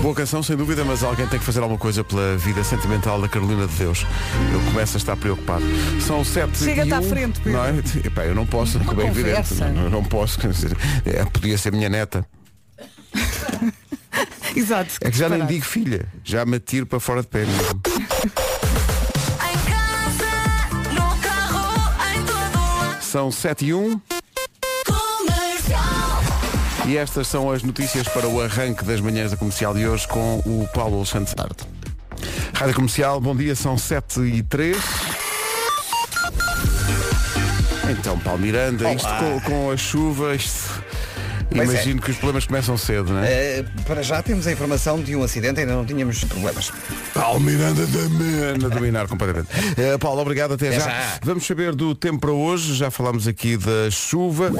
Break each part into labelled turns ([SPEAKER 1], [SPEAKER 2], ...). [SPEAKER 1] Boa canção, sem dúvida, mas alguém tem que fazer alguma coisa pela vida sentimental da Carolina de Deus. Eu começo a estar preocupado. São sete
[SPEAKER 2] Chega-te
[SPEAKER 1] e
[SPEAKER 2] à
[SPEAKER 1] um,
[SPEAKER 2] frente, Pedro.
[SPEAKER 1] Não é? Epá, eu não posso,
[SPEAKER 2] Uma
[SPEAKER 1] como é evidente.
[SPEAKER 2] conversa.
[SPEAKER 1] Não, não posso. quer dizer, é, podia ser minha neta.
[SPEAKER 2] Exato.
[SPEAKER 1] É que já nem
[SPEAKER 2] disparate.
[SPEAKER 1] digo filha. Já me tiro para fora de pé mesmo.
[SPEAKER 3] Em casa, no carro, em todo lado.
[SPEAKER 1] São 7 e 1
[SPEAKER 3] Comercial.
[SPEAKER 1] e estas são as notícias para o arranque das manhãs da comercial de hoje com o Paulo Alexandre Sarto. Rádio Comercial, bom dia, são 7 e 3. Então, Paulo Miranda, isto com, com a chuva, isto-
[SPEAKER 4] Pois é.
[SPEAKER 1] imagino que os problemas começam cedo, não é?
[SPEAKER 4] Eh, para já temos a informação de um acidente, ainda não tínhamos problemas.
[SPEAKER 1] Paulo Miranda da Mena dominar completamente. Eh, Paulo, obrigado até
[SPEAKER 4] Até
[SPEAKER 1] já.
[SPEAKER 4] é já.
[SPEAKER 1] Vamos saber do tempo para hoje, já falámos aqui da chuva.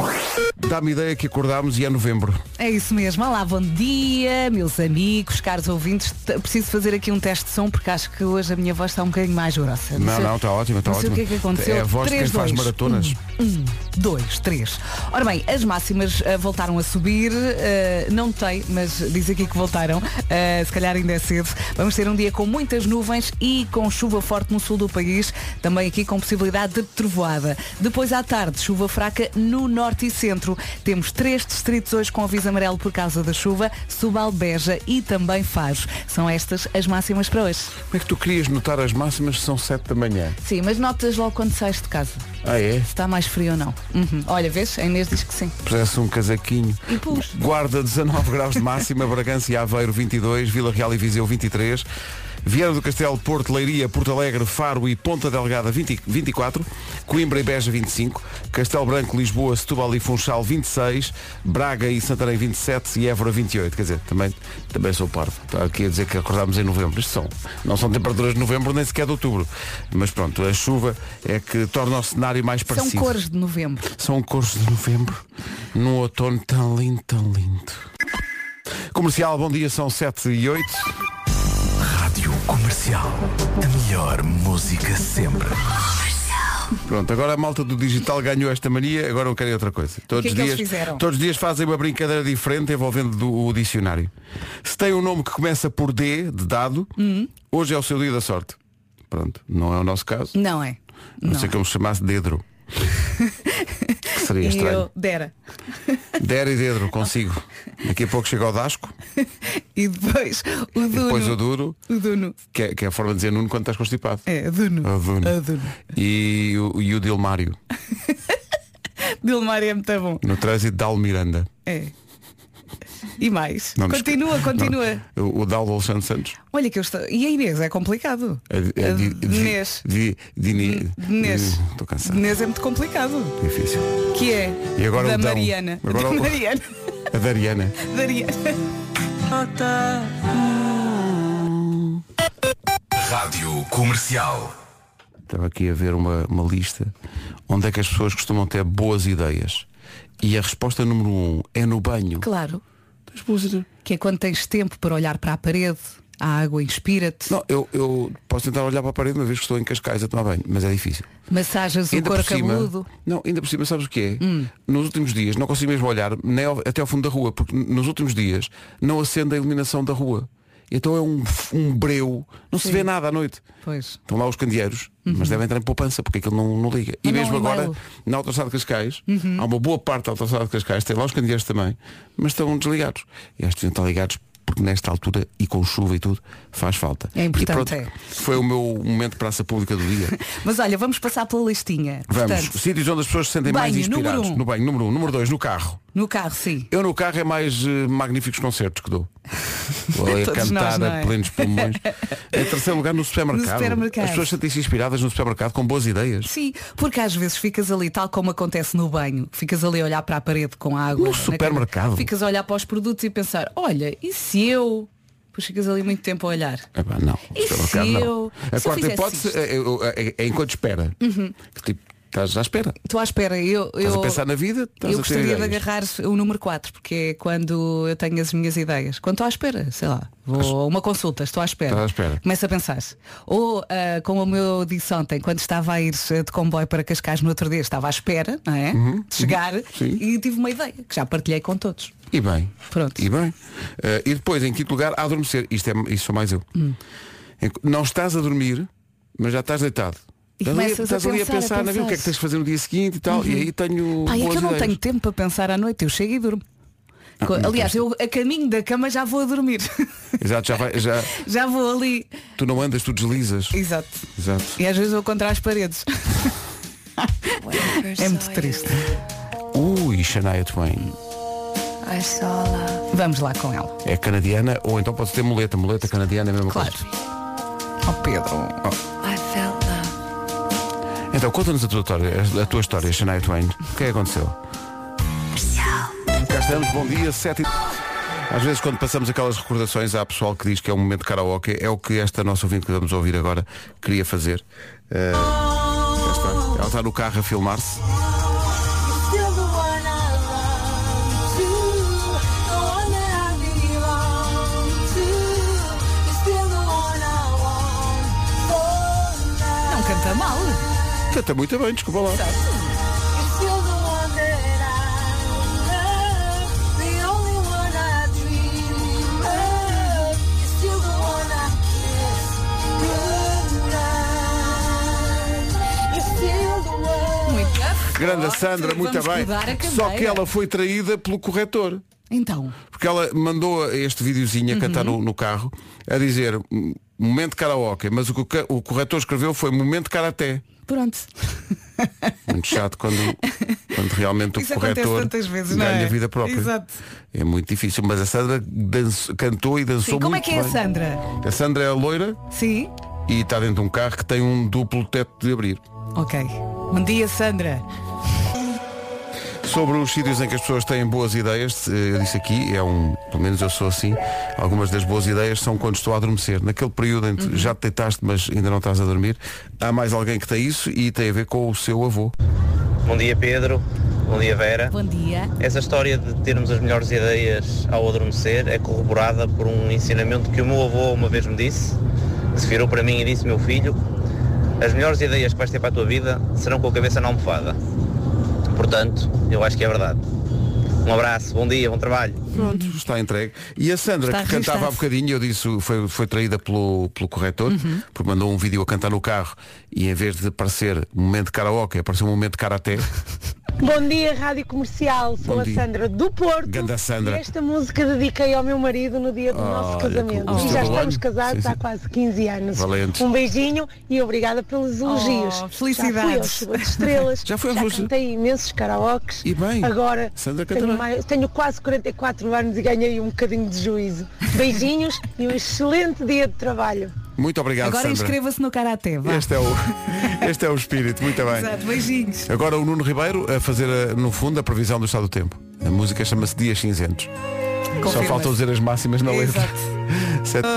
[SPEAKER 1] Dá-me ideia que acordámos e é novembro.
[SPEAKER 2] É isso mesmo. Olá, bom dia, meus amigos, caros ouvintes. T- Preciso fazer aqui um teste de som porque acho que hoje a minha voz está um bocadinho mais grossa.
[SPEAKER 1] Não,
[SPEAKER 2] sei-
[SPEAKER 1] não, está ótimo, está
[SPEAKER 2] não sei
[SPEAKER 1] ótimo.
[SPEAKER 2] o que é que aconteceu. um,
[SPEAKER 1] É a voz de quem
[SPEAKER 2] 3,
[SPEAKER 1] faz
[SPEAKER 2] 2,
[SPEAKER 1] maratonas.
[SPEAKER 2] 1, 1, 2, 3. Ora bem, as máximas ah, voltaram a subir. ah, não notei, mas diz aqui que voltaram. Ah, se calhar ainda é cedo. Vamos ter um dia com muitas nuvens e com chuva forte no sul do país. Também aqui com possibilidade de trovoada. Depois à tarde, chuva fraca no norte e centro. Temos três distritos hoje com aviso amarelo por causa da chuva. Subalbeja e também Faro. São estas as máximas para hoje.
[SPEAKER 1] Como é que tu querias notar as máximas se são 7 da manhã?
[SPEAKER 2] Sim, mas notas logo quando sais de casa.
[SPEAKER 1] Ah é?
[SPEAKER 2] Se está mais frio ou não. Uhum. Olha, vês? A Inês diz que sim.
[SPEAKER 1] Pusesse um casaquinho.
[SPEAKER 2] E pus.
[SPEAKER 1] Guarda 19 graus de máxima, Bragança e Aveiro 22, Vila Real e Viseu 23, Viana do Castelo, Porto, Leiria, Porto Alegre, Faro e Ponta Delgada 20 24, Coimbra e Beja 25, Castelo Branco, Lisboa, Setúbal e Funchal 26, Braga e Santarém 27 e Évora 28. Quer dizer, também, também sou parvo. Está aqui a dizer que acordámos em novembro. Isto são, não são temperaturas de novembro nem sequer de outubro. Mas pronto, a chuva é que torna o cenário mais parecido.
[SPEAKER 2] São cores de novembro.
[SPEAKER 1] São cores de novembro, num outono tão lindo, tão lindo. Comercial, bom dia, são 7 e 8.
[SPEAKER 5] Rádio Comercial. A melhor música sempre.
[SPEAKER 1] Pronto, agora a malta do digital ganhou esta mania, agora eu querem outra coisa. Todos,
[SPEAKER 2] que é
[SPEAKER 1] os
[SPEAKER 2] que
[SPEAKER 1] dias,
[SPEAKER 2] eles fizeram?
[SPEAKER 1] todos os dias fazem uma brincadeira diferente envolvendo do- o dicionário. Se tem um nome que começa por D, de dado,
[SPEAKER 2] Hum.
[SPEAKER 1] hoje é o seu dia da sorte. Pronto, não é o nosso caso.
[SPEAKER 2] Não é?
[SPEAKER 1] A Não, sei que eu me chamasse Dedro. que seria
[SPEAKER 2] E
[SPEAKER 1] estranho.
[SPEAKER 2] eu dera.
[SPEAKER 1] Der e Dedro, consigo. Daqui a pouco chega ao Dasco,
[SPEAKER 2] E depois o Duno.
[SPEAKER 1] depois o Duro.
[SPEAKER 2] O Duno.
[SPEAKER 1] Que é, que é a forma de dizer Nuno quando estás constipado.
[SPEAKER 2] É, Duno.
[SPEAKER 1] A Duno.
[SPEAKER 2] A Duno.
[SPEAKER 1] E, o, e o Dilmário,
[SPEAKER 2] Dilmar é muito bom.
[SPEAKER 1] no trânsito Dal Miranda.
[SPEAKER 2] É. E mais.
[SPEAKER 1] Não me
[SPEAKER 2] continua,
[SPEAKER 1] esque-
[SPEAKER 2] continua.
[SPEAKER 1] Não, o o Dal Alexandre Santos.
[SPEAKER 2] Olha que eu estou. E a Inês é complicado.
[SPEAKER 1] É di- é
[SPEAKER 2] A
[SPEAKER 1] di- di-
[SPEAKER 2] Inês.
[SPEAKER 1] di- dini-
[SPEAKER 2] Inês.
[SPEAKER 1] di- Estou cansado.
[SPEAKER 2] Inês é muito complicado.
[SPEAKER 1] Difícil.
[SPEAKER 2] Que é
[SPEAKER 1] E agora
[SPEAKER 2] da
[SPEAKER 1] o Dão.
[SPEAKER 2] Mariana.
[SPEAKER 1] Agora
[SPEAKER 2] da
[SPEAKER 1] o-
[SPEAKER 2] Mariana.
[SPEAKER 1] A Dariana.
[SPEAKER 2] Da Ariana.
[SPEAKER 5] Rádio Comercial.
[SPEAKER 1] Estava aqui a ver uma, uma lista onde é que as pessoas costumam ter boas ideias. E a resposta número um é no banho.
[SPEAKER 2] Claro.
[SPEAKER 1] Tens boas ideias.
[SPEAKER 2] Que é quando tens tempo para olhar para a parede, a água inspira-te,
[SPEAKER 1] Não, eu, eu posso tentar olhar para a parede uma vez que estou em Cascais a tomar banho, mas é difícil.
[SPEAKER 2] massagens o couro cabeludo. Hum.
[SPEAKER 1] não, ainda por cima, sabes o que é? Nos últimos dias, não consigo mesmo olhar nem ao- até ao fundo da rua, porque n- nos últimos dias não acende a iluminação da rua. Então é um, f- um breu, não se
[SPEAKER 2] Sim.
[SPEAKER 1] vê nada à noite.
[SPEAKER 2] Pois. Uhum.
[SPEAKER 1] Estão lá os candeeiros, mas devem entrar em poupança, porque aquilo não, não liga. E
[SPEAKER 2] Mandam
[SPEAKER 1] mesmo
[SPEAKER 2] um Uhum.
[SPEAKER 1] agora,
[SPEAKER 2] e-mail.
[SPEAKER 1] na Autostrada de Cascais, há uma boa parte da Autostrada de Cascais, tem lá os candeeiros também, mas estão desligados. E estes estão ligados porque nesta altura, e com chuva e tudo, faz falta.
[SPEAKER 2] É importante,
[SPEAKER 1] E pronto,
[SPEAKER 2] é.
[SPEAKER 1] Foi o meu momento de praça pública do dia.
[SPEAKER 2] Mas olha, vamos passar pela listinha.
[SPEAKER 1] Vamos,
[SPEAKER 2] Portanto,
[SPEAKER 1] sítios onde as pessoas se sentem mais
[SPEAKER 2] Banho,
[SPEAKER 1] inspiradas.
[SPEAKER 2] número um.
[SPEAKER 1] No banho, número um. Número dois, no carro.
[SPEAKER 2] no carro, sim.
[SPEAKER 1] Eu no carro é mais eh, magníficos concertos que dou. Vou ali a
[SPEAKER 2] Todos
[SPEAKER 1] cantar
[SPEAKER 2] nós, não
[SPEAKER 1] a
[SPEAKER 2] é?
[SPEAKER 1] plenos pulmões. em terceiro lugar, no supermercado.
[SPEAKER 2] No supermercado.
[SPEAKER 1] As pessoas sentem-se inspiradas no supermercado com boas ideias.
[SPEAKER 2] Sim, porque às vezes ficas ali, tal como acontece no banho, ficas ali a olhar para a parede com água.
[SPEAKER 1] No
[SPEAKER 2] na-
[SPEAKER 1] supermercado?
[SPEAKER 2] Ficas a olhar para os produtos e pensar, olha, e se eu? Pois ficas ali muito tempo a olhar.
[SPEAKER 1] Epá, Ah, não,
[SPEAKER 2] E
[SPEAKER 1] supermercado
[SPEAKER 2] se
[SPEAKER 1] não.
[SPEAKER 2] eu-
[SPEAKER 1] A
[SPEAKER 2] se eu
[SPEAKER 1] quarta
[SPEAKER 2] fizesse
[SPEAKER 1] hipótese
[SPEAKER 2] isto?
[SPEAKER 1] é, é- é- é enquanto espera. Que, tipo, Estás à espera.
[SPEAKER 2] Uhum. Estou à espera. Eu,
[SPEAKER 1] Estás
[SPEAKER 2] eu,
[SPEAKER 1] a pensar na vida, estás
[SPEAKER 2] eu
[SPEAKER 1] a ter
[SPEAKER 2] gostaria de
[SPEAKER 1] ideias.
[SPEAKER 2] agarrar o número 4, porque é quando eu tenho as minhas ideias. Quando estou à espera, sei lá, vou a uma consulta, estou à espera.
[SPEAKER 1] Estás à espera.
[SPEAKER 2] Começo a pensar. Ou, ah, como o meu disse ontem, quando estava a ir eh, de comboio para Cascais no outro dia, estava à espera, não é? de chegar
[SPEAKER 1] Uhum, sim.
[SPEAKER 2] e tive uma ideia, que já partilhei com todos.
[SPEAKER 1] E bem.
[SPEAKER 2] Pronto.
[SPEAKER 1] E bem. Eh, e depois, em quinto lugar, a adormecer. Isto é isto sou mais eu.
[SPEAKER 2] Hum.
[SPEAKER 1] Em- Não estás a dormir, mas já estás deitado.
[SPEAKER 2] E
[SPEAKER 1] estás ali,
[SPEAKER 2] começas a
[SPEAKER 1] estás ali a
[SPEAKER 2] pensar, a
[SPEAKER 1] pensar, na vida, o que é que
[SPEAKER 2] pensar.
[SPEAKER 1] tens de fazer no dia seguinte e tal. E aí tenho.
[SPEAKER 2] Pá, é
[SPEAKER 1] boas
[SPEAKER 2] que eu não
[SPEAKER 1] ideias.
[SPEAKER 2] tenho tempo para pensar à noite, eu chego e durmo. Co-
[SPEAKER 1] não
[SPEAKER 2] Aliás, eu a caminho da cama já vou a dormir.
[SPEAKER 1] Exato, já vai, já,
[SPEAKER 2] já vou ali.
[SPEAKER 1] tu não andas, tu deslizas.
[SPEAKER 2] Exato.
[SPEAKER 1] Exato.
[SPEAKER 2] E às vezes vou contra as paredes. É muito triste.
[SPEAKER 1] Ui, Shania Twain.
[SPEAKER 2] Vamos lá com ela.
[SPEAKER 1] É canadiana ou então pode ter muleta. Muleta canadiana é a mesma
[SPEAKER 2] Claro.
[SPEAKER 1] coisa.
[SPEAKER 2] Oh Pedro.
[SPEAKER 1] Então conta-nos a tua história, a tua história, Shania Twain. O que é que aconteceu? Cá estamos, bom dia, 7 e... Às vezes quando passamos aquelas recordações há pessoal que diz que é um momento de karaoke, é o que esta nossa ouvinte que vamos ouvir agora queria fazer. Eh, cá está. Ela está no carro a filmar-se.
[SPEAKER 2] Não canta mal.
[SPEAKER 1] Canta muito bem, desculpa lá.
[SPEAKER 2] Muito
[SPEAKER 1] Grande a
[SPEAKER 2] forte.
[SPEAKER 1] Sandra, muito
[SPEAKER 2] Vamos
[SPEAKER 1] bem.
[SPEAKER 2] mudar a
[SPEAKER 1] Só que
[SPEAKER 2] cadeira.
[SPEAKER 1] ela foi traída pelo corretor.
[SPEAKER 2] Então,
[SPEAKER 1] Porque ela mandou este videozinho a cantar
[SPEAKER 2] Uhum.
[SPEAKER 1] no, no carro a dizer "Hum, momento karaoke, mas o que o ca- o corretor escreveu foi momento karaté.
[SPEAKER 2] pronto.
[SPEAKER 1] Muito chato quando, quando realmente
[SPEAKER 2] Isso
[SPEAKER 1] o
[SPEAKER 2] acontece
[SPEAKER 1] corretor
[SPEAKER 2] tantas vezes, não
[SPEAKER 1] ganha
[SPEAKER 2] é?
[SPEAKER 1] vida própria.
[SPEAKER 2] Exato.
[SPEAKER 1] É muito difícil, mas a Sandra dançou- cantou e dançou
[SPEAKER 2] Sim, como é
[SPEAKER 1] muito
[SPEAKER 2] que é a
[SPEAKER 1] bem.
[SPEAKER 2] Sandra?
[SPEAKER 1] A Sandra é loira
[SPEAKER 2] Sim?
[SPEAKER 1] e está dentro de um carro que tem um duplo teto de abrir.
[SPEAKER 2] Ok. Bom dia, Sandra.
[SPEAKER 1] Sobre os sítios em que as pessoas têm boas ideias, eh, eu disse aqui, é um, pelo menos eu sou assim, algumas das boas ideias são quando estou a adormecer. Naquele período em que
[SPEAKER 2] Uhum.
[SPEAKER 1] já te deitaste, mas ainda não estás a dormir, há mais alguém que tem isso e tem a ver com o seu avô.
[SPEAKER 6] Bom dia Pedro, bom dia Vera.
[SPEAKER 2] Bom dia.
[SPEAKER 6] Essa história de termos as melhores ideias ao adormecer é corroborada por um ensinamento que o meu avô uma vez me disse, que se virou para mim e disse, meu filho, as melhores ideias que vais ter para a tua vida serão com a cabeça na almofada. Portanto, eu acho que é verdade. Um abraço, bom dia, bom trabalho.
[SPEAKER 1] Pronto, está entregue. E a Sandra,
[SPEAKER 2] Está
[SPEAKER 1] que cantava
[SPEAKER 2] registado.
[SPEAKER 1] há bocadinho, eu disse, foi, foi traída pelo, pelo corretor,
[SPEAKER 2] Uhum.
[SPEAKER 1] porque mandou um vídeo a cantar no carro e em vez de aparecer um momento de karaoke, apareceu um momento de karaté.
[SPEAKER 7] Bom dia, Rádio Comercial. Sou
[SPEAKER 1] Bom
[SPEAKER 7] a
[SPEAKER 1] dia.
[SPEAKER 7] Sandra do Porto.
[SPEAKER 1] Ganda Sandra.
[SPEAKER 7] E esta música dediquei ao meu marido no dia do
[SPEAKER 1] Olha,
[SPEAKER 7] nosso
[SPEAKER 1] com
[SPEAKER 7] casamento.
[SPEAKER 1] o
[SPEAKER 7] E
[SPEAKER 1] seu
[SPEAKER 7] já estamos
[SPEAKER 1] olho.
[SPEAKER 7] casados
[SPEAKER 1] Sim, sim.
[SPEAKER 7] há quase 15 anos.
[SPEAKER 1] Valentes.
[SPEAKER 7] Um beijinho e obrigada pelos elogios.
[SPEAKER 2] Oh, felicidades.
[SPEAKER 7] Já fui ao Chuva de Estrelas.
[SPEAKER 1] Já foi ao
[SPEAKER 7] já
[SPEAKER 1] Chuva-
[SPEAKER 7] cantei imensos karaokes.
[SPEAKER 1] E bem,
[SPEAKER 7] Agora
[SPEAKER 1] Sandra canta
[SPEAKER 7] tenho,
[SPEAKER 1] bem.
[SPEAKER 7] mais- tenho quase 44 anos e ganhei um bocadinho de juízo. Beijinhos e um excelente dia de trabalho.
[SPEAKER 1] Muito obrigado,
[SPEAKER 2] Agora
[SPEAKER 1] Sandra.
[SPEAKER 2] inscreva-se no Karatê. vá.
[SPEAKER 1] Este é, o, este é o espírito, muito bem.
[SPEAKER 2] Exato, beijinhos.
[SPEAKER 1] Agora o Nuno Ribeiro a fazer, a- no fundo, a previsão do estado do tempo. A música chama-se Dias Cinzentos. Só
[SPEAKER 2] Confirma-se.
[SPEAKER 1] faltam dizer as máximas na letra.
[SPEAKER 2] Exato.
[SPEAKER 1] Sete.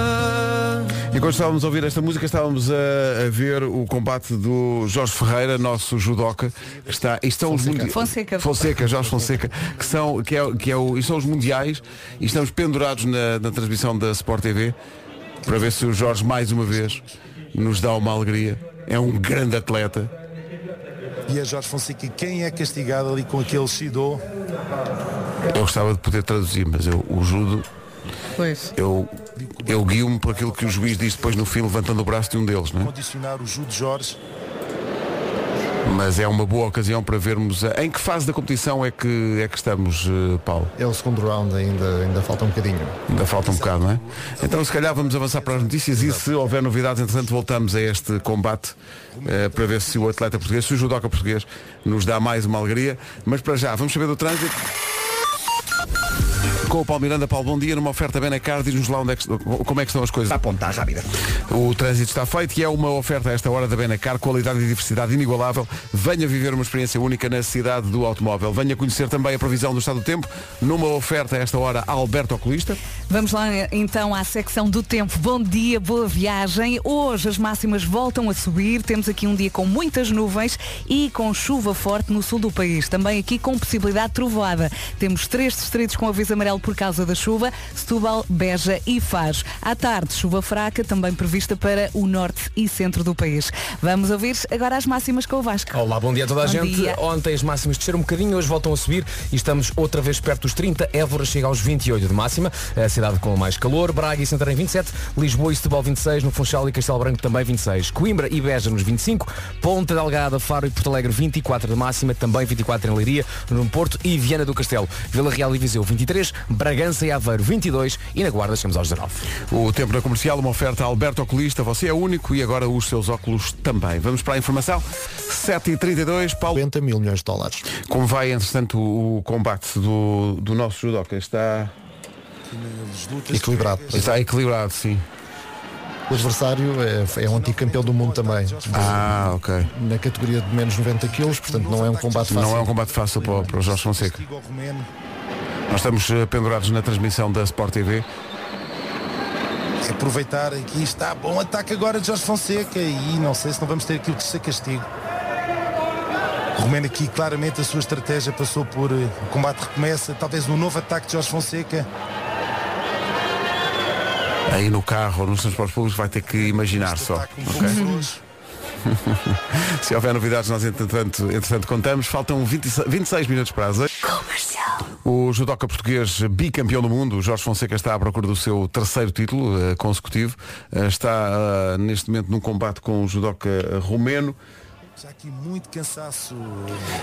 [SPEAKER 1] Enquanto estávamos a ouvir esta música, estávamos a, a ver o combate do Jorge Ferreira, nosso judoca, que está. E estão os mundi-
[SPEAKER 2] Fonseca.
[SPEAKER 1] Fonseca, Jorge Fonseca, que são, que é, que é o, e são os mundiais e estamos pendurados na, na transmissão da Sport TV para ver se o Jorge mais uma vez nos dá uma alegria. É um grande atleta.
[SPEAKER 8] E a Jorge Fonseca, quem é castigado ali com aquele Shido?
[SPEAKER 1] Eu gostava de poder traduzir, mas eu, o judo,
[SPEAKER 2] Pois.
[SPEAKER 1] eu, eu guio-me por aquilo que o juiz diz depois no fim, levantando o braço de um deles, não é?
[SPEAKER 8] Condicionar o Judo Jorge.
[SPEAKER 1] Mas é uma boa ocasião para vermos a- em que fase da competição é que, é que estamos, eh, Paulo.
[SPEAKER 8] É o segundo round, ainda, ainda falta um bocadinho.
[SPEAKER 1] Ainda falta um bocado, não é? Então se calhar vamos avançar para as notícias e se houver novidades, entretanto voltamos a este combate eh, para ver se o atleta português, se o judoca português nos dá mais uma alegria. Mas para já, vamos saber do trânsito. com o Paulo Miranda. Paulo, bom dia. Numa oferta Benacar, diz-nos lá onde é que, como é que estão as coisas.
[SPEAKER 4] Está a apontar rápida.
[SPEAKER 1] O trânsito está feito e é uma oferta a esta hora da Benacar, qualidade e diversidade inigualável. Venha viver uma experiência única na cidade do automóvel. Venha conhecer também a previsão do estado do tempo numa oferta a esta hora a Alberto Oculista.
[SPEAKER 2] Vamos lá então à secção do tempo. Bom dia, boa viagem. Hoje as máximas voltam a subir. Temos aqui um dia com muitas nuvens e com chuva forte no sul do país. Também aqui com possibilidade de trovoada. Temos três distritos com aviso amarelo por causa da chuva. Setúbal, Beja e Faro. À tarde, chuva fraca também prevista para o norte e centro do país. Vamos ouvir agora as máximas com o Vasco.
[SPEAKER 9] Olá, bom dia a toda a
[SPEAKER 2] Bom
[SPEAKER 9] gente.
[SPEAKER 2] dia.
[SPEAKER 9] Ontem as máximas desceram um bocadinho, hoje voltam a subir e estamos outra vez perto dos 30. Évora chega aos 28 de máxima, a cidade com mais calor. Braga e Santarém 27, Lisboa e Setúbal 26, no Funchal e Castelo Branco também 26. Coimbra e Beja nos 25, Ponta Delgada, Faro e Porto Alegre 24 de máxima, também 24 em Leiria, no Porto e Viana do Castelo. Vila Real e Viseu 23, Bragança e Aveiro 22 e na Guarda chegamos aos 19.
[SPEAKER 1] O tempo na comercial, uma oferta a Alberto Oculista. Você é único e agora os seus óculos também. Vamos para a informação. 7h32, Paulo.
[SPEAKER 8] 90 mil milhões de dólares.
[SPEAKER 1] Como vai, entretanto, o o combate do, do nosso judoca? Está,
[SPEAKER 8] Equilibrado.
[SPEAKER 1] está equilibrado, sim.
[SPEAKER 8] O adversário é, é um antigo campeão do mundo também.
[SPEAKER 1] Ah, ok.
[SPEAKER 8] Na categoria de menos 90 quilos, portanto não é um combate fácil.
[SPEAKER 1] Não é um combate fácil para, o- para o Jorge Fonseca. Nós estamos eh, pendurados na transmissão da Sport TV.
[SPEAKER 8] Aproveitar aqui está bom ataque agora de Jorge Fonseca e não sei se não vamos ter aqui o terceiro castigo. O Romeno aqui claramente a sua estratégia passou por eh, o combate recomeça, talvez um novo ataque de Jorge Fonseca.
[SPEAKER 1] Aí no carro ou nos transportes públicos vai ter que imaginar
[SPEAKER 8] Este
[SPEAKER 1] só.
[SPEAKER 8] ataque um pouco
[SPEAKER 1] ok?
[SPEAKER 6] Uhum.
[SPEAKER 8] frouxo.
[SPEAKER 1] Se houver novidades, nós entretanto, entretanto contamos. Faltam 26, 26 minutos para as oito. O judoca português bicampeão do mundo, Jorge Fonseca, está à procura do seu terceiro título eh, consecutivo. Eh, está ah, neste momento num combate com o judoca eh, romeno.
[SPEAKER 8] Já aqui muito cansaço.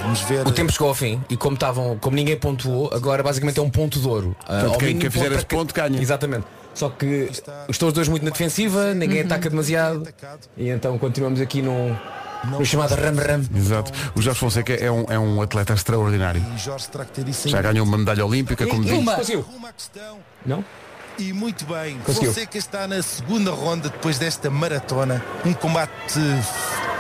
[SPEAKER 8] Vamos ver.
[SPEAKER 9] O tempo chegou ao fim e como estavam, como ninguém pontuou, agora basicamente é um ponto de ouro. Ah,
[SPEAKER 1] Portanto,
[SPEAKER 9] ao
[SPEAKER 1] quem- quem
[SPEAKER 9] mínimo
[SPEAKER 1] fizer
[SPEAKER 9] ponto
[SPEAKER 1] esse
[SPEAKER 9] para
[SPEAKER 1] ponto ganha.
[SPEAKER 9] Exatamente. Só que estão os dois muito na defensiva, ninguém ataca demasiado. E então continuamos aqui num, no chamado Ram Ram.
[SPEAKER 1] Exato. O Jorge Fonseca é um, é um atleta extraordinário.
[SPEAKER 8] E Jorge terá que ter isso em
[SPEAKER 1] Já ganhou uma medalha olímpica, como diz.
[SPEAKER 9] Uma. Conseguiu.
[SPEAKER 8] Arruma a questão
[SPEAKER 9] Não?
[SPEAKER 8] E muito bem,
[SPEAKER 9] Conseguiu.
[SPEAKER 8] Fonseca está na segunda ronda depois desta maratona. Um combate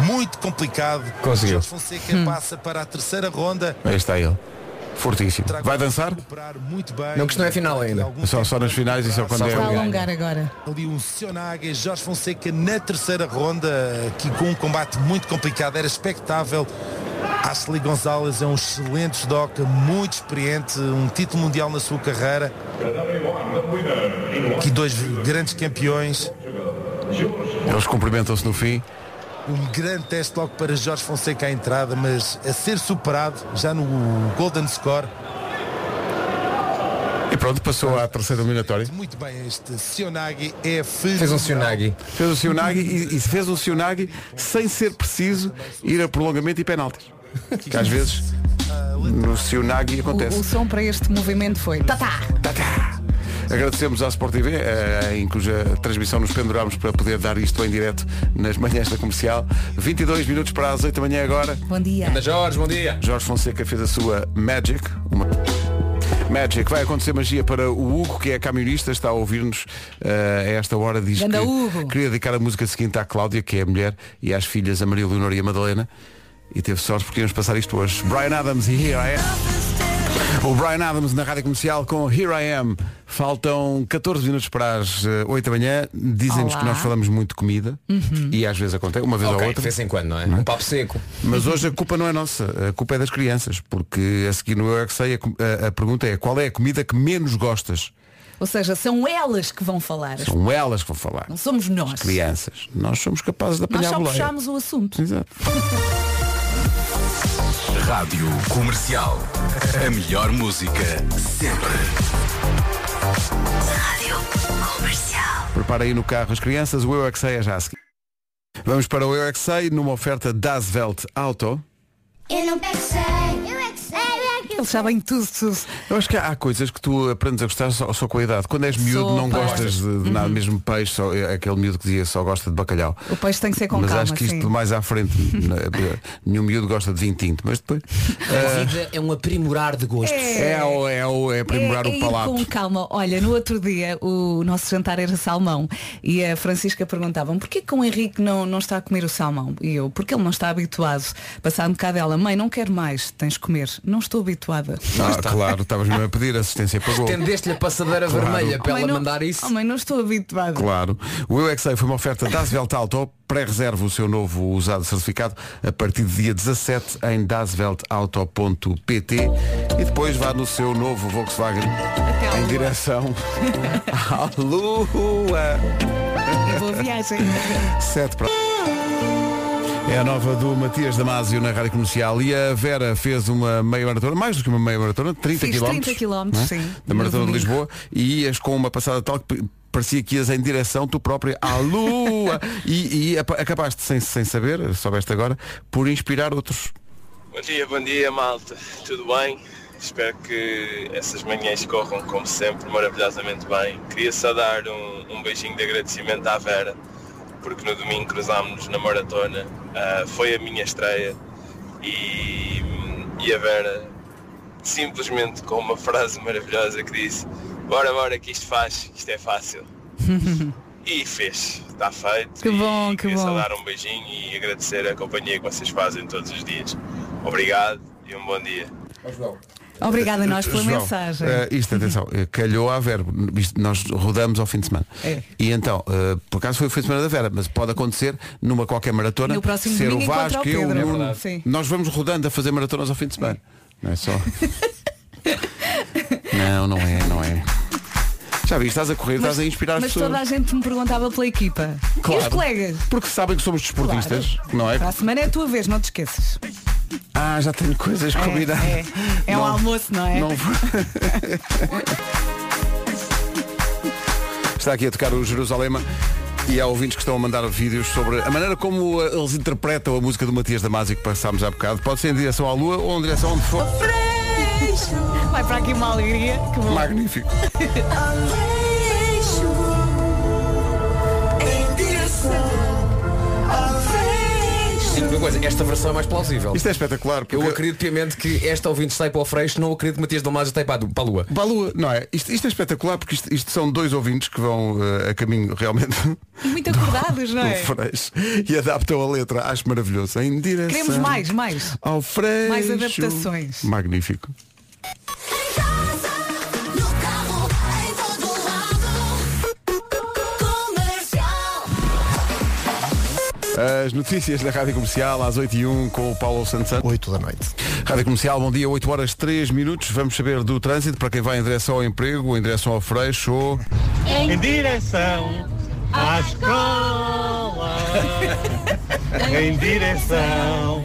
[SPEAKER 8] muito complicado.
[SPEAKER 9] Conseguiu.
[SPEAKER 8] Jorge Fonseca passa para a terceira ronda.
[SPEAKER 1] Aí está ele. Fortíssimo. Vai dançar?
[SPEAKER 8] Recuperar Muito bem.
[SPEAKER 9] Não, que isto não é final ainda.
[SPEAKER 8] Algum
[SPEAKER 1] Só-
[SPEAKER 8] tempo
[SPEAKER 1] só nas finais e só quando
[SPEAKER 9] Só
[SPEAKER 1] é-
[SPEAKER 2] Vai
[SPEAKER 9] ganha.
[SPEAKER 2] alongar agora.
[SPEAKER 8] Ali um Sionaga, Jorge Fonseca na terceira ronda, aqui com um combate muito complicado, era expectável. Ashley Gonzalez é um excelente judoca, muito experiente, um título mundial na sua carreira. Aqui dois grandes campeões,
[SPEAKER 1] Eles cumprimentam-se no fim.
[SPEAKER 8] um grande teste logo para Jorge Fonseca à entrada, mas a ser superado já no Golden Score.
[SPEAKER 1] E pronto, passou à terceira eliminatória.
[SPEAKER 8] Muito bem, este Sionagi é
[SPEAKER 9] Fez um
[SPEAKER 8] fenomenal.
[SPEAKER 9] Sionagi.
[SPEAKER 1] Fez o Sionagi e, e fez o Sionagi sem ser preciso ir a prolongamento e penaltis. Que às vezes no Sionagi
[SPEAKER 2] O, o
[SPEAKER 1] acontece.
[SPEAKER 2] som para este movimento foi. Tá, tá.
[SPEAKER 1] Tatá! Agradecemos à Sport TV, eh, em cuja transmissão nos pendurámos para poder dar isto em direto nas manhãs da comercial. 22 minutos para as 8 da manhã agora.
[SPEAKER 2] Bom dia.
[SPEAKER 9] Ana Jorge, bom dia.
[SPEAKER 1] Jorge Fonseca fez a sua Magic. Uma... Magic, vai acontecer magia para o Hugo, que é camionista, está a ouvir-nos eh, a esta hora. Diz
[SPEAKER 2] Ganda
[SPEAKER 1] que
[SPEAKER 2] Hugo.
[SPEAKER 1] queria dedicar a música seguinte à Cláudia, que é a mulher, e às filhas, a Maria Leonor e a Madalena. E teve sorte porque íamos passar isto hoje. Brian Adams e Here I Am. O Brian Adams na rádio comercial com Here I Am. Faltam 14 minutos para as eh, 8 da manhã. Dizem-nos
[SPEAKER 2] Olá. Uhum.
[SPEAKER 1] que nós falamos muito de comida e às vezes acontece, uma vez ou
[SPEAKER 9] Ok, de
[SPEAKER 1] outra.
[SPEAKER 9] vez em quando, não é? Um papo seco.
[SPEAKER 1] Mas hoje a culpa não é nossa, a culpa é das crianças, porque a seguir no Eu é que sei, a, com- a- a pergunta é qual é a comida que menos gostas?
[SPEAKER 2] Ou seja, são elas que vão falar.
[SPEAKER 1] São elas que vão falar.
[SPEAKER 2] Não somos nós.
[SPEAKER 1] Crianças. Nós somos capazes de
[SPEAKER 2] Nós
[SPEAKER 1] apanhar
[SPEAKER 2] só
[SPEAKER 1] boleia.
[SPEAKER 2] puxámos o assunto.
[SPEAKER 1] Exato.
[SPEAKER 5] Rádio Comercial. A melhor música sempre.
[SPEAKER 3] Rádio Comercial.
[SPEAKER 1] Prepara aí no carro as crianças, o Eu é que sei é já a seguir. Vamos para o Eu é que sei numa oferta das Welt Auto.
[SPEAKER 3] Eu não é que sei, eu é que sei, eu é
[SPEAKER 2] Eles sabem tudo, tudo.
[SPEAKER 1] Eu acho que há, há coisas que tu aprendes a gostar só, só com a idade. Quando és miúdo
[SPEAKER 2] Sopa.
[SPEAKER 1] não gostas de, de nada, mesmo peixe, só, é aquele miúdo que dizia só gosta de bacalhau.
[SPEAKER 2] O peixe tem que ser É com
[SPEAKER 1] mas
[SPEAKER 2] calma,
[SPEAKER 1] acho que isto
[SPEAKER 2] sim.
[SPEAKER 1] mais à frente, na- eh, nenhum miúdo gosta de vinho tinto, mas depois eh,
[SPEAKER 10] A vida é um aprimorar de gostos.
[SPEAKER 1] é, o, é, o, é aprimorar
[SPEAKER 2] é, é
[SPEAKER 1] o
[SPEAKER 2] ir
[SPEAKER 1] palato.
[SPEAKER 2] com calma. Olha, no outro dia o nosso jantar era salmão e a Francisca perguntavam porquê que o Henrique não, não está a comer o salmão? E eu, porque ele não está habituado. Passar um bocado dela, mãe, não quero mais, tens de comer. Não estou habituada.
[SPEAKER 1] Ah, claro, estavas mesmo a pedir, a assistência pagou.
[SPEAKER 9] Tendeste-lhe a passadeira vermelha para
[SPEAKER 2] mãe,
[SPEAKER 9] ela
[SPEAKER 2] não,
[SPEAKER 9] mandar isso.
[SPEAKER 2] Oh, mãe, não estou habituada.
[SPEAKER 1] Claro. O Eu é Que Sei foi uma oferta da Asvelta Auto. Pré-reserva o seu novo usado certificado a partir do dia 17 em dasveltauto.pt e depois vá no seu novo Volkswagen
[SPEAKER 2] Até à
[SPEAKER 1] em
[SPEAKER 2] lua.
[SPEAKER 1] direção à lua.
[SPEAKER 2] E É boa viagem.
[SPEAKER 1] 7 para... É a nova do Matias Damasio na Rádio Comercial e a Vera fez uma meia maratona, mais do que uma meia maratona, 30
[SPEAKER 2] Fiz
[SPEAKER 1] km.
[SPEAKER 2] 30 quilómetros, sim.
[SPEAKER 1] é? Da
[SPEAKER 2] No
[SPEAKER 1] Maratona de
[SPEAKER 2] domingo.
[SPEAKER 1] Lisboa e ias com uma passada tal que parecia que ias em direção tu própria à lua e, é e apa- acabaste sem, sem saber, soubeste agora, por inspirar outros.
[SPEAKER 6] Bom dia, bom dia, malta. Tudo bem? Espero que essas manhãs corram, como sempre, maravilhosamente bem. Queria só dar um, um beijinho de agradecimento à Vera, porque no domingo cruzámos-nos na maratona. Ah, foi a minha estreia e, e a Vera, simplesmente com uma frase maravilhosa que disse Bora, bora, que isto faz, que isto é fácil. E fez, está feito.
[SPEAKER 2] Que bom,
[SPEAKER 6] e
[SPEAKER 2] que
[SPEAKER 6] queria
[SPEAKER 2] bom.
[SPEAKER 6] Só dar um beijinho e agradecer a companhia que vocês fazem todos os dias. Obrigado e um bom dia.
[SPEAKER 2] Obrigada a nós pela
[SPEAKER 1] João,
[SPEAKER 2] mensagem.
[SPEAKER 1] eh, isto, atenção, eh, calhou à Vera. Isto, nós rodamos ao fim de semana.
[SPEAKER 2] É.
[SPEAKER 1] E então, eh, por acaso foi o fim de semana da Vera, mas pode acontecer numa qualquer maratona
[SPEAKER 2] No próximo
[SPEAKER 1] ser o
[SPEAKER 2] domingo encontra
[SPEAKER 1] Vasco,
[SPEAKER 2] o
[SPEAKER 1] eu, o
[SPEAKER 2] Pedro. É
[SPEAKER 1] Nuno.
[SPEAKER 2] verdade. Sim.
[SPEAKER 1] Nós vamos rodando a fazer maratonas ao fim de semana. Não é só. não, não é, não é. Já vi, estás a correr, estás a inspirar as
[SPEAKER 2] mas
[SPEAKER 1] pessoas.
[SPEAKER 2] toda a gente me perguntava pela equipa. E os colegas?
[SPEAKER 1] Porque sabem que somos desportistas,
[SPEAKER 2] Claro.
[SPEAKER 1] não é?
[SPEAKER 2] Para a semana é a tua vez, não te esqueças.
[SPEAKER 1] Ah, já tenho coisas combinadas.
[SPEAKER 2] É, é. É um
[SPEAKER 1] Não,
[SPEAKER 2] almoço, não é?
[SPEAKER 1] não vou- Está aqui a tocar o Jerusalema e há ouvintes que estão a mandar vídeos sobre a maneira como uh, eles interpretam a música do Matias Damasio que passámos há bocado. Pode ser em direção à Lua ou em direção onde for.
[SPEAKER 2] Vai para aqui uma alegria. Que bom.
[SPEAKER 1] Magnífico.
[SPEAKER 9] Digo-te Uma coisa, esta versão é mais plausível.
[SPEAKER 1] Isto é espetacular. Porque...
[SPEAKER 9] Eu acredito piamente que esta ouvinte sai para o freixo, não acredito que Matias Dalmasio sai para a du- para a lua.
[SPEAKER 1] Para a Lua, não é? Isto, isto é espetacular porque isto, isto são dois ouvintes que vão uh, a caminho realmente
[SPEAKER 2] E muito acordados, não
[SPEAKER 1] do
[SPEAKER 2] é?
[SPEAKER 1] Freixo e adaptam a letra. Acho maravilhoso. Em direção
[SPEAKER 2] Queremos mais, mais.
[SPEAKER 1] ao Freixo.
[SPEAKER 2] Mais adaptações.
[SPEAKER 1] Magnífico. As notícias da Rádio Comercial às 8 e 1 com o Paulo Santos.
[SPEAKER 4] 8 da noite.
[SPEAKER 1] Rádio Comercial, bom dia, 8 horas 3 minutos. Vamos saber do trânsito para quem vai em direção ao emprego, em direção ao freixo. ou-
[SPEAKER 6] Em direção à escola. em direção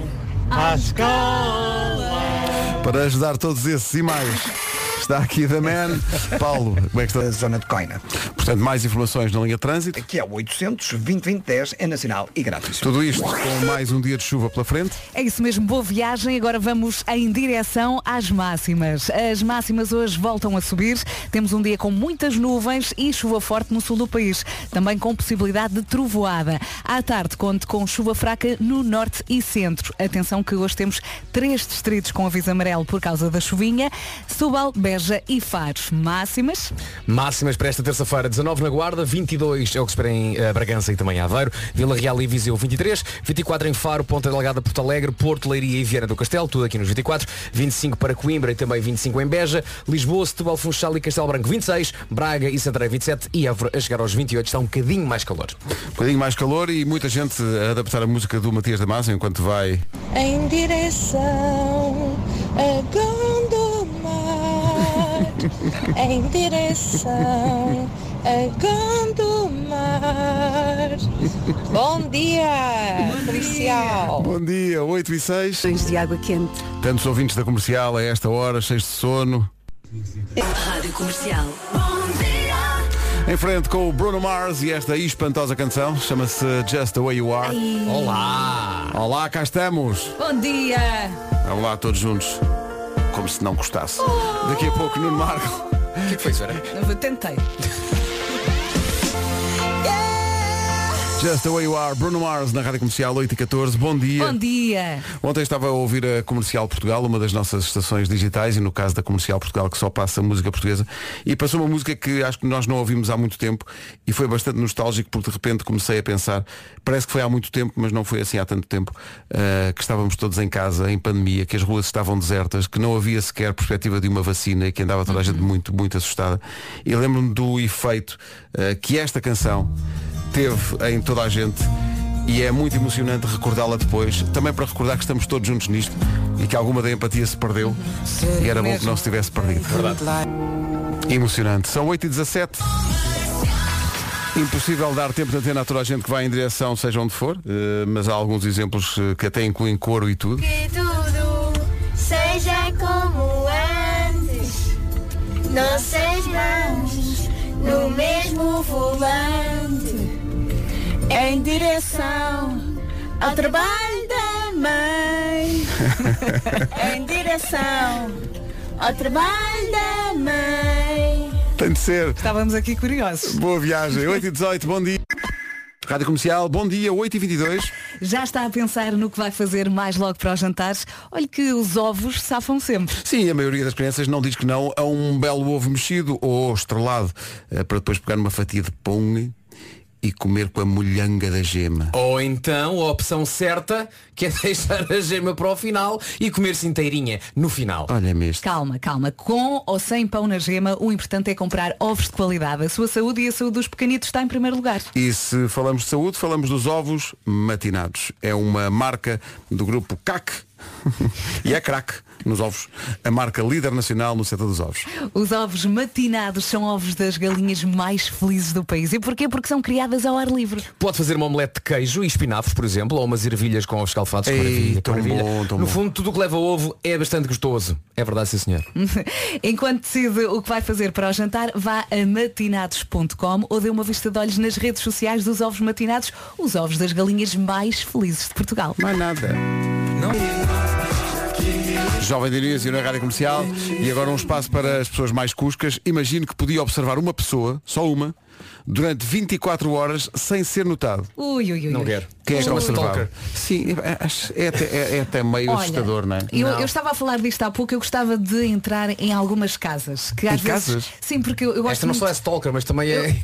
[SPEAKER 6] à escola.
[SPEAKER 1] Para ajudar todos esses e mais. Está aqui da Man. Paulo, como é que
[SPEAKER 4] A
[SPEAKER 1] está?
[SPEAKER 4] zona de Coina,
[SPEAKER 1] Portanto, mais informações na linha de trânsito.
[SPEAKER 4] que é o 800 20 10 é nacional e grátis.
[SPEAKER 1] Tudo isto com mais um dia de chuva pela frente.
[SPEAKER 2] É isso mesmo, boa viagem. Agora vamos em direção às máximas. As máximas hoje voltam a subir. Temos um dia com muitas nuvens e chuva forte no sul do país. Também com possibilidade de trovoada. À tarde, conte com chuva fraca no norte e centro. Atenção que hoje temos três distritos com aviso amarelo por causa da chuvinha. Subal, Beja e Faro. Máximas.
[SPEAKER 9] Máximas para esta terça-feira, 19 na Guarda, 22 é o que se espera em eh, Bragança e também Aveiro, Vila Real e Viseu 23, 24 em Faro, Ponta Delgada, Porto Alegre, Porto Leiria e Viana do Castelo, tudo aqui nos 24, 25 para Coimbra e também 25 em Beja, Lisboa, Setúbal, Funchal e Castelo Branco 26, Braga e Santarém 27 e Évora a chegar aos 28, está um bocadinho mais calor.
[SPEAKER 1] Um bocadinho mais calor e muita gente a adaptar a música do Matias Damasio enquanto vai.
[SPEAKER 3] Em direção a Gondomar, em direção a Gondomar. Bom dia, policial.
[SPEAKER 1] Bom dia, 8 e 6.
[SPEAKER 3] de água quente.
[SPEAKER 1] Tantos ouvintes da comercial a esta hora, cheios de sono.
[SPEAKER 3] Rádio comercial. Bom dia.
[SPEAKER 1] Em frente com o Bruno Mars e esta espantosa canção, chama-se Just the Way You Are.
[SPEAKER 9] Olá!
[SPEAKER 1] Olá, cá estamos.
[SPEAKER 2] Bom dia.
[SPEAKER 1] Vamos lá todos juntos. como se não gostasse. Daqui a pouco, Nuno Marco. O que, foi isso,
[SPEAKER 2] Tentei.
[SPEAKER 1] Just the way you are, Bruno Mars na Rádio Comercial 8 e 14. Bom dia.
[SPEAKER 2] Bom dia.
[SPEAKER 1] Ontem estava a ouvir a Comercial Portugal, uma das nossas estações digitais, e no caso da Comercial Portugal, que só passa música portuguesa, e passou uma música que acho que nós não ouvimos há muito tempo, e foi bastante nostálgico, porque de repente comecei a pensar, parece que foi há muito tempo, mas não foi assim há tanto tempo, ah, que estávamos todos em casa, em pandemia, que as ruas estavam desertas, que não havia sequer perspectiva de uma vacina, e que andava toda a gente muito, muito assustada. E lembro-me do efeito ah, que esta canção teve em toda a gente e é muito emocionante recordá-la depois, também para recordar que estamos todos juntos nisto e que alguma da empatia se perdeu e era bom que não se tivesse perdido. Emocionante. São 8 e 17 Impossível dar tempo de antena a toda a gente que vai em direção, seja onde for, eh, mas há alguns exemplos eh, que até incluem coro e tudo.
[SPEAKER 11] Que tudo seja como antes. Nossas mãos no mesmo volante. Em direção ao trabalho da mãe. em direção ao trabalho da mãe.
[SPEAKER 1] Tem de ser.
[SPEAKER 2] Estávamos aqui curiosos.
[SPEAKER 1] Boa viagem. 8 e 18 bom dia. Rádio Comercial, bom dia, 8 e 22
[SPEAKER 2] Já está a pensar no que vai fazer mais logo para os jantares? Olha que os ovos safam sempre.
[SPEAKER 1] Sim, a maioria das crianças não diz que não a um belo ovo mexido ou estrelado, eh, para depois pegar uma fatia de pão e comer com a molhanga da gema.
[SPEAKER 10] Ou então, a opção certa, que é deixar a gema para o final e comer-se inteirinha no final.
[SPEAKER 1] Olha-me este.
[SPEAKER 2] Calma, calma. Com ou sem pão na gema, o importante é comprar ovos de qualidade. A sua saúde e a saúde dos pequenitos está em primeiro lugar.
[SPEAKER 1] E se falamos de saúde, falamos dos ovos matinados. É uma marca do grupo CAC e é craque nos ovos. A marca líder nacional no setor dos ovos.
[SPEAKER 2] Os ovos matinados são ovos das galinhas mais felizes do país. E porquê? Porque são criadas ao ar livre.
[SPEAKER 9] Pode fazer uma omelete de queijo e espinafres, por exemplo, ou umas ervilhas com ovos calfados. que
[SPEAKER 1] Ei,
[SPEAKER 9] maravilha, que
[SPEAKER 1] tão
[SPEAKER 9] maravilha.
[SPEAKER 1] bom, tão
[SPEAKER 9] no
[SPEAKER 1] bom.
[SPEAKER 9] fundo, tudo o que leva ovo é bastante gostoso. É verdade, sim senhor.
[SPEAKER 2] Enquanto decide o que vai fazer para o jantar, vá a matinados.com ou dê uma vista de olhos nas redes sociais dos ovos matinados, os ovos das galinhas mais felizes de Portugal.
[SPEAKER 1] Mais nada. Jovem de Início na Rádio Comercial e agora um espaço para as pessoas mais cuscas. Imagino que podia observar uma pessoa, só uma, durante 24 horas sem ser notado.
[SPEAKER 2] Ui, ui, ui. ui.
[SPEAKER 1] Quem é que
[SPEAKER 9] um
[SPEAKER 2] Ui.
[SPEAKER 1] observava? Sim, é- acho- é até, é- é até meio
[SPEAKER 2] Olha,
[SPEAKER 1] assustador, não é?
[SPEAKER 2] Eu, eu estava a falar disto há pouco, eu gostava de entrar em algumas casas. Que
[SPEAKER 1] Em
[SPEAKER 2] às vezes,
[SPEAKER 1] casas?
[SPEAKER 2] Sim, porque eu, eu gosto
[SPEAKER 9] Esta não
[SPEAKER 2] muito...
[SPEAKER 9] só é stalker, mas também é,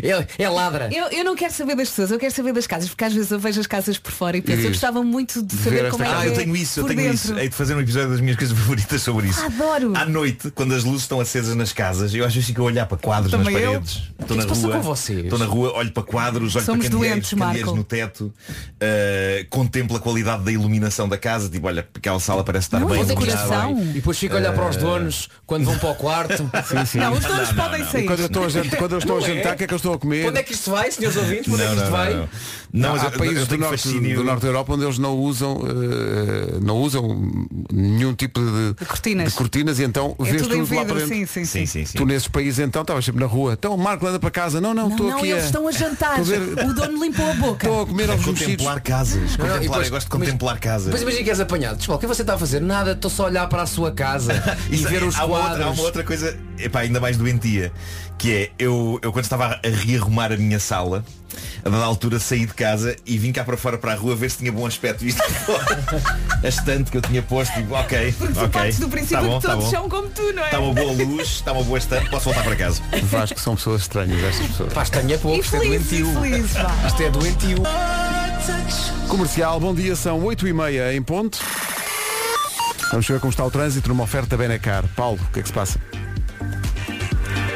[SPEAKER 9] é, é ladra.
[SPEAKER 2] Eu, eu não quero saber das pessoas, eu quero saber das casas, porque às vezes eu vejo as casas por fora e penso,
[SPEAKER 12] dizes,
[SPEAKER 2] eu gostava muito de
[SPEAKER 12] Ver
[SPEAKER 2] saber
[SPEAKER 12] esta
[SPEAKER 2] como é que
[SPEAKER 12] casa.
[SPEAKER 2] é
[SPEAKER 12] Ah, eu tenho isso, eu
[SPEAKER 2] por
[SPEAKER 12] tenho
[SPEAKER 2] dentro.
[SPEAKER 12] isso. Hei de fazer um episódio das minhas coisas favoritas sobre isso.
[SPEAKER 2] Adoro.
[SPEAKER 12] À noite, quando as luzes estão acesas nas casas, eu às vezes fico a olhar para quadros
[SPEAKER 2] Também
[SPEAKER 12] nas
[SPEAKER 2] eu.
[SPEAKER 12] paredes.
[SPEAKER 2] O que
[SPEAKER 12] Estou
[SPEAKER 2] é
[SPEAKER 12] na
[SPEAKER 2] que se passa
[SPEAKER 12] rua.
[SPEAKER 2] com vocês?
[SPEAKER 12] Estou na rua, olho para quadros, olho
[SPEAKER 2] Somos
[SPEAKER 12] para candeeiros,
[SPEAKER 2] doentes, Marco.
[SPEAKER 12] candeeiros no teto, uh, contemplo a qualidade da iluminação da casa, tipo, olha, aquela sala parece estar bem iluminada.
[SPEAKER 9] Tá E depois fica a olhar
[SPEAKER 1] Eh.
[SPEAKER 9] para os donos quando vão para o quarto.
[SPEAKER 12] Não, os donos Não, não, podem não. sair.
[SPEAKER 1] E quando eu estou a jantar, quando eu estou a
[SPEAKER 9] Não é?
[SPEAKER 1] jantar, o que é que eu estou a comer?
[SPEAKER 9] Onde é que isto vai, senhores ouvintes? Onde é que isto vai?
[SPEAKER 12] Não, mas
[SPEAKER 1] há
[SPEAKER 12] eu- eu
[SPEAKER 1] países do
[SPEAKER 12] tenho
[SPEAKER 1] norte,
[SPEAKER 12] fascínio.
[SPEAKER 1] do norte da Europa onde eles não usam eh, não usam nenhum tipo de,
[SPEAKER 2] cortinas.
[SPEAKER 1] de cortinas e então
[SPEAKER 2] É
[SPEAKER 1] vês
[SPEAKER 2] tudo em
[SPEAKER 1] tudo lá para
[SPEAKER 2] vidro,
[SPEAKER 1] dentro.
[SPEAKER 2] sim, sim, sim. Sim, sim, sim.
[SPEAKER 1] Tu nesses países então estavas sempre na rua. Então Marco anda para casa. Não, não,
[SPEAKER 2] Não,
[SPEAKER 1] estou
[SPEAKER 2] não,
[SPEAKER 1] aqui.
[SPEAKER 2] eles estão a jantar.
[SPEAKER 1] Estou a ver-
[SPEAKER 2] O dono limpou a boca.
[SPEAKER 1] Estou a comer aos
[SPEAKER 12] Contemplar casas.
[SPEAKER 9] Não, não, e
[SPEAKER 12] Contemplar,
[SPEAKER 9] depois-
[SPEAKER 12] eu gosto de contemplar casas.
[SPEAKER 9] Depois imagina que és apanhado. Desculpa, o que você está a fazer? Nada, estou só a olhar para a sua casa e
[SPEAKER 12] Isso,
[SPEAKER 1] é,
[SPEAKER 12] é,
[SPEAKER 9] ver os
[SPEAKER 1] um
[SPEAKER 12] há uma
[SPEAKER 9] quadros.
[SPEAKER 12] outra, há uma outra coisa epá, ainda mais doentia que é eu, eu quando estava a rearrumar a minha sala a dada altura saí de casa e vim cá para fora para a rua ver se tinha bom aspecto visto de fora. a estante que eu tinha posto digo, ok
[SPEAKER 2] Porque tu
[SPEAKER 12] ok
[SPEAKER 2] partes do princípio
[SPEAKER 12] tá bom,
[SPEAKER 2] que
[SPEAKER 12] tá
[SPEAKER 2] todos
[SPEAKER 12] bom.
[SPEAKER 2] são como tu, não é?
[SPEAKER 12] está uma boa luz está uma boa estante posso voltar para casa
[SPEAKER 1] Vasco são pessoas estranhas estas pessoas
[SPEAKER 9] Pá, estranho é pouco, isto é doentio. Isto é doentio.
[SPEAKER 1] Comercial, bom dia, são 8 e meia em ponto. Vamos ver como está o trânsito numa oferta Benacar. Paulo, o que é que se passa?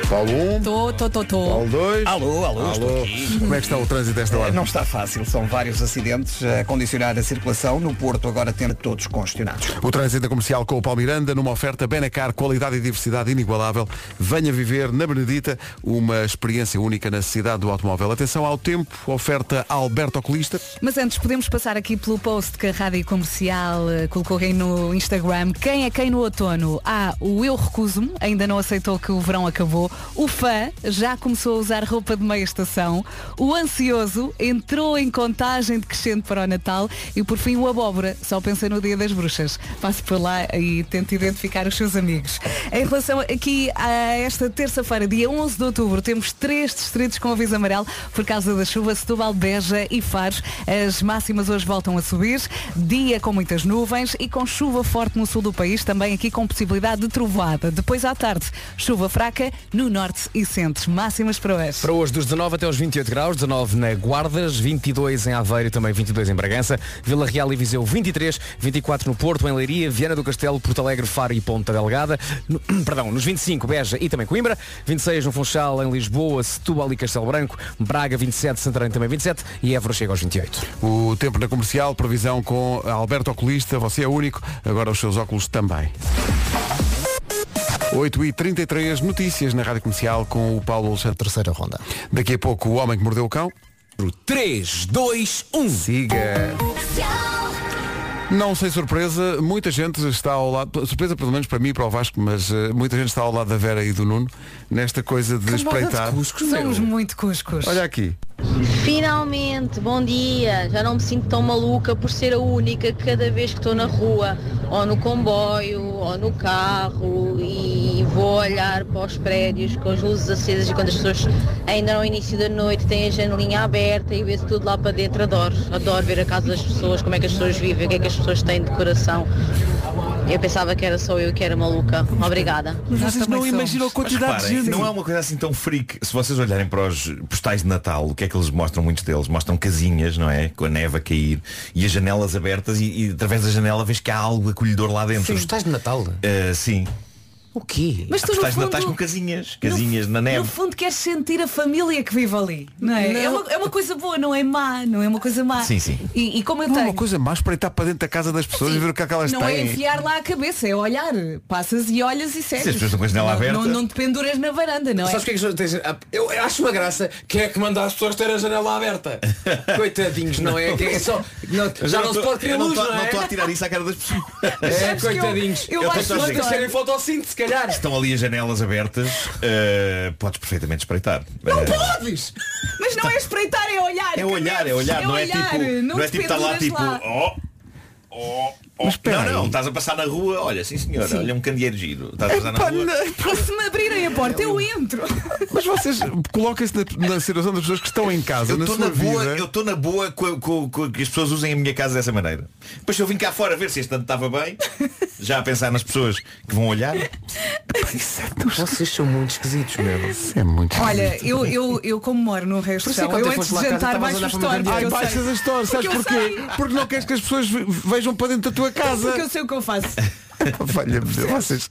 [SPEAKER 1] Paulo 1.
[SPEAKER 2] Tô, tô, tô, tô.
[SPEAKER 1] Paulo 2.
[SPEAKER 4] Alô, alô, estou aqui. Eh,
[SPEAKER 1] Como é que está o trânsito desta hora?
[SPEAKER 4] Não está fácil, são vários acidentes a condicionar a circulação. No Porto agora tem todos congestionados.
[SPEAKER 1] O trânsito comercial com o Paulo Miranda numa oferta Benacar, qualidade e diversidade inigualável. Venha viver na Benedita uma experiência única na cidade do automóvel. Atenção ao tempo, oferta Alberto Oculista.
[SPEAKER 2] Mas antes, podemos passar aqui pelo post que a Rádio Comercial eh, colocou aí Ah, no Instagram. Quem é quem no outono? Há o Eu Recuso-me, ainda não aceitou que o verão acabou. O fã já começou a usar roupa de meia estação. O ansioso entrou em contagem decrescente para o Natal. E por fim o abóbora só pensa no dia das bruxas. Passe por lá e tente identificar os seus amigos. Em relação aqui a esta terça-feira, dia 11 de outubro, temos três distritos com aviso amarelo por causa da chuva. Setúbal, Beja e Faros. As máximas hoje voltam a subir. Dia com muitas nuvens e com chuva forte no sul do país. Também aqui com possibilidade de trovoada. Depois à tarde, chuva fraca no norte e centro. Máximas para hoje.
[SPEAKER 9] Para hoje, dos 19 até aos 28 graus, 19 na Guardas, 22 em Aveiro e também 22 em Bragança, Vila Real e Viseu 23, 24 no Porto, em Leiria, Viana do Castelo, Porto Alegre, Faro e Ponta Delgada, no- perdão, nos 25 Beja e também Coimbra, 26 no Funchal, em Lisboa, Setúbal e Castelo Branco, Braga 27, Santarém também 27 e Évora chega aos 28.
[SPEAKER 1] O tempo na comercial, previsão com Alberto Oculista, você é único, agora os seus óculos também. 8h33, notícias na Rádio Comercial com o Paulo Alexandre. Terceira ronda. Daqui a pouco, o homem que mordeu o cão.
[SPEAKER 9] 3, 2, 1.
[SPEAKER 1] Siga. Não sem surpresa, muita gente está ao lado, surpresa pelo menos para mim e para o Vasco, mas eh, muita gente está ao lado da Vera e do Nuno, nesta coisa de espreitar.
[SPEAKER 2] Somos muito cuscos.
[SPEAKER 1] Olha aqui.
[SPEAKER 13] Finalmente, bom dia! Já não me sinto tão maluca por ser a única cada vez que estou na rua, ou no comboio, ou no carro, e vou olhar para os prédios com as luzes acesas e quando as pessoas ainda no início da noite têm a janelinha aberta e vê-se tudo lá para dentro. Adoro, adoro ver a casa das pessoas, como é que as pessoas vivem, o que é que as pessoas têm de coração. Eu pensava que era só eu que era maluca. Obrigada.
[SPEAKER 12] Mas reparem, Não é uma coisa assim tão freak. Se vocês olharem para os postais de Natal, o que é que eles mostram? Muitos deles mostram casinhas, não é? Com a neve a cair e as janelas abertas e, e através da janela vês que há algo acolhedor lá dentro. Eh,
[SPEAKER 10] Sim. Postais de Natal?
[SPEAKER 12] sim.
[SPEAKER 10] O quê?
[SPEAKER 2] Mas
[SPEAKER 12] há
[SPEAKER 2] tu, no
[SPEAKER 12] postais de
[SPEAKER 2] fundo-
[SPEAKER 12] Natal com casinhas. Casinhas na
[SPEAKER 2] No
[SPEAKER 12] neve.
[SPEAKER 2] fundo queres sentir a família que vive ali, não é?
[SPEAKER 12] Não.
[SPEAKER 2] É, uma, é uma coisa boa, não é má, não é uma coisa má.
[SPEAKER 1] Sim, sim.
[SPEAKER 2] E, e como eu
[SPEAKER 1] Não é
[SPEAKER 2] tenho.
[SPEAKER 1] uma coisa mais espreitar para dentro da casa das pessoas e ver o que é que elas
[SPEAKER 2] não é
[SPEAKER 1] têm.
[SPEAKER 2] enfiar lá a cabeça, é olhar. Passas e olhas e segues.
[SPEAKER 1] as pessoas estão com a janela
[SPEAKER 2] não,
[SPEAKER 1] aberta.
[SPEAKER 2] Não, não te penduras na varanda, não é?
[SPEAKER 10] Sabes o que é que as pessoas
[SPEAKER 9] ah,
[SPEAKER 10] têm- Eu acho uma graça que é que manda as pessoas ter a janela aberta. Coitadinhos, não é? Que é só, não-
[SPEAKER 12] Eu
[SPEAKER 10] já não,
[SPEAKER 12] tô-
[SPEAKER 10] se pode ter
[SPEAKER 12] eu não
[SPEAKER 10] luz,
[SPEAKER 12] tô-
[SPEAKER 10] não, é?
[SPEAKER 12] Não estou a tirar isso à cara das pessoas.
[SPEAKER 10] É, coitadinhos.
[SPEAKER 12] Eu
[SPEAKER 10] acho
[SPEAKER 12] tô
[SPEAKER 10] que
[SPEAKER 12] a
[SPEAKER 10] não
[SPEAKER 12] dizer.
[SPEAKER 10] deixarem fotossíntese, se calhar.
[SPEAKER 12] Estão ali as janelas abertas, eh, podes perfeitamente espreitar. Eh,
[SPEAKER 2] Podes! Mas não é espreitar, é olhar.
[SPEAKER 12] É olhar, é olhar, não é tipo. Não, é
[SPEAKER 2] te
[SPEAKER 12] tipo estar lá
[SPEAKER 2] penduras
[SPEAKER 12] tipo. Oh, oh, oh. Não, não, estás a passar na rua, olha, sim senhora,
[SPEAKER 2] Sim.
[SPEAKER 12] olha um candeeiro giro. Estás a passar na
[SPEAKER 1] Epá,
[SPEAKER 12] rua.
[SPEAKER 2] E se me abrirem a porta, eu entro.
[SPEAKER 1] Mas vocês colocam-se na, na situação das pessoas que estão em casa,
[SPEAKER 12] Eu
[SPEAKER 1] na
[SPEAKER 12] estou
[SPEAKER 1] sua
[SPEAKER 12] na, boa,
[SPEAKER 1] vida.
[SPEAKER 12] eu tô na boa com, a- com- com que as pessoas usem a minha casa dessa maneira. Depois se eu vim cá fora ver se este ano estava bem, já a pensar nas pessoas que vão olhar.
[SPEAKER 10] Vocês são muito esquisitos mesmo.
[SPEAKER 1] É muito
[SPEAKER 2] Olha, eu, eu, eu como moro no resto
[SPEAKER 10] Por
[SPEAKER 2] de
[SPEAKER 10] isso é que
[SPEAKER 2] eu
[SPEAKER 10] ontem
[SPEAKER 2] antes
[SPEAKER 10] foste
[SPEAKER 2] de
[SPEAKER 10] lá à casa,
[SPEAKER 2] jantar
[SPEAKER 10] estavas
[SPEAKER 2] baixo
[SPEAKER 10] a
[SPEAKER 2] os
[SPEAKER 10] olhar para
[SPEAKER 2] torres.
[SPEAKER 10] uma
[SPEAKER 1] Ai,
[SPEAKER 10] eu
[SPEAKER 1] baixas
[SPEAKER 10] sei.
[SPEAKER 1] as história, Então, sabes
[SPEAKER 10] Porque eu
[SPEAKER 1] porquê?
[SPEAKER 10] sei.
[SPEAKER 1] Porque não queres que as pessoas ve- vejam para dentro da tua casa.
[SPEAKER 2] Então, Porque eu sei o que eu faço.
[SPEAKER 1] Valha-me Deus, vocês.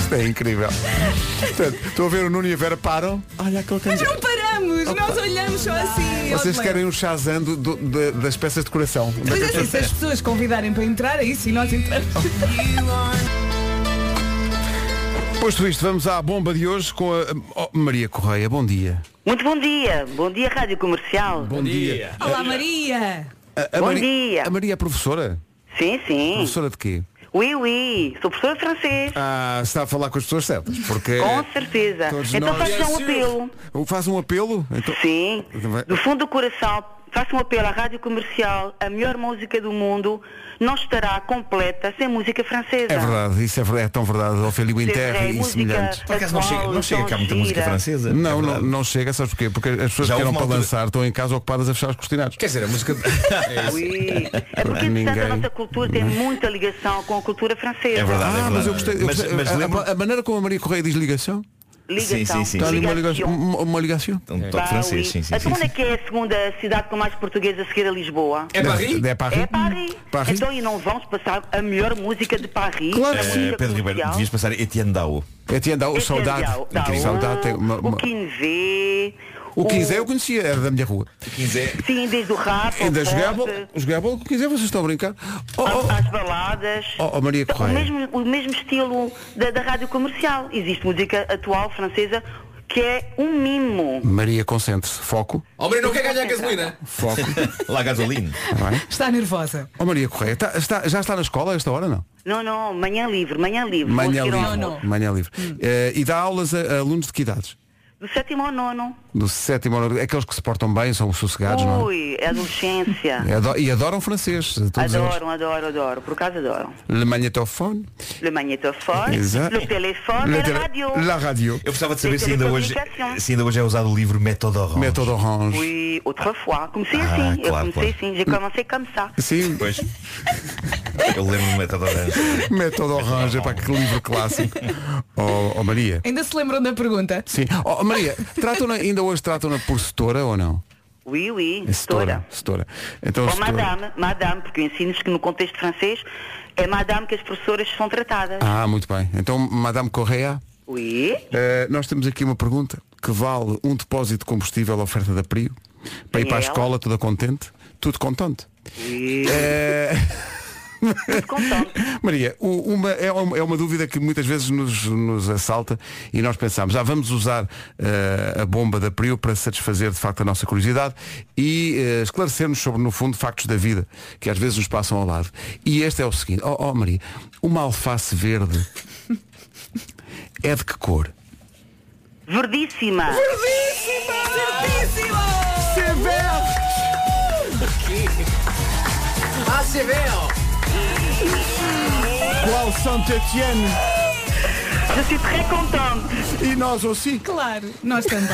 [SPEAKER 1] Isto é incrível. Portanto, estou a ver o Nuno e a Vera param. Olha aquele
[SPEAKER 2] Mas
[SPEAKER 1] candeeiro.
[SPEAKER 2] não paramos, nós olhamos só assim.
[SPEAKER 1] Vocês
[SPEAKER 2] ó,
[SPEAKER 1] querem um chazan do- do- da- das peças de coração.
[SPEAKER 2] Mas é assim, se as pessoas convidarem para entrar, aí sim nós entramos.
[SPEAKER 1] Posto isto, vamos à bomba de hoje com a oh, Maria Correia. Bom dia.
[SPEAKER 14] Muito bom dia. Bom dia, Rádio Comercial.
[SPEAKER 1] Bom dia.
[SPEAKER 2] Olá, Maria.
[SPEAKER 1] A, a
[SPEAKER 14] Bom
[SPEAKER 1] Mari-
[SPEAKER 14] dia.
[SPEAKER 1] A Maria é professora?
[SPEAKER 14] Sim, sim.
[SPEAKER 1] Professora de quê?
[SPEAKER 14] Oui, oui. Sou professora de francês.
[SPEAKER 1] Ah, está a falar com as pessoas certas. Porque
[SPEAKER 14] Com certeza.
[SPEAKER 1] todos
[SPEAKER 14] Então
[SPEAKER 1] nós-
[SPEAKER 14] faça um apelo.
[SPEAKER 1] Oh, Faz um apelo? Então...
[SPEAKER 14] Sim. Do fundo do coração, faça um apelo à Rádio Comercial. A melhor música do mundo não estará completa sem música francesa.
[SPEAKER 1] É verdade, isso é, verdade, é tão verdade. Ofélio
[SPEAKER 14] Sim, é
[SPEAKER 1] Interre e
[SPEAKER 14] música
[SPEAKER 1] semelhantes.
[SPEAKER 14] Por acaso não atual, chega- não chega cá tão muita música gira. francesa, É
[SPEAKER 1] Não, não, não chega, sabes porquê? Porque as pessoas
[SPEAKER 12] Já
[SPEAKER 1] que eram
[SPEAKER 12] houve
[SPEAKER 1] para
[SPEAKER 12] uma altura-
[SPEAKER 1] dançar estão em casa ocupadas a fechar os
[SPEAKER 14] É
[SPEAKER 1] cortinados.
[SPEAKER 10] Quer dizer, a música.
[SPEAKER 14] Oui. É porque, portanto, a nossa cultura tem muita ligação com a cultura francesa.
[SPEAKER 1] Ah, mas eu gostei. eu gostei- a- a- a, maneira como a Maria Correia diz ligação.
[SPEAKER 14] Ligação. Sim, sim, sim.
[SPEAKER 1] Dá-lhe uma ligação. Uma, uma ligação.
[SPEAKER 12] Um
[SPEAKER 14] Bah, oui. Então onde é que é a segunda cidade com mais portugueses a seguir a Lisboa?
[SPEAKER 1] É Paris? É Paris.
[SPEAKER 14] É Paris.
[SPEAKER 1] Paris. É,
[SPEAKER 14] Então e não vamos passar a melhor música de Paris?
[SPEAKER 12] Eh, Pedro Ribeiro, devias passar Etienne Dao.
[SPEAKER 1] Etienne Dao,
[SPEAKER 14] Etienne
[SPEAKER 1] É saudade.
[SPEAKER 14] Dao, Dao.
[SPEAKER 1] Incrível, Saudade. tem uma-
[SPEAKER 14] é O
[SPEAKER 1] uma-
[SPEAKER 14] Quinzé.
[SPEAKER 1] O 15 eu conhecia, era da minha rua. O
[SPEAKER 12] 15
[SPEAKER 14] Sim, desde o rap.
[SPEAKER 1] Ainda
[SPEAKER 14] ao
[SPEAKER 1] jogava,
[SPEAKER 14] pop,
[SPEAKER 1] jogava o 15 vocês estão a brincar. Oh,
[SPEAKER 14] às- Às baladas. Então,
[SPEAKER 1] oh, oh, Maria
[SPEAKER 14] O
[SPEAKER 1] Correia.
[SPEAKER 14] mesmo, o mesmo estilo da, da rádio comercial. Existe música atual francesa que é um mimo.
[SPEAKER 1] Maria, concentre-se. Foco.
[SPEAKER 14] Homem, não quer ganhar gasolina.
[SPEAKER 1] Foco.
[SPEAKER 12] Lá gasolina.
[SPEAKER 2] Está nervosa.
[SPEAKER 1] Ó Maria Correia, tá- está- já está na escola a esta hora, não?
[SPEAKER 14] Não, não, manhã livre, manhã livre. Vou
[SPEAKER 1] Manhã
[SPEAKER 14] seguir ao
[SPEAKER 1] livre.
[SPEAKER 14] almoço.
[SPEAKER 1] Manhã livre.
[SPEAKER 14] Hum.
[SPEAKER 1] Eh, e dá aulas a, a alunos de que idades?
[SPEAKER 14] Do sétimo ao nono.
[SPEAKER 1] Do sétimo ao Aqueles que se portam bem, são sossegados, não
[SPEAKER 14] Ui, é adolescência.
[SPEAKER 1] é? Ado- E adoram francês. Todos
[SPEAKER 14] Adoram, adoram, adoram. Por acaso adoram.
[SPEAKER 1] eles. Le magnétophone.
[SPEAKER 14] Le magnétophone,
[SPEAKER 1] Exato.
[SPEAKER 14] le téléphone,
[SPEAKER 1] Le
[SPEAKER 14] et
[SPEAKER 1] tele-
[SPEAKER 14] la radio.
[SPEAKER 1] La radio.
[SPEAKER 12] Eu precisava de saber se ainda, hoje, se ainda hoje é usado o livro Método Orange.
[SPEAKER 1] Método Orange.
[SPEAKER 14] Oui, autrefois. Comecei
[SPEAKER 12] Ah,
[SPEAKER 14] assim, eu
[SPEAKER 12] claro,
[SPEAKER 14] comecei
[SPEAKER 12] claro.
[SPEAKER 14] assim, j'ai commencé comme ça.
[SPEAKER 1] Sim.
[SPEAKER 12] Pois. Eu lembro do Método Orange.
[SPEAKER 1] Método Orange, é para que livro clássico. Ó ó, Maria.
[SPEAKER 2] Ainda se lembram da pergunta?
[SPEAKER 1] Sim. Ó Maria, tratam-na, ainda hoje tratam-na por setora ou não?
[SPEAKER 14] Oui, oui,
[SPEAKER 1] É
[SPEAKER 14] setora.
[SPEAKER 1] Setora. Então,
[SPEAKER 14] Ou
[SPEAKER 1] setora.
[SPEAKER 14] madame, madame, porque eu ensino-lhes que no contexto francês é madame que as professoras são tratadas.
[SPEAKER 1] Ah, muito bem. Então, Madame Correa.
[SPEAKER 14] Oui.
[SPEAKER 1] Eh, nós temos aqui uma pergunta que vale um depósito de combustível à oferta da PRIO para ir para a
[SPEAKER 14] Daniela.
[SPEAKER 1] escola toda contente, tudo contente.
[SPEAKER 14] Oui.
[SPEAKER 1] Eh, Maria, o- uma, é, uma, é uma dúvida que muitas vezes nos, nos assalta e nós pensamos, ah, vamos usar eh, a bomba da PRIO para satisfazer de facto a nossa curiosidade e eh, esclarecer-nos sobre, no fundo, factos da vida que às vezes nos passam ao lado. E este é o seguinte, oh, oh Maria, uma alface verde é de que cor?
[SPEAKER 14] Verdíssima.
[SPEAKER 3] Verdíssima! Verdíssima!
[SPEAKER 12] Ah,
[SPEAKER 1] Qual Saint-Étienne?
[SPEAKER 14] Je suis très contente.
[SPEAKER 1] E nós aussi?
[SPEAKER 2] Claro, nós também.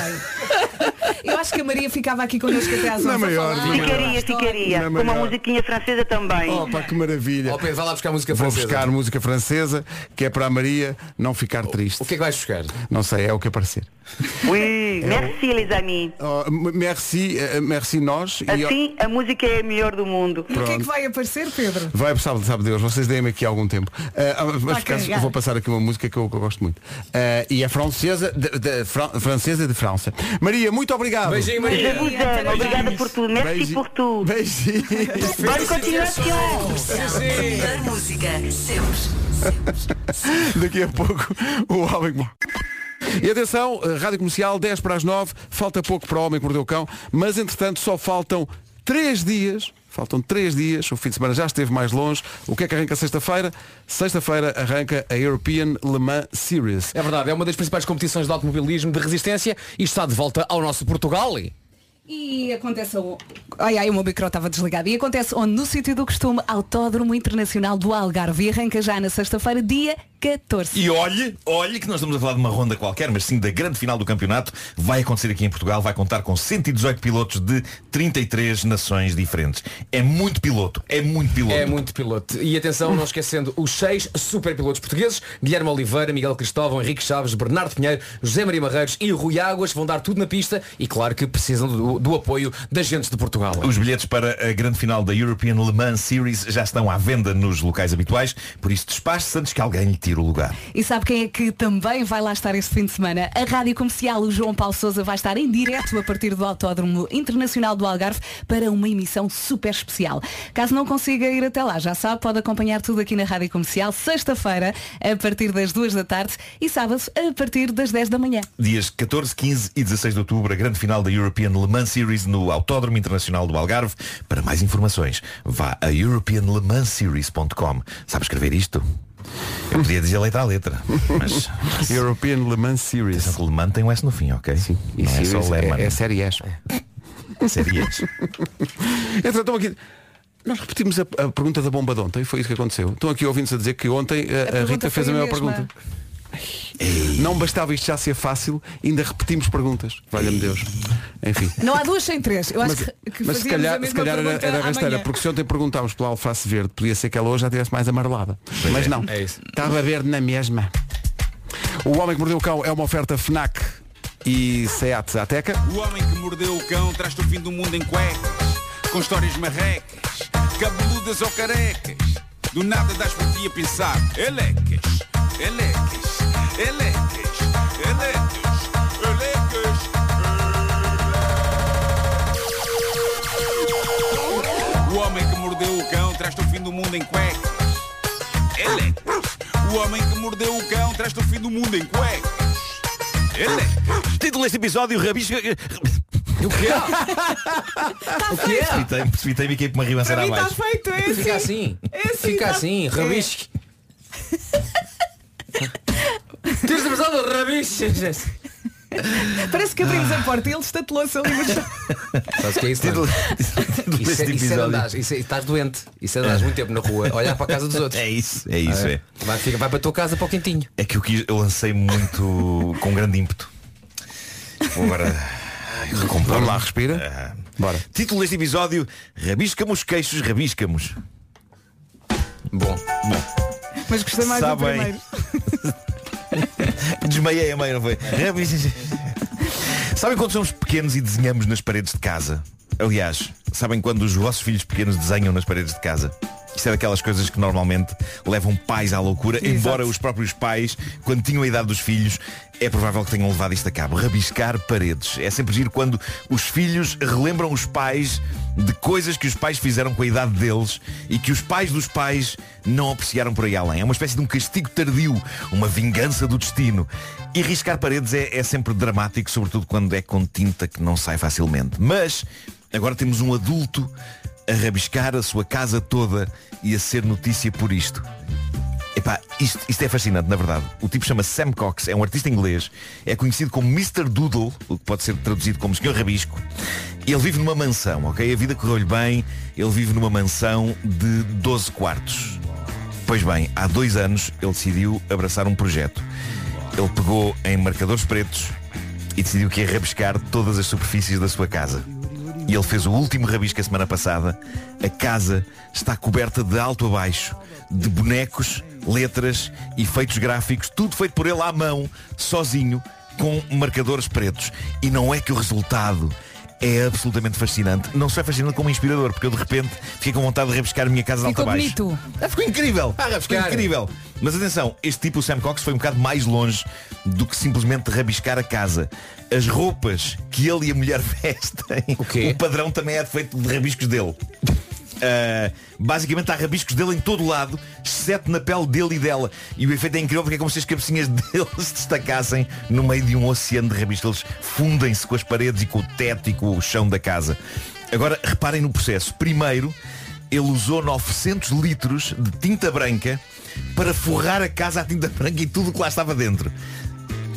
[SPEAKER 2] Eu acho que a Maria ficava aqui connosco até às
[SPEAKER 1] Na
[SPEAKER 2] 11
[SPEAKER 1] é maior, na maior.
[SPEAKER 14] Ficaria, ficaria.
[SPEAKER 1] Na
[SPEAKER 14] Com uma
[SPEAKER 1] é maior.
[SPEAKER 14] musiquinha francesa também.
[SPEAKER 1] Opa, que maravilha.
[SPEAKER 10] vai lá buscar música
[SPEAKER 1] Vou
[SPEAKER 10] francesa.
[SPEAKER 1] buscar música francesa, que é para a Maria não ficar triste. O que
[SPEAKER 10] é que vais buscar?
[SPEAKER 1] Não sei, é o que aparecer.
[SPEAKER 14] Oui, merci, les amis.
[SPEAKER 1] É Oh, m- merci, eh, merci nós. E,
[SPEAKER 14] Assim a música é a melhor do mundo.
[SPEAKER 1] E o que é que
[SPEAKER 2] vai aparecer, Pedro?
[SPEAKER 1] Vai, sabe, sabe Deus, vocês deem-me aqui algum tempo. Eh, ah, mas, por acaso,
[SPEAKER 2] carregar.
[SPEAKER 1] vou passar aqui uma música que eu, que eu gosto muito. Eh, e é francesa de, de- fran- francesa de França. Maria, muito obrigado.
[SPEAKER 14] Beijinho, Maria. Je vous aime. Obrigada por tudo. Merci por tudo.
[SPEAKER 1] Beijinho.
[SPEAKER 14] Bonne continuação.
[SPEAKER 3] A música sempre.
[SPEAKER 1] Daqui a pouco o Homem que Mor- E atenção, eh, Rádio Comercial, 10 para as 9, falta pouco para o Homem que Mordeu o Cão, mas entretanto só faltam 3 dias, faltam 3 dias, o fim de semana já esteve mais longe, o que é que arranca sexta-feira? Sexta-feira arranca a European Le Mans Series.
[SPEAKER 10] É verdade, é uma das principais competições de automobilismo de resistência e está de volta ao nosso Portugal.
[SPEAKER 2] E acontece o... Ai, ai, o meu micro estava desligado. E acontece onde, no sítio do costume, Autódromo Internacional do Algarve. E arranca já na sexta-feira, dia 14.
[SPEAKER 12] E olhe, olhe que nós estamos a falar de uma ronda qualquer, mas sim da grande final do campeonato. Vai acontecer aqui em Portugal, vai contar com 118 pilotos de 33 nações diferentes. É muito piloto, é muito piloto.
[SPEAKER 10] É muito piloto. E atenção, não esquecendo os seis superpilotos portugueses, Guilherme Oliveira, Miguel Cristóvão, Henrique Chaves, Bernardo Pinheiro, José Maria Marreiros e Rui Águas vão dar tudo na pista e claro que precisam do, do apoio das gentes de Portugal.
[SPEAKER 12] Os bilhetes para a grande final da European Le Mans Series já estão à venda nos locais habituais, por isso despache-se antes que alguém lhe tire o lugar.
[SPEAKER 2] E sabe quem é que também vai lá estar este fim de semana? A Rádio Comercial, o João Paulo Souza, vai estar em direto a partir do Autódromo Internacional do Algarve para uma emissão super especial. Caso não consiga ir até lá, já sabe, pode acompanhar tudo aqui na Rádio Comercial, sexta-feira, a partir das duas da tarde e sábado, a partir das 10 da manhã.
[SPEAKER 12] Dias 14, 15 e 16 de outubro, a grande final da European Le Mans Series no Autódromo Internacional do Algarve. Para mais informações, vá a europeanlemansseries.com. Sabe escrever isto? Eu podia dizer letra a letra, mas...
[SPEAKER 1] European Le Mans Series.
[SPEAKER 12] Atenção que Le Mans tem um S no fim, ok? Sim. Não é só
[SPEAKER 1] Series é-
[SPEAKER 12] Le Mans.
[SPEAKER 1] é série S.
[SPEAKER 12] Série S.
[SPEAKER 1] Então, estão aqui... Nós repetimos a, a pergunta da bomba de ontem, foi isso que aconteceu. Estão aqui ouvindo-se a dizer que ontem eh, a, Rita fez a mesma pergunta. Não bastava isto já ser fácil, ainda repetimos perguntas. Valha-me Deus. Enfim.
[SPEAKER 2] Não há duas sem três. Eu acho
[SPEAKER 1] mas,
[SPEAKER 2] que, que
[SPEAKER 1] mas se
[SPEAKER 2] fazíamos a
[SPEAKER 1] calhar,
[SPEAKER 2] mesma
[SPEAKER 1] se calhar era,
[SPEAKER 2] pergunta
[SPEAKER 1] era rasteira,
[SPEAKER 2] amanhã.
[SPEAKER 1] porque se ontem perguntámos pela alface verde, podia ser que ela hoje já tivesse mais amarelada. mas
[SPEAKER 10] é,
[SPEAKER 1] não.
[SPEAKER 10] é isso.
[SPEAKER 1] Estava verde na mesma. O Homem que Mordeu o Cão é uma oferta FNAC e SEAT Ateca.
[SPEAKER 15] O homem que mordeu o cão traz-te o fim do mundo em cuecas, com histórias marrecas, cabeludas ou carecas. Do nada das por ti a pensar, elecas, elecas, elecas, elecas, elecas. O homem que mordeu o cão traz-te o fim do mundo em cuecas. Elecas. O homem que mordeu o cão traz-te o fim do mundo em cuecas.
[SPEAKER 12] Título deste episódio, rabisco...
[SPEAKER 10] O que é?
[SPEAKER 12] o que é? Precipitei-me precipitei e fiquei por uma ribanceira
[SPEAKER 10] Para mim tá
[SPEAKER 12] abaixo.
[SPEAKER 10] feito, é assim. Fica assim. Fica assim, rabisque. Tens episódio de rabisque.
[SPEAKER 2] Parece que abrimos a porta e ele estatelou-se ali. mas-
[SPEAKER 10] Sabes o que é isso?
[SPEAKER 12] Título-
[SPEAKER 10] mano? Isso, é-
[SPEAKER 12] deste
[SPEAKER 10] isso é de
[SPEAKER 12] episódio.
[SPEAKER 10] andares, isso é- estás doente. Isso é de andares muito tempo na rua, olhar para a casa dos outros.
[SPEAKER 12] É isso, é isso, é.
[SPEAKER 10] Vai, fica, vai para a tua casa para o quentinho.
[SPEAKER 12] É que eu, quis, eu lancei muito com grande ímpeto. Vou agora Vamos lá, respira.
[SPEAKER 1] Bora.
[SPEAKER 12] Título deste episódio, Rabiscamos queixos, rabiscamos.
[SPEAKER 10] Bom.
[SPEAKER 12] Bom.
[SPEAKER 2] Mas gostei mais do
[SPEAKER 12] Sabem.
[SPEAKER 2] primeiro.
[SPEAKER 12] Desmaiei a meio, não foi? Rabiscamos. Sabem quando somos pequenos e desenhamos nas paredes de casa? Aliás, sabem quando os vossos filhos pequenos desenham nas paredes de casa? Isto é daquelas coisas que normalmente levam pais à loucura, embora os próprios pais, quando tinham a idade dos filhos, é provável que tenham levado isto a cabo. Rabiscar paredes. É sempre giro quando os filhos relembram os pais de coisas que os pais fizeram com a idade deles e que os pais dos pais não apreciaram por aí além. É uma espécie de um castigo tardio, uma vingança do destino. E riscar paredes é, é sempre dramático, sobretudo quando é com tinta que não sai facilmente. Mas agora temos um adulto a rabiscar a sua casa toda e a ser notícia por isto. Epá, isto, isto é fascinante, na verdade. O tipo chama Sam Cox, é um artista inglês, é conhecido como Mr. Doodle, o que pode ser traduzido como Sr. Rabisco. Ele vive numa mansão, ok? A vida correu-lhe bem, ele vive numa mansão de 12 quartos. Pois bem, há dois anos ele decidiu abraçar um projeto. Ele pegou em marcadores pretos e decidiu que ia rabiscar todas as superfícies da sua casa. E ele fez o último rabisco a semana passada. A casa está coberta de alto a baixo, de bonecos, letras, efeitos gráficos, tudo feito por ele à mão, sozinho, com marcadores pretos. E não é que o resultado é absolutamente fascinante. Não só é fascinante como inspirador, porque eu de repente fiquei com vontade de rebuscar a minha casa de alta
[SPEAKER 2] Ficou
[SPEAKER 12] baixo.
[SPEAKER 2] bonito.
[SPEAKER 12] Ah, Ficou incrível.
[SPEAKER 10] Ah,
[SPEAKER 12] Ficou
[SPEAKER 10] rabiscar.
[SPEAKER 12] incrível. Mas atenção, este tipo, o Sam Cox, foi um bocado mais longe do que simplesmente rabiscar a casa. As roupas que ele e a mulher vestem, o, padrão também é feito de rabiscos dele. Ah, basicamente há rabiscos dele em todo lado, exceto na pele dele e dela. E o efeito é incrível porque é como se as cabecinhas dele se destacassem no meio de um oceano de rabiscos. Eles fundem-se com as paredes e com o teto e com o chão da casa. Agora reparem no processo. Primeiro, ele usou 900 litros de tinta branca para forrar a casa à tinta branca e tudo o que lá estava dentro.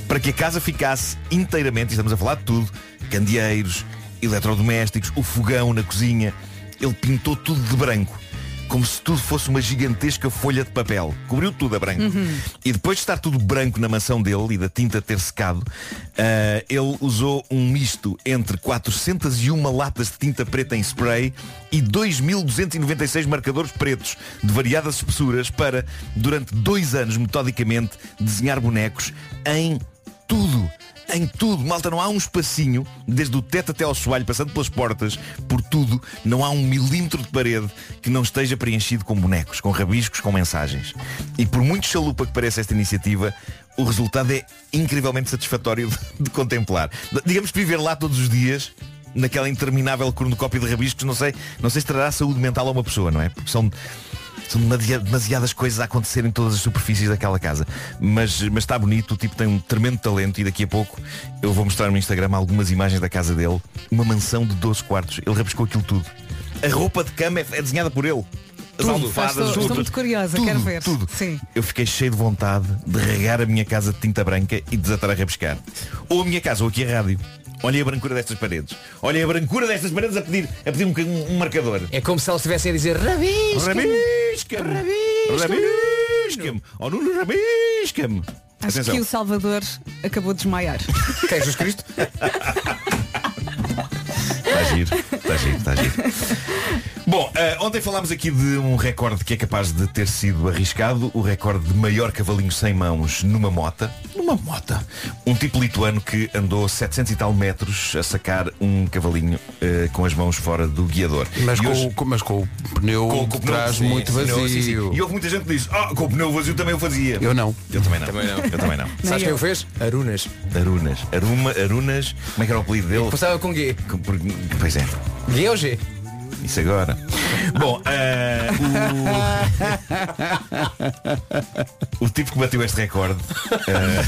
[SPEAKER 12] Para que a casa ficasse inteiramente, e estamos a falar de tudo, candeeiros, eletrodomésticos, o fogão na cozinha, ele pintou tudo de branco, como se tudo fosse uma gigantesca folha de papel. Cobriu tudo a branco.
[SPEAKER 16] Uhum.
[SPEAKER 12] E depois de estar tudo branco na mansão dele e da tinta ter secado, ah, ele usou um misto entre 401 latas de tinta preta em spray e 2.296 marcadores pretos de variadas espessuras para, durante dois anos, metodicamente, desenhar bonecos em tudo. Em tudo, malta, não há um espacinho, desde o teto até ao soalho, passando pelas portas, por tudo, não há um milímetro de parede que não esteja preenchido com bonecos, com rabiscos, com mensagens. E por muito chalupa que pareça esta iniciativa, o resultado é incrivelmente satisfatório de- de contemplar. D- Digamos que viver lá todos os dias, naquela interminável cornucópia de rabiscos, não sei, não sei se trará saúde mental a uma pessoa, não é? Porque são são demasi- demasiadas coisas a acontecer em todas as superfícies daquela casa. Mas, mas está bonito, o tipo tem um tremendo talento e daqui a pouco eu vou mostrar no Instagram algumas imagens da casa dele. Uma mansão de 12 quartos. Ele rabiscou aquilo tudo. A roupa de cama é, é desenhada por ele. As almofadas,
[SPEAKER 2] estou,
[SPEAKER 12] tudo.
[SPEAKER 2] estou muito curiosa, quero ver. Sim.
[SPEAKER 12] Eu fiquei cheio de vontade de regar a minha casa de tinta branca e desatar a rabiscar. Ou a minha casa, ou aqui a rádio. Olhem a brancura destas paredes. Olhem a brancura destas paredes a pedir, a pedir um, bocadinho- um marcador.
[SPEAKER 10] É como se eles estivessem a dizer rabisca.
[SPEAKER 12] Rabisca-me. Rabisca-me. Oh Nuno, rabisca-me.
[SPEAKER 2] Acho
[SPEAKER 12] Atenção.
[SPEAKER 2] que o Salvador acabou de desmaiar.
[SPEAKER 10] Que é Jesus Cristo?
[SPEAKER 12] Está Tá giro, está giro, está giro. Bom, eh, ontem falámos aqui de um recorde que é capaz de ter sido arriscado, o recorde de maior cavalinho sem mãos numa mota. Numa mota? Um tipo lituano que andou 700 e tal metros a sacar um cavalinho eh, com as mãos fora do guiador.
[SPEAKER 1] Mas
[SPEAKER 12] E
[SPEAKER 1] com,
[SPEAKER 12] hoje-
[SPEAKER 1] o- com- mas com o pneu
[SPEAKER 12] com o
[SPEAKER 1] de
[SPEAKER 12] pneu-
[SPEAKER 1] trás
[SPEAKER 12] sim,
[SPEAKER 1] muito
[SPEAKER 12] sim,
[SPEAKER 1] vazio.
[SPEAKER 12] não, sim, sim. E houve muita gente que disse, ah, com o pneu vazio também eu fazia.
[SPEAKER 1] Eu não.
[SPEAKER 12] Eu também não.
[SPEAKER 10] Também não.
[SPEAKER 12] Eu também não.
[SPEAKER 10] Sabes quem o fez? Arunas.
[SPEAKER 12] Arunas. Aruma, Arunas. Como é que era o apelido dele?
[SPEAKER 10] Passava com G.
[SPEAKER 12] Com- por- Pois é.
[SPEAKER 10] G ou G?
[SPEAKER 12] Isso agora. Bom, eh, o... o tipo que bateu este recorde eh,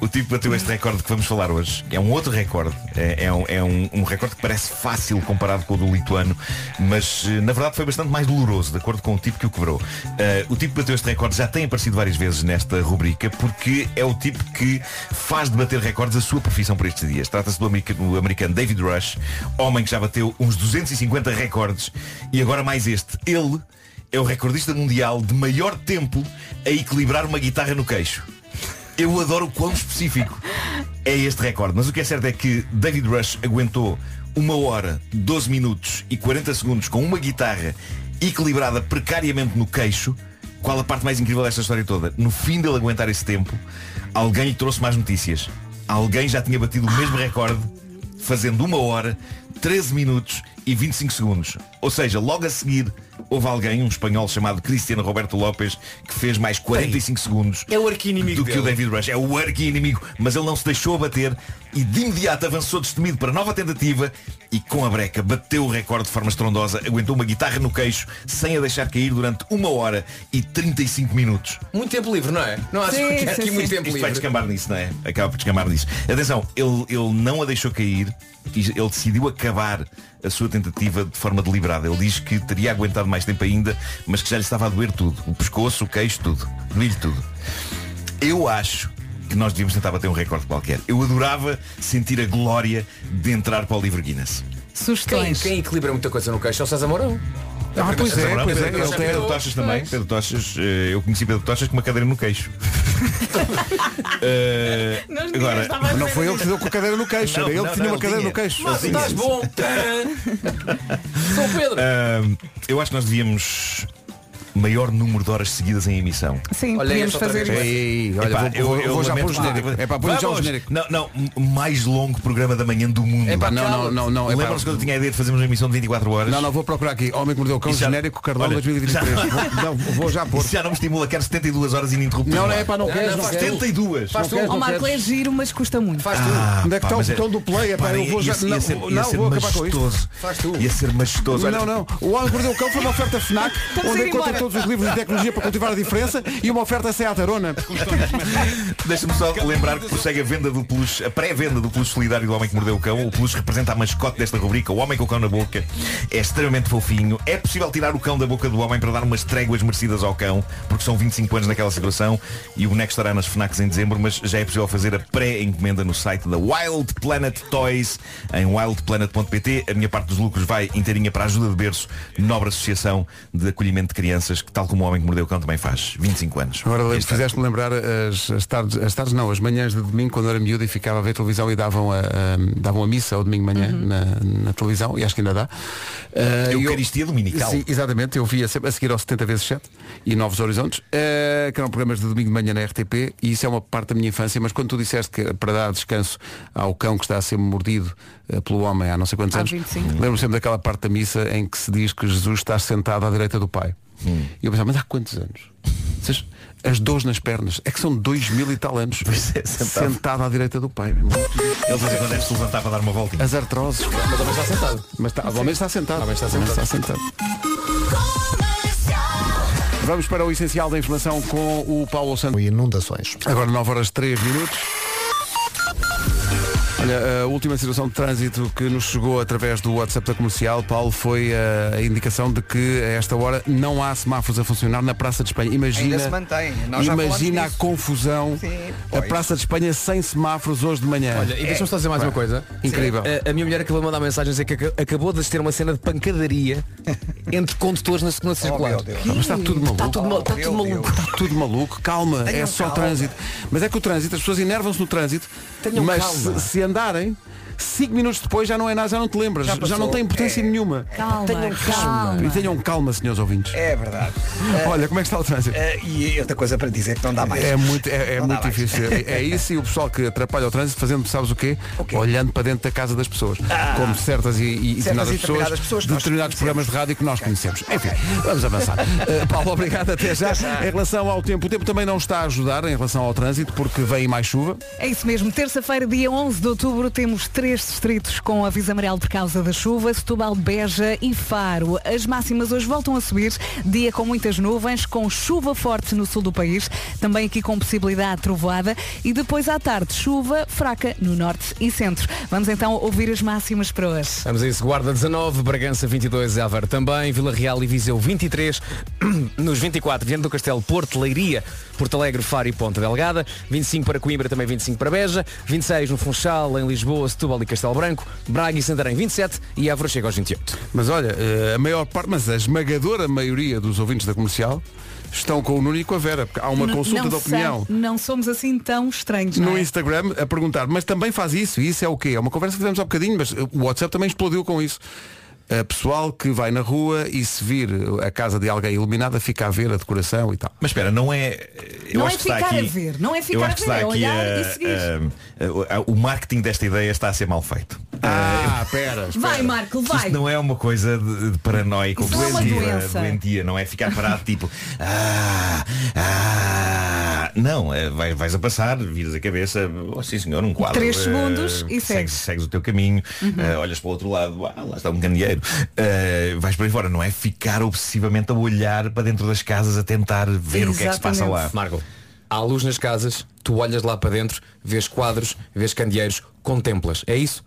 [SPEAKER 12] O tipo que bateu este recorde que vamos falar hoje é um outro recorde. É, é um, é um- um recorde que parece fácil comparado com o do lituano, mas eh, na verdade foi bastante mais doloroso, de acordo com o tipo que o quebrou. Eh, o tipo que bateu este recorde já tem aparecido várias vezes nesta rubrica porque é o tipo que faz de bater recordes a sua profissão por estes dias. Trata-se do, america- do americano David Rush, homem que já bateu uns 250 recordes e agora mais este. Ele é o recordista mundial de maior tempo a equilibrar uma guitarra no queixo. Eu adoro o quão específico é este recorde. Mas o que é certo é que David Rush aguentou uma hora, 12 minutos e 40 segundos com uma guitarra equilibrada precariamente no queixo. Qual a parte mais incrível desta história toda? No fim dele aguentar esse tempo, alguém lhe trouxe mais notícias. Alguém já tinha batido o mesmo recorde fazendo uma hora, 13 minutos e 25 segundos. Ou seja, logo a seguir houve alguém, um espanhol chamado Cristiano Roberto López, que fez mais 45 segundos
[SPEAKER 10] É o arqui-inimigo
[SPEAKER 12] do que o
[SPEAKER 10] dele.
[SPEAKER 12] David Rush. É o arqui-inimigo, mas ele não se deixou abater e de imediato avançou destemido para nova tentativa e com a breca bateu o recorde de forma estrondosa, aguentou uma guitarra no queixo sem a deixar cair durante uma hora e 35 minutos.
[SPEAKER 10] Muito tempo livre, não é? Não acho que aqui muito tempo
[SPEAKER 12] Isto
[SPEAKER 10] livre.
[SPEAKER 12] vai descambar nisso, não é? Acaba por descambar nisso. Atenção, ele, ele não a deixou cair e ele decidiu acabar a sua tentativa de forma deliberada. Ele diz que teria aguentado mais tempo ainda, mas que já lhe estava a doer tudo. O pescoço, o queixo, tudo. Doía-lhe tudo. Eu acho que nós devíamos tentar bater um recorde qualquer. Eu adorava sentir a glória de entrar para o livro Guinness.
[SPEAKER 10] Quem, quem equilibra muita coisa no queixo é o César Mourão.
[SPEAKER 12] Ah,
[SPEAKER 10] Pedro
[SPEAKER 1] é,
[SPEAKER 10] César Mourão, é Pedro César Mourão.
[SPEAKER 12] Pedro Tochas também. Pedro Tochas, eh, eu conheci Pedro Tochas com uma cadeira no queixo. Eh,
[SPEAKER 1] Não, ninguém
[SPEAKER 12] agora,
[SPEAKER 1] estava a Não foi ele que deu com a cadeira no queixo, era ele que tinha uma cadeira no queixo. Mas estás bom.
[SPEAKER 10] Sou Pedro.
[SPEAKER 12] eu acho que nós devíamos maior número de horas seguidas em emissão.
[SPEAKER 2] Sim, Olha podíamos essa outra fazer vez. isso.
[SPEAKER 12] Ei, olha,
[SPEAKER 1] Epá,
[SPEAKER 12] vou,
[SPEAKER 1] eu-
[SPEAKER 12] eu,
[SPEAKER 1] eu vou já
[SPEAKER 12] lamento
[SPEAKER 1] pôr o
[SPEAKER 12] lá.
[SPEAKER 1] genérico. Epá, põe já o
[SPEAKER 12] Vamos.
[SPEAKER 1] genérico.
[SPEAKER 12] Não, não, m- mais longo programa da manhã do mundo.
[SPEAKER 1] Epá, não, não, não, não, epá.
[SPEAKER 12] Lembram-se quando eu tinha a ideia de fazermos uma emissão de 24 horas?
[SPEAKER 1] Não, não, vou procurar aqui. Homem que mordeu o cão
[SPEAKER 12] Isso já-
[SPEAKER 1] genérico Cardão
[SPEAKER 12] olha,
[SPEAKER 1] 2023.
[SPEAKER 12] já-
[SPEAKER 1] Vou, não, vou já pôr.
[SPEAKER 12] Isso já não me estimula, quero 72 horas ininterruptas.
[SPEAKER 1] Não,
[SPEAKER 12] no
[SPEAKER 1] não, é,
[SPEAKER 12] ar.
[SPEAKER 1] epá, não queres, não queres.
[SPEAKER 12] 72.
[SPEAKER 1] Faz tu.
[SPEAKER 2] Ó Marco, é giro, mas custa muito. Faz
[SPEAKER 12] Ah,
[SPEAKER 1] Onde é que
[SPEAKER 12] pá,
[SPEAKER 1] está o
[SPEAKER 12] mas é-
[SPEAKER 1] botão do play? Epá,
[SPEAKER 12] Reparem,
[SPEAKER 1] eu vou
[SPEAKER 12] ia-
[SPEAKER 1] já.
[SPEAKER 12] ia
[SPEAKER 1] não,
[SPEAKER 12] ser- ia
[SPEAKER 1] não,
[SPEAKER 12] ser
[SPEAKER 1] vou acabar com
[SPEAKER 12] majestoso.
[SPEAKER 1] isto.
[SPEAKER 12] Faz tu. Ia ser majestoso. Olha-
[SPEAKER 1] Não, não. O Homem que Mordeu o Cão foi uma oferta FNAC,
[SPEAKER 12] Vamos
[SPEAKER 1] onde
[SPEAKER 12] ir
[SPEAKER 1] encontra
[SPEAKER 12] embora.
[SPEAKER 1] todos os livros de tecnologia para cultivar a diferença e uma oferta Seat Arona.
[SPEAKER 12] Deixa-me só lembrar que prossegue a venda do peluche, a pré-venda do peluche solidário do Homem que Mordeu o Cão. O peluche representa a mascote desta rubrica, o Homem com o Cão na Boca. É extremamente fofinho. É possível tirar o cão da boca do homem para dar umas tréguas merecidas ao cão, porque são 25 anos naquela situação e o boneco estará nas FNACs em dezembro, mas já é possível fazer a pré-encomenda no site da Wild Planet Toys em wildplanet.pt. A minha parte dos lucros vai inteirinha para a ajuda de berço, nobre associação de acolhimento de crianças, que tal como o Homem que Mordeu o Cão também faz. 25 anos.
[SPEAKER 1] Agora lembro-
[SPEAKER 12] é-
[SPEAKER 1] fizeste-me lembrar as, as tardes, as tardes não, as manhãs de domingo quando era miúdo e ficava a ver televisão e davam a, a- davam a missa ao domingo de manhã na, na televisão, e acho que ainda dá. Ah, e
[SPEAKER 12] É Eucaristia dominical.
[SPEAKER 1] Sim, exatamente, eu via sempre a seguir ao 70 vezes 7 e Novos Horizontes, ah, que eram programas de domingo de manhã na RTP e isso é uma parte da minha infância, mas quando tu disseste que para dar descanso ao cão que está a ser mordido ah, pelo homem há não sei quantos
[SPEAKER 2] Há
[SPEAKER 1] anos,
[SPEAKER 12] Hum.
[SPEAKER 2] 25.
[SPEAKER 1] lembro-me sempre daquela parte da missa em que se diz que Jesus está sentado à direita do Pai.
[SPEAKER 12] Hum.
[SPEAKER 1] E eu pensava, mas há quantos anos? Vocês- as dores nas pernas, é que são dois mil e tal anos
[SPEAKER 12] é, sentado.
[SPEAKER 1] sentado à direita do pai. meu irmão.
[SPEAKER 12] Ele fazia quando deve se levantar para dar uma voltinha.
[SPEAKER 1] As artroses.
[SPEAKER 12] Mas também está sentado.
[SPEAKER 1] Mas está, ao menos está sentado. Ao menos está sentado. Vamos para o essencial da informação com o Paulo Santos. Inundações. Agora 9 horas 3 minutos. Olha, a última situação de trânsito que nos chegou através do WhatsApp da comercial, Paulo, foi eh, a, a indicação de que a esta hora não há semáforos a funcionar na Praça de Espanha. Imagina,
[SPEAKER 4] Ainda se mantém. Nós já
[SPEAKER 1] imagina a
[SPEAKER 4] falamos disso.
[SPEAKER 1] confusão.
[SPEAKER 4] Sim,
[SPEAKER 1] a
[SPEAKER 4] pois.
[SPEAKER 1] Praça de Espanha sem semáforos hoje de manhã. É.
[SPEAKER 9] Olha, e deixa-me só dizer mais uma coisa. Eh,
[SPEAKER 1] Incrível.
[SPEAKER 9] A, a minha mulher acabou de mandar mensagem a dizer que ac- acabou de assistir a uma cena de pancadaria entre condutores na
[SPEAKER 4] Oh,
[SPEAKER 9] segunda circular.
[SPEAKER 1] Ah, Mas está tudo maluco.
[SPEAKER 9] Está tudo, ma- está tudo maluco.
[SPEAKER 1] Está Tá tudo maluco. Calma,
[SPEAKER 9] Tenham
[SPEAKER 1] é só
[SPEAKER 9] calma.
[SPEAKER 1] trânsito. Mas é que o trânsito, as pessoas enervam-se no trânsito,
[SPEAKER 9] Tenham
[SPEAKER 1] mas
[SPEAKER 9] calma.
[SPEAKER 1] se, se andarem, 5 minutos depois já não é nada, já não te lembras, já,
[SPEAKER 4] Já passou.
[SPEAKER 1] não tem importância
[SPEAKER 4] É.
[SPEAKER 1] nenhuma.
[SPEAKER 4] Calma,
[SPEAKER 9] um
[SPEAKER 1] tenham
[SPEAKER 4] calma.
[SPEAKER 1] E tenham calma, senhores ouvintes.
[SPEAKER 4] É verdade.
[SPEAKER 1] Olha, como é que está o trânsito?
[SPEAKER 4] Eh, e outra coisa para dizer que não dá mais.
[SPEAKER 1] É muito, é, é
[SPEAKER 4] Não dá
[SPEAKER 1] muito
[SPEAKER 4] mais.
[SPEAKER 1] difícil. É, é isso e o pessoal que atrapalha o trânsito fazendo, sabes o quê? Olhando para dentro da casa das pessoas. Como certas e, e,
[SPEAKER 4] Ah. Certas
[SPEAKER 1] determinadas
[SPEAKER 4] e determinadas
[SPEAKER 1] pessoas,
[SPEAKER 4] pessoas que nós
[SPEAKER 1] determinados programas de rádio que nós conhecemos. Enfim, vamos avançar. Uh, Paulo, obrigado até já. É. Em relação ao tempo, o tempo também não está a ajudar em relação ao trânsito, porque vem mais chuva.
[SPEAKER 2] É isso mesmo, terça-feira, dia 11 de outubro, temos 13 três distritos com aviso amarelo por causa da chuva, Setúbal, Beja e Faro. As máximas hoje voltam a subir, dia com muitas nuvens, com chuva forte no sul do país, também aqui com possibilidade de trovoada e depois à tarde chuva fraca no norte e centro. Vamos então ouvir as máximas para hoje.
[SPEAKER 9] Vamos a isso, Guarda 19, Bragança 22, Álvaro também, Vila Real e Viseu 23, nos 24, Viana do Castelo, Porto, Leiria, Porto Alegre, Faro e Ponta Delgada, 25 para Coimbra, também 25 para Beja, 26 no Funchal, em Lisboa, Setúbal e Castelo Branco, Braga e Santarém 27 e Évora chega aos 28.
[SPEAKER 1] Mas olha, eh, a maior parte, mas a esmagadora maioria dos ouvintes da comercial estão com o Nuno e com a Vera, porque há uma
[SPEAKER 2] N-
[SPEAKER 1] consulta
[SPEAKER 2] não
[SPEAKER 1] de opinião.
[SPEAKER 2] são- não somos assim tão estranhos, não
[SPEAKER 1] No
[SPEAKER 2] é?
[SPEAKER 1] Instagram a perguntar, mas também faz isso, e isso é o quê? É uma conversa que tivemos há bocadinho, mas eh, o WhatsApp também explodiu com isso. Eh, pessoal que vai na rua e se vir a casa de alguém iluminada fica a ver a decoração e tal.
[SPEAKER 12] Mas espera, não é. Eu
[SPEAKER 2] Não
[SPEAKER 12] acho
[SPEAKER 2] é
[SPEAKER 12] que está
[SPEAKER 2] ficar a
[SPEAKER 12] aqui-
[SPEAKER 2] ver, não é
[SPEAKER 12] eu
[SPEAKER 2] ficar
[SPEAKER 12] acho
[SPEAKER 2] a
[SPEAKER 12] que está
[SPEAKER 2] ver, é
[SPEAKER 12] aqui
[SPEAKER 2] olhar e
[SPEAKER 12] a-
[SPEAKER 2] seguir.
[SPEAKER 12] a- a- o marketing desta ideia está a ser mal feito. Eh,
[SPEAKER 1] Ah, pera.
[SPEAKER 2] Vai, Marco, vai.
[SPEAKER 12] Isto não é uma coisa de, de paranoica,
[SPEAKER 2] Isso não é uma
[SPEAKER 12] obsessiva,
[SPEAKER 2] doença.
[SPEAKER 12] doentia, não é ficar parado tipo, ah, ah, não, é, vai- vais a passar, viras a cabeça, oh, sim senhor, um quadro.
[SPEAKER 2] Três
[SPEAKER 1] é?
[SPEAKER 12] eh,
[SPEAKER 2] segundos e Uhum.
[SPEAKER 12] segues, segues o teu caminho, eh, olhas para o outro lado, ah, lá está um candeeiro, eh, vais para aí fora, não é ficar obsessivamente a olhar para dentro das casas a tentar ver o que é que se passa lá.
[SPEAKER 9] Marco, há luz nas casas, tu olhas lá para dentro, vês quadros, vês candeeiros, contemplas. É isso?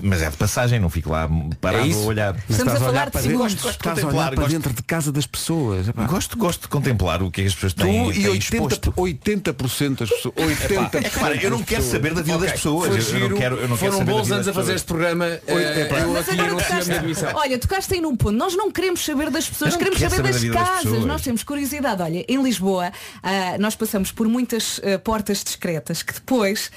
[SPEAKER 12] Mas é de passagem, não fico lá parado a olhar. Mas É Estamos estás a a olhar falar de para dentro- segundos. gosto de
[SPEAKER 1] Estás a
[SPEAKER 12] contemplar,
[SPEAKER 1] olhar para
[SPEAKER 12] gosto-
[SPEAKER 1] dentro de casa das pessoas. epá.
[SPEAKER 12] Gosto, gosto de contemplar o que é que as pessoas
[SPEAKER 1] Tu
[SPEAKER 12] têm,
[SPEAKER 1] e
[SPEAKER 12] têm
[SPEAKER 1] 80%, 80% das pessoas. 80%
[SPEAKER 12] Epá, é repara, eu não quero
[SPEAKER 1] das pessoas.
[SPEAKER 12] saber da vida das pessoas.
[SPEAKER 9] Foi
[SPEAKER 12] Eu- eu
[SPEAKER 9] giro,
[SPEAKER 12] não quero- eu não quero
[SPEAKER 9] foram
[SPEAKER 12] saber da
[SPEAKER 9] bons
[SPEAKER 12] vida
[SPEAKER 9] anos a
[SPEAKER 12] das
[SPEAKER 9] fazer
[SPEAKER 12] pessoas.
[SPEAKER 9] este programa.
[SPEAKER 12] Oi,
[SPEAKER 9] eh,
[SPEAKER 12] epá.
[SPEAKER 9] eu
[SPEAKER 12] Mas
[SPEAKER 9] aqui
[SPEAKER 12] agora
[SPEAKER 9] anuncio a
[SPEAKER 12] tocaste-
[SPEAKER 9] minha demissão.
[SPEAKER 2] Olha, tocaste aí num ponto. Nós não queremos saber das pessoas,
[SPEAKER 12] Eu não
[SPEAKER 2] queremos
[SPEAKER 12] quero saber
[SPEAKER 2] saber das
[SPEAKER 12] da vida das
[SPEAKER 2] casas.
[SPEAKER 12] pessoas.
[SPEAKER 2] nós temos curiosidade. Olha, em Lisboa, ah, nós passamos por muitas ah, portas discretas que depois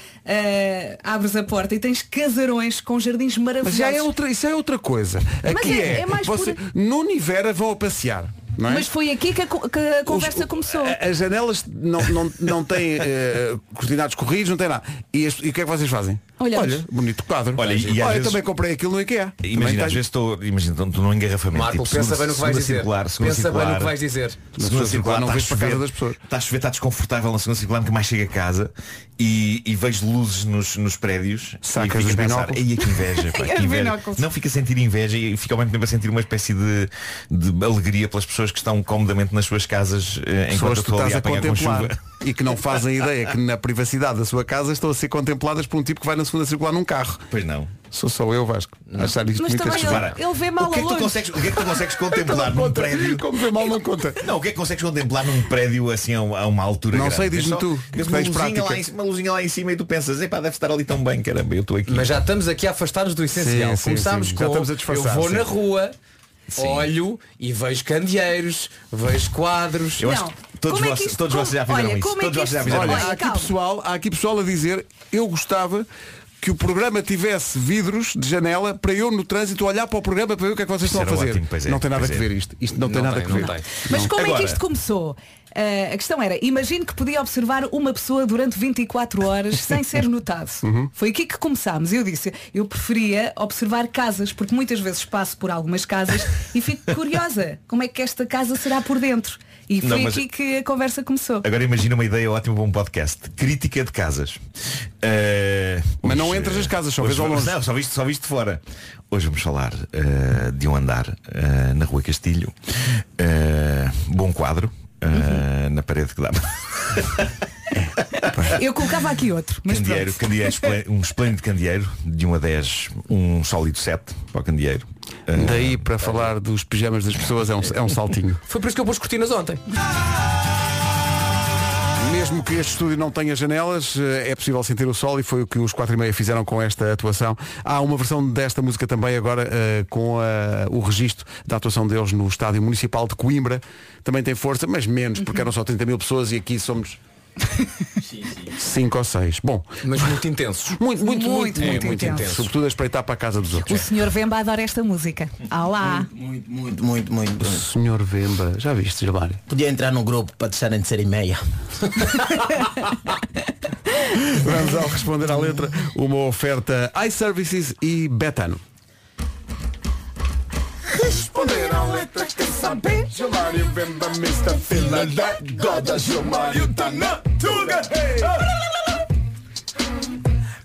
[SPEAKER 2] ah, abres a porta e tens casarões com jardins
[SPEAKER 1] Mas
[SPEAKER 2] maravilhosos.
[SPEAKER 1] já é outra, isso é outra coisa.
[SPEAKER 2] Mas
[SPEAKER 1] Aqui
[SPEAKER 2] é-
[SPEAKER 1] é,
[SPEAKER 2] é mais
[SPEAKER 1] você,
[SPEAKER 2] por-
[SPEAKER 1] Nuno e Vera vão a passear. Não é?
[SPEAKER 2] Mas foi aqui que a, co- que a conversa
[SPEAKER 1] Os-
[SPEAKER 2] começou.
[SPEAKER 1] a- As janelas não, não, não têm eh, cortinados corridos, não tem nada. E, as- e o que é que vocês fazem?
[SPEAKER 2] Olhamos.
[SPEAKER 1] Olha, bonito quadro.
[SPEAKER 12] Olha, e- e às
[SPEAKER 1] Olha, eu
[SPEAKER 12] vezes-
[SPEAKER 1] também comprei aquilo no IKEA. Também
[SPEAKER 12] Imagina, às
[SPEAKER 1] tenho.
[SPEAKER 12] vezes estou, imagina, estou num engarrafamento.
[SPEAKER 1] Marco,
[SPEAKER 12] tipo,
[SPEAKER 1] pensa
[SPEAKER 12] segunda-
[SPEAKER 1] bem no que vais
[SPEAKER 12] segunda
[SPEAKER 1] dizer.
[SPEAKER 12] Circular, segunda
[SPEAKER 1] Pensa bem no
[SPEAKER 12] circular,
[SPEAKER 1] que vais dizer. Na
[SPEAKER 12] Segunda
[SPEAKER 1] segunda circular,
[SPEAKER 12] circular,
[SPEAKER 1] não
[SPEAKER 12] está a
[SPEAKER 1] vais para
[SPEAKER 12] chover,
[SPEAKER 1] casa das pessoas.
[SPEAKER 12] Está a chover, está desconfortável na segunda circular, nunca mais chego a casa e, e vejo luzes nos, nos prédios
[SPEAKER 1] Sacas
[SPEAKER 12] e
[SPEAKER 1] os
[SPEAKER 12] fico a pensar,
[SPEAKER 1] binóculos.
[SPEAKER 12] "Ei, que inveja, pá,
[SPEAKER 1] Os
[SPEAKER 12] que inveja.
[SPEAKER 1] binóculos.
[SPEAKER 12] Não fico a sentir inveja e fico ao mesmo tempo a sentir uma espécie de, de alegria pelas pessoas que estão comodamente nas suas casas eh, enquanto
[SPEAKER 1] Pessoas
[SPEAKER 12] eu
[SPEAKER 1] que tu
[SPEAKER 12] estou ali
[SPEAKER 1] estás
[SPEAKER 12] a
[SPEAKER 1] a
[SPEAKER 12] apanhar com
[SPEAKER 1] contemplar
[SPEAKER 12] chuva.
[SPEAKER 1] e que não fazem ideia que na privacidade da sua casa estão a ser contempladas por um tipo que vai na segunda circular num carro.
[SPEAKER 12] Pois não.
[SPEAKER 1] Sou só eu, Vasco. Achar isto
[SPEAKER 2] Mas então,
[SPEAKER 1] muito
[SPEAKER 2] também
[SPEAKER 1] estranho.
[SPEAKER 2] ele, ele vê mal
[SPEAKER 12] O que, é
[SPEAKER 2] a
[SPEAKER 12] que tu
[SPEAKER 2] longe.
[SPEAKER 12] consegues, o que é que tu consegues contemplar num prédio?
[SPEAKER 1] Então, Como vê mal não conta.
[SPEAKER 12] Não, o que é que consegues contemplar num prédio assim a um- a uma altura
[SPEAKER 1] Não
[SPEAKER 12] grande?
[SPEAKER 1] sei,
[SPEAKER 12] Vês
[SPEAKER 1] diz-me
[SPEAKER 12] só-
[SPEAKER 1] tu,
[SPEAKER 12] vês Então, uma
[SPEAKER 1] que tens
[SPEAKER 12] luzinha,
[SPEAKER 1] prática.
[SPEAKER 12] lá em, cima- uma luzinha lá em cima e tu pensas, epá, deve estar ali tão bem, caramba, eu estou aqui.
[SPEAKER 9] Mas já estamos aqui a afastar-nos do essencial.
[SPEAKER 12] Sim, sim,
[SPEAKER 9] Começámos
[SPEAKER 12] sim. Já
[SPEAKER 9] com
[SPEAKER 12] estamos a
[SPEAKER 9] eu
[SPEAKER 12] disfarçar,
[SPEAKER 9] vou
[SPEAKER 12] sim.
[SPEAKER 9] na rua,
[SPEAKER 12] Sim.
[SPEAKER 9] olho e vejo candeeiros, vejo quadros.
[SPEAKER 12] Eu acho Não. que todos Como é que vocês- isto- todos como- vocês já fizeram olha, isso. como é Todos que vocês isto- já fizeram
[SPEAKER 1] Olha,
[SPEAKER 12] isso.
[SPEAKER 1] há aqui, pessoal, há aqui pessoal a dizer, eu gostava que o programa tivesse vidros de janela para eu no trânsito olhar para o programa para ver o que é que vocês
[SPEAKER 12] Isso
[SPEAKER 1] estão a
[SPEAKER 12] era
[SPEAKER 1] fazer.
[SPEAKER 12] ótimo, pois é,
[SPEAKER 1] não tem nada a
[SPEAKER 12] pois
[SPEAKER 1] ver
[SPEAKER 12] é.
[SPEAKER 1] isto. Isto não, tem
[SPEAKER 12] Não
[SPEAKER 1] nada a
[SPEAKER 12] tem,
[SPEAKER 1] ver.
[SPEAKER 12] não tem.
[SPEAKER 2] Mas
[SPEAKER 1] Não.
[SPEAKER 2] como é
[SPEAKER 1] Então, Agora,
[SPEAKER 2] que isto começou? Ah, a questão era, imagino que podia observar uma pessoa durante 24 horas sem ser notado.
[SPEAKER 1] Uhum.
[SPEAKER 2] Foi aqui que começámos. Eu disse, eu preferia observar casas, porque muitas vezes passo por algumas casas e fico curiosa como é que esta casa será por dentro. E foi
[SPEAKER 12] Não, mas-
[SPEAKER 2] aqui que a conversa começou.
[SPEAKER 12] Agora imagina uma ideia ótima para um podcast. Crítica de casas. Eh,
[SPEAKER 1] Mas não
[SPEAKER 12] hoje,
[SPEAKER 1] entras
[SPEAKER 12] eh,
[SPEAKER 1] nas casas, só
[SPEAKER 12] hoje
[SPEAKER 1] vês ao
[SPEAKER 12] vamos-
[SPEAKER 1] longe.
[SPEAKER 12] Não, só viste, só viste de fora. Hoje vamos falar eh, de um andar eh, na Rua Castilho. Eh, bom quadro. eh, Na parede que dá.
[SPEAKER 1] É,
[SPEAKER 2] Eu colocava aqui outro, mas
[SPEAKER 12] Candeeiro,
[SPEAKER 2] pronto.
[SPEAKER 12] candeeiro, esplê- um esplêndido candeeiro, de 1 a 10, um sólido 7 para o candeeiro. Eh,
[SPEAKER 1] Daí para falar dos pijamas das pessoas é um, é um saltinho.
[SPEAKER 9] Foi por isso que eu pus cortinas ontem.
[SPEAKER 1] Mesmo que este estúdio não tenha janelas, eh, é possível sentir o sol e foi o que os 4 e meia fizeram com esta atuação. Há uma versão desta música também agora eh, com a- o registro da atuação deles no Estádio Municipal de Coimbra. Também tem força, mas menos, porque eram só 30 mil pessoas e aqui somos 5 ou 6. Bom,
[SPEAKER 9] Mas muito intensos.
[SPEAKER 1] Muito, muito, muito,
[SPEAKER 2] Muito,
[SPEAKER 1] é,
[SPEAKER 2] muito intenso.
[SPEAKER 1] Sobretudo a espreitar para a casa dos
[SPEAKER 2] O
[SPEAKER 1] outros.
[SPEAKER 2] senhor Vemba adora esta música. Ah Olá.
[SPEAKER 16] Muito, muito, muito, muito.
[SPEAKER 1] Senhor Vemba, já viste, Gilmário?
[SPEAKER 16] Podia entrar num grupo para deixarem de ser e meia.
[SPEAKER 1] Vamos ao responder à letra uma oferta iServices e Betano.
[SPEAKER 3] Responder a letras que sabem Gilmário Bemba, Mr. Finlandé Goda, Gilmário tá na tuga hey.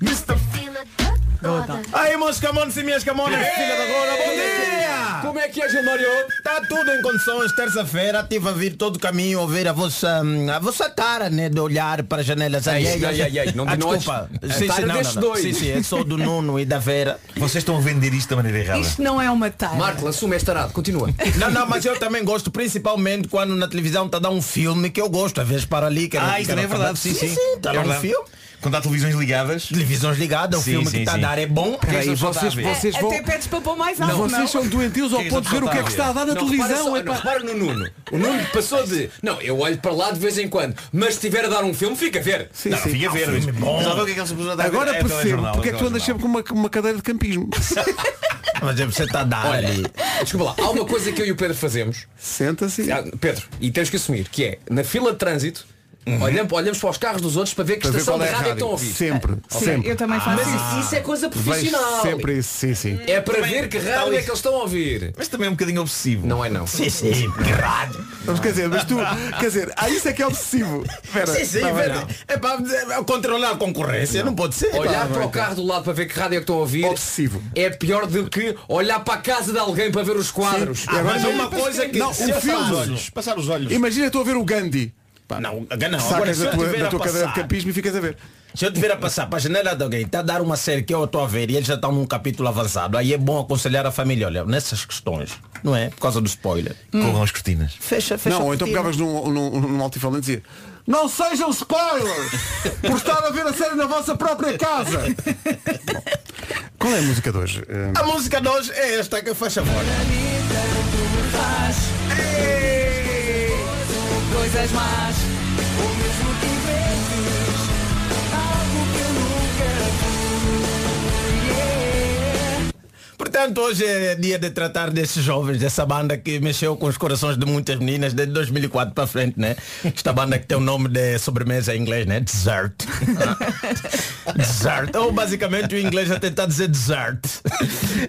[SPEAKER 3] Mr. Goda
[SPEAKER 17] aí, meus camões e minhas camonas,
[SPEAKER 3] Ei!
[SPEAKER 17] filha da Rona, bom dia! Como é que é, Gilmário? Está tudo em condições, terça-feira, estive a vir todo o caminho ouvir a vossa, hum, a vossa cara, né, de olhar para as janelas
[SPEAKER 9] Ei,
[SPEAKER 17] alheias.
[SPEAKER 9] ei, ei, ei, não de
[SPEAKER 17] ah,
[SPEAKER 9] nós.
[SPEAKER 17] desculpa.
[SPEAKER 9] A
[SPEAKER 17] Sim,
[SPEAKER 9] cara
[SPEAKER 17] sim, não,
[SPEAKER 9] destes
[SPEAKER 17] não, não.
[SPEAKER 9] dois.
[SPEAKER 17] Sim, sim, é só do Nuno e da Vera.
[SPEAKER 12] Vocês estão a vender isto da maneira errada.
[SPEAKER 2] Isto não é uma tara.
[SPEAKER 9] Marco, assume esta tarado, continua.
[SPEAKER 17] Não, não, mas eu também gosto, principalmente quando na televisão está a dar um filme que eu gosto, às vezes para ali. Quero,
[SPEAKER 12] Ah, isso também é verdade, sim, sim. É
[SPEAKER 17] está a dar um
[SPEAKER 12] verdade.
[SPEAKER 17] filme.
[SPEAKER 12] Quando há televisões ligadas.
[SPEAKER 17] Televisões ligadas, o
[SPEAKER 12] Sim,
[SPEAKER 17] filme
[SPEAKER 12] sim,
[SPEAKER 17] que está a
[SPEAKER 12] sim.
[SPEAKER 17] dar é bom.
[SPEAKER 12] Quem é que só está a ver?
[SPEAKER 2] É, Até pedes para pôr mais alto,
[SPEAKER 9] Não,
[SPEAKER 2] não?
[SPEAKER 9] vocês são
[SPEAKER 1] doentios
[SPEAKER 12] é
[SPEAKER 9] Quem só
[SPEAKER 1] é
[SPEAKER 9] faltava? Não, repara só- não, repara no Nuno. O Nuno passou de. Não, eu olho para lá de vez em quando. Mas se tiver a dar um filme, fica a ver.
[SPEAKER 1] Sim, sim.
[SPEAKER 12] fica a ver.
[SPEAKER 1] filme bom.
[SPEAKER 12] Mas olha o que é que eles puseram a dar a ver.
[SPEAKER 1] Agora
[SPEAKER 12] É
[SPEAKER 1] percebo
[SPEAKER 12] telejornal,
[SPEAKER 1] porque é que tu andas
[SPEAKER 12] telejornal.
[SPEAKER 1] sempre com uma, com uma cadeira de campismo.
[SPEAKER 17] Mas você
[SPEAKER 12] tá
[SPEAKER 17] está a dar ali.
[SPEAKER 9] Desculpa lá, há uma coisa que eu e o Pedro fazemos. Ah,
[SPEAKER 1] Senta-se.
[SPEAKER 9] Pedro, e tens que assumir, que é, na fila de trânsito,
[SPEAKER 12] Uhum.
[SPEAKER 9] olhamos, olhamos para os carros dos outros para ver que
[SPEAKER 1] Para ver
[SPEAKER 9] estação
[SPEAKER 1] qual é
[SPEAKER 9] de
[SPEAKER 1] a
[SPEAKER 9] rádio
[SPEAKER 1] rádio.
[SPEAKER 9] estão a ouvir.
[SPEAKER 1] Sempre,
[SPEAKER 9] Ok.
[SPEAKER 1] sempre. Eu também faço
[SPEAKER 9] Mas
[SPEAKER 1] isso.
[SPEAKER 9] isso, isso é coisa
[SPEAKER 1] Vejo
[SPEAKER 9] profissional.
[SPEAKER 1] Sempre isso, sim, sim.
[SPEAKER 9] É para
[SPEAKER 1] Também-
[SPEAKER 9] ver que rádio é que eles estão a ouvir.
[SPEAKER 12] Mas também é um bocadinho obsessivo.
[SPEAKER 9] Não é não.
[SPEAKER 17] Sim, sim. Que rádio.
[SPEAKER 1] Mas quer dizer, mas tu, quer dizer, ah, isso é que é obsessivo. Espera,
[SPEAKER 17] sim, sim,
[SPEAKER 1] não,
[SPEAKER 17] Vera.
[SPEAKER 1] não.
[SPEAKER 17] É para é controlar a concorrência, não, pode ser.
[SPEAKER 9] Olhar
[SPEAKER 17] Claro,
[SPEAKER 9] para o
[SPEAKER 17] então.
[SPEAKER 9] carro do lado para ver que rádio é que estão a ouvir é pior do que olhar para a casa de alguém para ver os quadros.
[SPEAKER 17] Ah, mas é uma coisa que
[SPEAKER 1] Não,
[SPEAKER 17] se
[SPEAKER 1] o
[SPEAKER 17] eu
[SPEAKER 1] filme.
[SPEAKER 17] passar os olhos, passar os olhos.
[SPEAKER 1] Imagina estou a ver o Gandhi.
[SPEAKER 17] Não, Ah, não, agora
[SPEAKER 1] Sacas
[SPEAKER 17] se
[SPEAKER 1] da
[SPEAKER 17] eu
[SPEAKER 1] tua,
[SPEAKER 17] tiver
[SPEAKER 1] da
[SPEAKER 17] a
[SPEAKER 1] tua cadeira de
[SPEAKER 17] passar-
[SPEAKER 1] campismo e ficas a ver.
[SPEAKER 17] Se eu tiver a passar para a janela de alguém, está a dar uma série que eu estou a ver e eles já estão num capítulo avançado, aí é bom aconselhar a família, olha, nessas questões, não é? Por causa do spoiler.
[SPEAKER 12] Corram as cortinas.
[SPEAKER 17] Fecha, fecha.
[SPEAKER 1] não, ou então
[SPEAKER 17] a cortina.
[SPEAKER 1] pegavas num, num, num altifalante e dizia Não sejam spoilers por estar a ver a série na vossa própria casa. Bom, Qual é a música de hoje? Eh,
[SPEAKER 17] A música de hoje é esta que faz favor.
[SPEAKER 3] Coisas más O mesmo que inventes Algo que eu nunca fui yeah.
[SPEAKER 17] Portanto, hoje é dia de tratar desses jovens, dessa banda que mexeu com os corações de muitas meninas desde 2004 para frente, né? Esta banda que tem o nome de sobremesa em inglês, né? Dessert. dessert. Ou basicamente o inglês já tentar dizer dessert.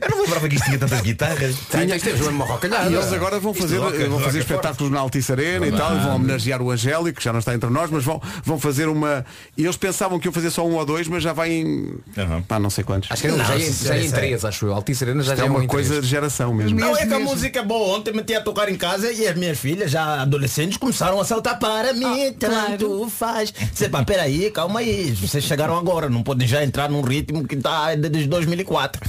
[SPEAKER 12] Eu não lembrava que isto tinha tantas guitarras.
[SPEAKER 1] é, E eles agora
[SPEAKER 9] é
[SPEAKER 1] vão fazer, vão fazer espetáculos na Altice Arena e tal, e vão homenagear o Angélico, que já não está entre nós, mas vão, vão fazer uma. E eles pensavam que iam fazer só um ou dois, mas já vai em. Pá, não sei quantos.
[SPEAKER 9] Acho que não, já, é, já é em três, acho eu. Altice Arena já
[SPEAKER 1] Isto é
[SPEAKER 9] já
[SPEAKER 1] uma
[SPEAKER 9] em três.
[SPEAKER 1] coisa de geração mesmo.
[SPEAKER 17] Não é que a música é boa. Ontem meti a tocar em casa e as minhas filhas, já adolescentes, começaram a saltar para
[SPEAKER 1] Ah,
[SPEAKER 17] mim. tanto faz. Disse, pá, peraí, calma aí. Vocês chegaram agora, não podem já entrar num ritmo que tá está desde 2004.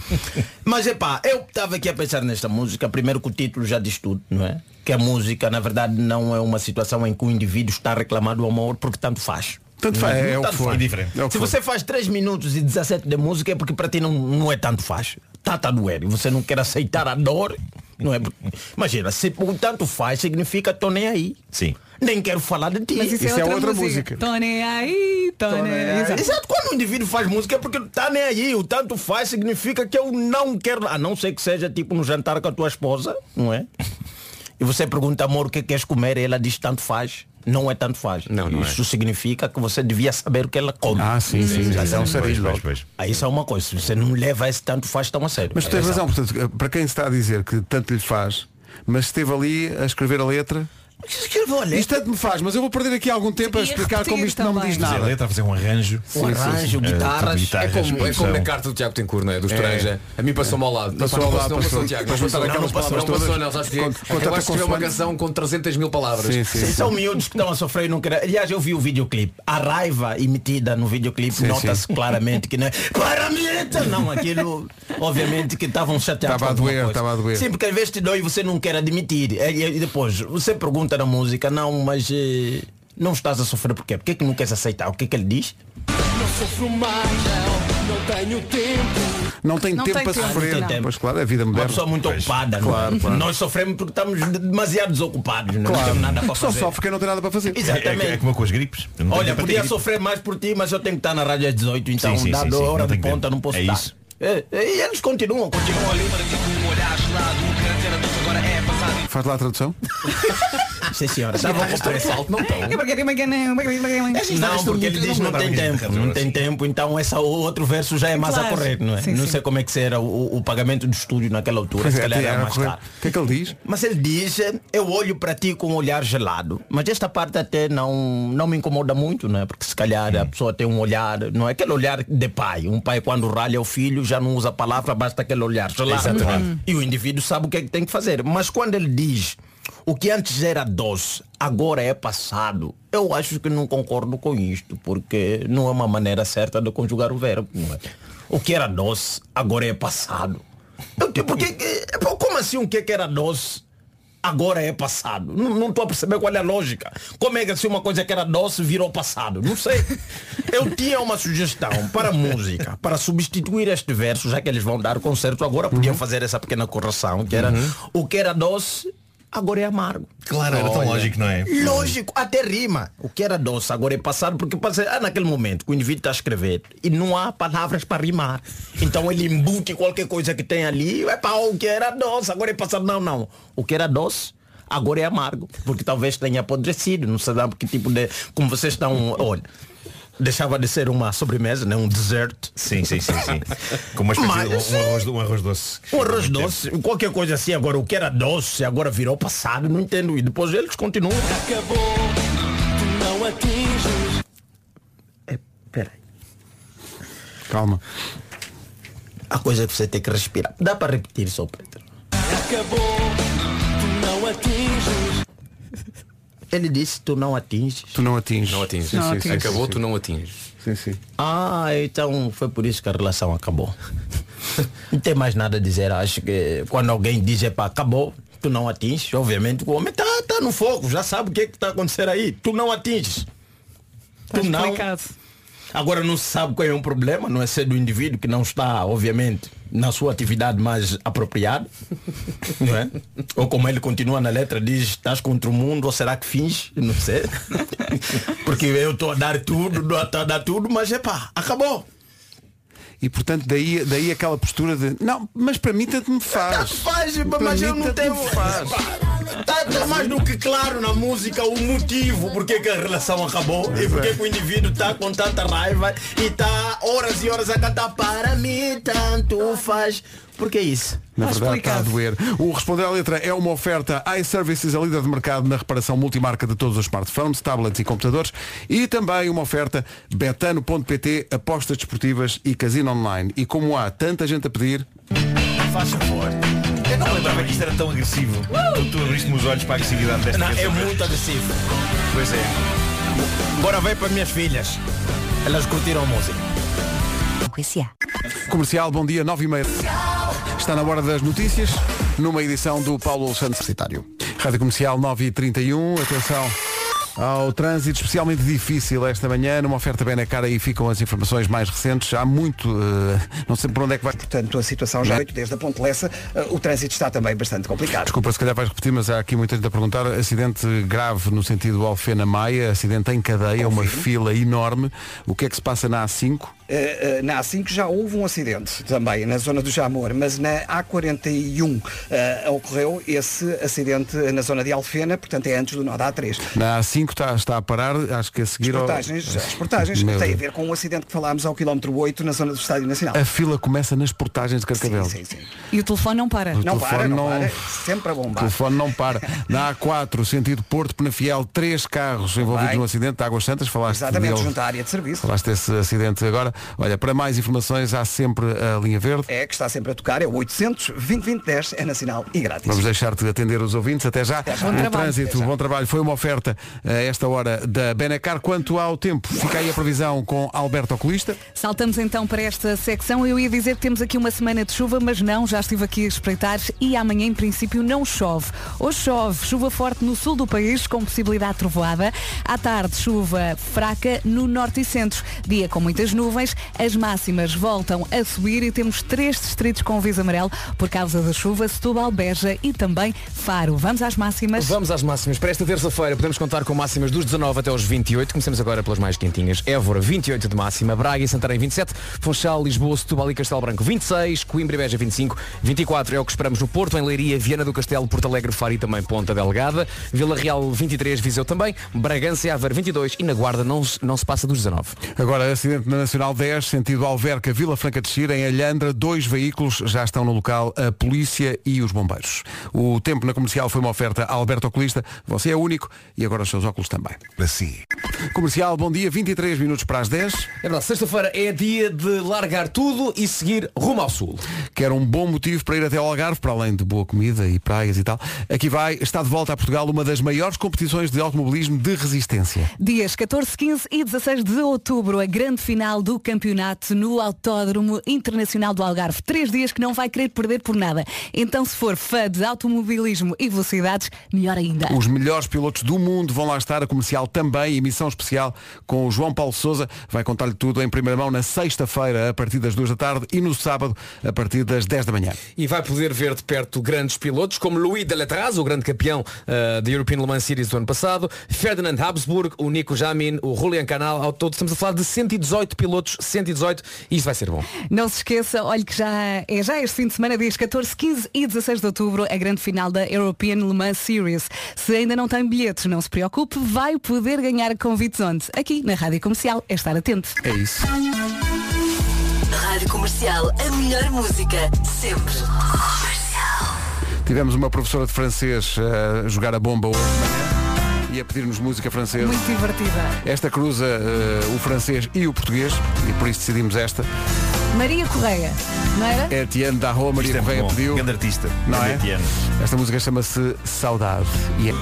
[SPEAKER 17] Mas é pá, eu estava aqui a pensar nesta música. Primeiro que o título já diz tudo, não é? Que a música, na verdade, não é uma situação em que o indivíduo está a reclamar do amor porque tanto faz.
[SPEAKER 1] Tanto faz, é o que
[SPEAKER 17] Tanto
[SPEAKER 1] for.
[SPEAKER 17] faz.
[SPEAKER 1] Indiferente. É o que
[SPEAKER 17] Se
[SPEAKER 1] for.
[SPEAKER 17] você faz 3 minutos e 17 de música é porque para ti não, não é tanto faz. Tá a doer. E você não quer aceitar a dor. Não é? Porque- Imagina, se o tanto faz significa tô nem aí.
[SPEAKER 12] Sim.
[SPEAKER 17] Nem quero falar de ti.
[SPEAKER 2] Mas isso, é, outra, música. Tony aí, Tony.
[SPEAKER 17] Exato. Então, né? Exato, quando o indivíduo faz música é porque tá nem aí. O tanto faz significa que eu não quero. A não ser que seja tipo no jantar com a tua esposa, não é? E você pergunta, amor, o que queres comer? E ela diz tanto faz. Não é tanto faz.
[SPEAKER 9] não é.
[SPEAKER 17] Isso significa que você devia saber o que ela come. Ah,
[SPEAKER 1] sim, sim, É um sim, sim. Pois, pois, pois.
[SPEAKER 17] Aí isso é uma coisa. Se você não leva esse tanto faz tão a sério.
[SPEAKER 1] Mas tu tens razão, portanto, para quem está a dizer que tanto lhe faz, mas esteve ali a escrever a letra. Isto tanto me faz, mas eu vou perder aqui algum tempo a
[SPEAKER 17] E a
[SPEAKER 1] explicar
[SPEAKER 17] repetir
[SPEAKER 1] como isto não me
[SPEAKER 17] também.
[SPEAKER 1] diz
[SPEAKER 12] Fazer a
[SPEAKER 1] nada.
[SPEAKER 12] letra, fazer um arranjo.
[SPEAKER 1] Um arranjo,
[SPEAKER 12] Eh, tudo,
[SPEAKER 1] guitarras.
[SPEAKER 9] É
[SPEAKER 12] guitarras,
[SPEAKER 9] como, é como
[SPEAKER 12] produção.
[SPEAKER 9] na carta do Tiago Tencourt, não é? Do
[SPEAKER 12] É.
[SPEAKER 9] Estranha. A mim passou-me ao lado.
[SPEAKER 12] Passou ao lado,
[SPEAKER 9] não passou,
[SPEAKER 12] passou.
[SPEAKER 9] o Tiago.
[SPEAKER 12] Depois
[SPEAKER 9] Não
[SPEAKER 12] passou
[SPEAKER 9] passou,
[SPEAKER 12] aquelas
[SPEAKER 9] não
[SPEAKER 12] palavras
[SPEAKER 9] passou,
[SPEAKER 12] todas.
[SPEAKER 9] não, sabes que
[SPEAKER 12] Com- com
[SPEAKER 9] Eu
[SPEAKER 12] tanta
[SPEAKER 9] acho que escreveu uma
[SPEAKER 12] consoante.
[SPEAKER 9] canção com 300 mil palavras.
[SPEAKER 17] Sim, São miúdos que estão a sofrer e não querem. Aliás, eu vi o videoclipe. A raiva emitida no videoclipe
[SPEAKER 9] Sim,
[SPEAKER 17] nota-se
[SPEAKER 9] sim.
[SPEAKER 17] claramente que não é. Para a minha- Não, aquilo, obviamente que estavam chateados.
[SPEAKER 1] Estava a
[SPEAKER 17] com alguma
[SPEAKER 1] doer,
[SPEAKER 17] coisa.
[SPEAKER 1] estava a doer.
[SPEAKER 17] Sim, porque às vezes te dói e você não quer admitir. E, e- e depois, você pergunta na música, não, mas eh, não estás a sofrer porquê? Porquê que não queres aceitar? O que é que ele diz?
[SPEAKER 3] Não sofro mais não, não tenho tempo
[SPEAKER 1] Não tem
[SPEAKER 17] Não
[SPEAKER 1] tempo
[SPEAKER 17] tem
[SPEAKER 1] para
[SPEAKER 17] tempo.
[SPEAKER 1] sofrer.
[SPEAKER 17] Não tem tempo.
[SPEAKER 1] Pois claro, é a vida
[SPEAKER 17] Uma
[SPEAKER 1] moderna.
[SPEAKER 17] pessoa muito ocupada.
[SPEAKER 1] Claro,
[SPEAKER 17] não é?
[SPEAKER 1] claro.
[SPEAKER 17] Nós sofremos porque estamos demasiado desocupados. Não
[SPEAKER 1] Claro.
[SPEAKER 17] temos nada para
[SPEAKER 1] Só
[SPEAKER 17] fazer.
[SPEAKER 1] sofre quem não tem nada para fazer.
[SPEAKER 17] Exatamente.
[SPEAKER 12] É, é como com as gripes. Eu não tenho
[SPEAKER 17] Olha,
[SPEAKER 12] tempo para
[SPEAKER 17] podia
[SPEAKER 12] ter gripe.
[SPEAKER 17] sofrer mais por ti, mas eu tenho que estar na rádio às 18, então
[SPEAKER 12] Sim, sim,
[SPEAKER 17] dá
[SPEAKER 12] sim,
[SPEAKER 17] da
[SPEAKER 12] sim,
[SPEAKER 17] hora
[SPEAKER 12] não
[SPEAKER 17] de
[SPEAKER 12] tenho
[SPEAKER 17] ponta,
[SPEAKER 12] tempo.
[SPEAKER 17] não posso
[SPEAKER 12] É
[SPEAKER 17] dar.
[SPEAKER 12] isso.
[SPEAKER 17] É, é, e eles continuam, continuam ali.
[SPEAKER 1] Faz lá a tradução.
[SPEAKER 17] é- Sim, senhora.
[SPEAKER 2] Estavam
[SPEAKER 17] Guitarras
[SPEAKER 2] com preço
[SPEAKER 17] estão-
[SPEAKER 2] alto, não estão? Eu porque
[SPEAKER 1] É assim,
[SPEAKER 17] Não, porque ele diz que não tem tempo, não tem tempo, então esse outro verso já é mais
[SPEAKER 2] Claro.
[SPEAKER 17] a correr, não é?
[SPEAKER 2] Sim,
[SPEAKER 17] não
[SPEAKER 2] sim.
[SPEAKER 17] sei como é que era o, o pagamento do estúdio naquela altura,
[SPEAKER 1] Pois
[SPEAKER 17] se
[SPEAKER 1] é,
[SPEAKER 17] calhar
[SPEAKER 1] era
[SPEAKER 17] era mais
[SPEAKER 1] correr.
[SPEAKER 17] caro.
[SPEAKER 1] O que é que ele diz?
[SPEAKER 17] Mas ele diz, eu olho para ti com um olhar gelado. Mas esta parte até não, não me incomoda muito, né? Porque se calhar a pessoa tem um olhar, não é aquele olhar de pai. Um pai quando ralha o filho já não usa a palavra, basta aquele olhar gelado.
[SPEAKER 10] Exatamente.
[SPEAKER 17] Uhum. E o indivíduo sabe o que é que tem que fazer. Mas quando ele diz, o que antes era doce, agora é passado. Eu acho que não concordo com isto, porque não é uma maneira certa de conjugar o verbo. não é? O que era doce, agora é passado. Eu, tipo, que, que- pô, como assim o que, que era doce? Agora é passado. Não estou a perceber qual é a lógica. Como é que assim uma coisa que era doce virou passado? Não sei. Eu tinha uma sugestão para a música, para substituir este verso, já que eles vão dar concerto agora, podiam fazer essa pequena correção, que era
[SPEAKER 12] Uhum.
[SPEAKER 17] o que era doce, agora é amargo.
[SPEAKER 12] Claro, era tão lógico, não é?
[SPEAKER 17] Lógico, até rima. O que era doce agora é passado, porque passa, ah, naquele momento que o indivíduo está a escrever e não há palavras para rimar. Então ele embute qualquer coisa que tem ali. É pá, o que era doce agora é passado. Não, não. O que era doce agora é amargo, porque talvez tenha apodrecido. Não sei lá que tipo de... Como vocês estão... Olha, deixava de ser uma sobremesa, né? um dessert.
[SPEAKER 12] Sim, sim, sim, sim. Com uma espécie de- um arroz, um arroz doce.
[SPEAKER 17] um arroz doce, qualquer coisa assim agora, o que era doce agora virou passado, não entendo. E depois eles continuam.
[SPEAKER 3] Acabou, tu não atinges.
[SPEAKER 1] Calma.
[SPEAKER 17] Há coisa que você tem que respirar. Dá para repetir só, Pedro.
[SPEAKER 3] Acabou, tu não atinges.
[SPEAKER 17] Ele disse tu não atinges.
[SPEAKER 1] Tu não atinges.
[SPEAKER 10] Não atinges.
[SPEAKER 17] Não atinges.
[SPEAKER 10] Acabou,
[SPEAKER 17] Sim,
[SPEAKER 10] tu não atinges.
[SPEAKER 1] Sim, sim.
[SPEAKER 17] Ah, então foi por isso que a relação acabou. não tem mais nada a dizer. Acho que quando alguém diz é para acabou, tu não atinges, obviamente o homem tá, tá no fogo, já sabe o que é que tá acontecendo aí. Tu não atinges. tu não. Agora não se sabe qual é o problema, não é ser do indivíduo que não está, obviamente, na sua atividade mais apropriada. não é? Ou como ele continua na letra, diz, estás contra o mundo, ou será que finge? Não sei. Porque eu estou a dar tudo, estou a dar tudo, mas é pá, acabou.
[SPEAKER 1] E portanto daí, daí aquela postura de não, mas para mim tanto me faz.
[SPEAKER 17] Tá Faz,
[SPEAKER 1] Para
[SPEAKER 17] mas
[SPEAKER 1] mim,
[SPEAKER 17] eu não
[SPEAKER 1] tanto
[SPEAKER 17] tenho.
[SPEAKER 1] me faz.
[SPEAKER 17] Tá, tá mais do que claro na música o motivo porque que a relação acabou e porque que o indivíduo está com tanta raiva e está horas e horas a cantar para mim tanto faz. Porque é isso.
[SPEAKER 1] Na verdade está a doer. O Responder à Letra é uma oferta iServices, a líder de mercado na reparação multimarca de todos os smartphones, tablets e computadores. E também uma oferta betano.pt, apostas desportivas e casino online. E como há tanta gente a pedir...
[SPEAKER 17] Faz favor.
[SPEAKER 12] Eu não lembrava que isto era tão agressivo. Tu, tu abriste-me os olhos para a agressividade desta
[SPEAKER 17] Não,
[SPEAKER 12] canção.
[SPEAKER 17] é muito agressivo.
[SPEAKER 12] Pois é.
[SPEAKER 17] Agora vem para minhas filhas. Elas curtiram a música.
[SPEAKER 1] Comercial, bom dia, 9 e meia. Está na hora das notícias, numa edição do Paulo Alexandre Citário. Rádio Comercial 9 e 31, atenção ao trânsito especialmente difícil esta manhã, numa oferta bem na cara e ficam as informações mais recentes. Há muito, eh, não sei por onde é que vai.
[SPEAKER 4] Portanto, a situação já é que desde a Ponte Lessa, eh, o trânsito está também bastante complicado.
[SPEAKER 1] Desculpa, se calhar vais repetir, mas há aqui muita gente a perguntar. Acidente grave no sentido Alfena Maia, acidente em cadeia, uma fila enorme. O que é que se passa na A5?
[SPEAKER 4] Eh, eh, na A5 já houve um acidente também na zona do Jamor, mas na A41 eh, ocorreu esse acidente na zona de Alfena, portanto é antes do nó da A3.
[SPEAKER 1] Na A5 está, está a parar, acho que a seguir. ao-
[SPEAKER 4] Portagens, as portagens
[SPEAKER 1] Meu
[SPEAKER 4] têm a
[SPEAKER 1] Deus.
[SPEAKER 4] ver com um acidente que falámos ao quilómetro 8 na zona do Estádio Nacional.
[SPEAKER 1] A fila começa nas portagens de Carcavelos.
[SPEAKER 2] E o telefone não para.
[SPEAKER 1] O telefone não-
[SPEAKER 4] sempre a
[SPEAKER 1] O
[SPEAKER 4] bombar.
[SPEAKER 1] telefone não para. Na A4, sentido Porto Penafiel, três carros envolvidos num acidente de Águas Santas. Falaste
[SPEAKER 4] Exatamente,
[SPEAKER 1] dele.
[SPEAKER 4] junto à área de serviço.
[SPEAKER 1] Falaste desse acidente agora. Olha, para mais informações há sempre a linha verde.
[SPEAKER 4] É que está sempre a tocar, é o 800 2010 é nacional e grátis.
[SPEAKER 1] Vamos deixar-te atender os ouvintes. Até já.
[SPEAKER 4] Até já.
[SPEAKER 1] o
[SPEAKER 4] Bom trabalho.
[SPEAKER 1] trânsito,
[SPEAKER 4] Até já.
[SPEAKER 1] bom trabalho. Foi uma oferta eh, a esta hora da Benacar. Quanto ao tempo, fica aí a previsão com Alberto Oculista.
[SPEAKER 2] Saltamos então para esta secção. Eu ia dizer que temos aqui uma semana de chuva, mas não, já estive aqui a espreitar e amanhã em princípio não chove. Hoje chove, chuva forte no sul do país, com possibilidade de trovoada. À tarde, chuva fraca no norte e centro. Dia com muitas nuvens Depois as máximas voltam a subir e temos três distritos com viso amarelo por causa da chuva, Setúbal, Beja e também Faro. Vamos às máximas.
[SPEAKER 9] Vamos às máximas. Para esta terça-feira podemos contar com máximas dos 19 até aos 28. Começamos agora pelas mais quentinhas. Évora, 28 de máxima. Braga e Santarém, 27. Funchal, Lisboa, Setúbal e Castelo Branco, 26. Coimbra e Beja, 25. 24 é o que esperamos no Porto, em Leiria, Viana do Castelo, Porto Alegre, Faro e também Ponta Delgada. Vila Real, 23. Viseu também. Bragança e Aveiro, 22. E na Guarda não, se- não se passa dos 19.
[SPEAKER 1] Agora, acidente na Nacional 10, sentido Alverca, Vila Franca de Xira, em Alhandra, dois veículos já estão no local, a polícia e os bombeiros. O tempo na comercial foi uma oferta a Alberto Oculista, você é único e agora os seus óculos também. Para si. Comercial, bom dia, 23 minutos para as 10.
[SPEAKER 9] É verdade, sexta-feira é dia de largar tudo e seguir rumo ao sul.
[SPEAKER 1] que era um bom motivo para ir até ao Algarve, para além de boa comida e praias e tal. Aqui vai, está de volta a Portugal uma das maiores competições de automobilismo de resistência.
[SPEAKER 2] Dias 14, 15 e 16 de outubro, a grande final do campeonato no Autódromo Internacional do Algarve. Três dias que não vai querer perder por nada. Então, se for fã de automobilismo e velocidades, melhor ainda.
[SPEAKER 1] Os melhores pilotos do mundo vão lá estar, a comercial também, emissão especial com o João Paulo Souza. Vai contar-lhe tudo em primeira mão na sexta-feira, a partir das duas da tarde, e no sábado, a partir das 10 da manhã.
[SPEAKER 9] E vai poder ver de perto grandes pilotos como Louis Deletraz, o grande campeão eh, da European Le Mans Series do ano passado, Ferdinand Habsburg, o Nico Jamin, o Julian Canal, ao todo estamos a falar de 118 pilotos, 118, e isso vai ser bom.
[SPEAKER 2] Não se esqueça, olhe que já é já este fim de semana, dias 14, 15 e 16 de outubro, a grande final da European Le Mans Series. Se ainda não tem bilhetes, não se preocupe, vai poder ganhar convites onde? Aqui, na Rádio Comercial, é estar atento.
[SPEAKER 1] É isso.
[SPEAKER 3] Rádio Comercial, a melhor música, sempre.
[SPEAKER 1] Tivemos uma professora de francês eh, a jogar a bomba hoje de manhã e a pedir-nos música francesa.
[SPEAKER 2] Muito divertida.
[SPEAKER 1] Esta cruza eh, o francês e o português, e por isso decidimos esta.
[SPEAKER 2] Maria Correia, não era?
[SPEAKER 1] Etienne da Roma, Maria
[SPEAKER 12] é muito
[SPEAKER 1] Correia
[SPEAKER 12] bom.
[SPEAKER 1] pediu.
[SPEAKER 12] Grande artista.
[SPEAKER 1] Não
[SPEAKER 12] Grande
[SPEAKER 1] é?
[SPEAKER 12] Etienne.
[SPEAKER 1] Esta música chama-se Saudade. E é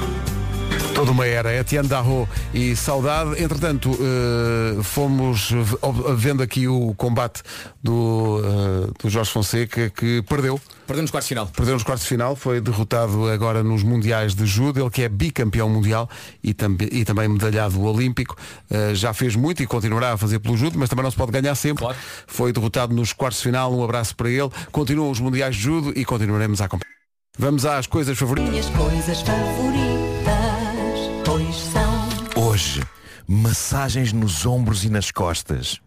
[SPEAKER 1] toda uma era. Etienne Darro e Saudade. Entretanto, eh, fomos v- ob- vendo aqui o combate do, eh, do Jorge Fonseca que perdeu.
[SPEAKER 9] Perdeu nos quartos de final.
[SPEAKER 1] Perdeu nos quartos de final, foi derrotado agora nos Mundiais de Judo, ele que é bicampeão mundial e, tambe- e também medalhado olímpico, Eh, já fez muito e continuará a fazer pelo Judo, mas também não se pode ganhar sempre. Foi derrotado nos quartos de final, um abraço para ele. Continuam os Mundiais de Judo e continuaremos a acompanhar. Vamos às coisas favoritas.
[SPEAKER 3] Minhas coisas favoritas, pois são.
[SPEAKER 12] Hoje, massagens nos ombros e nas costas.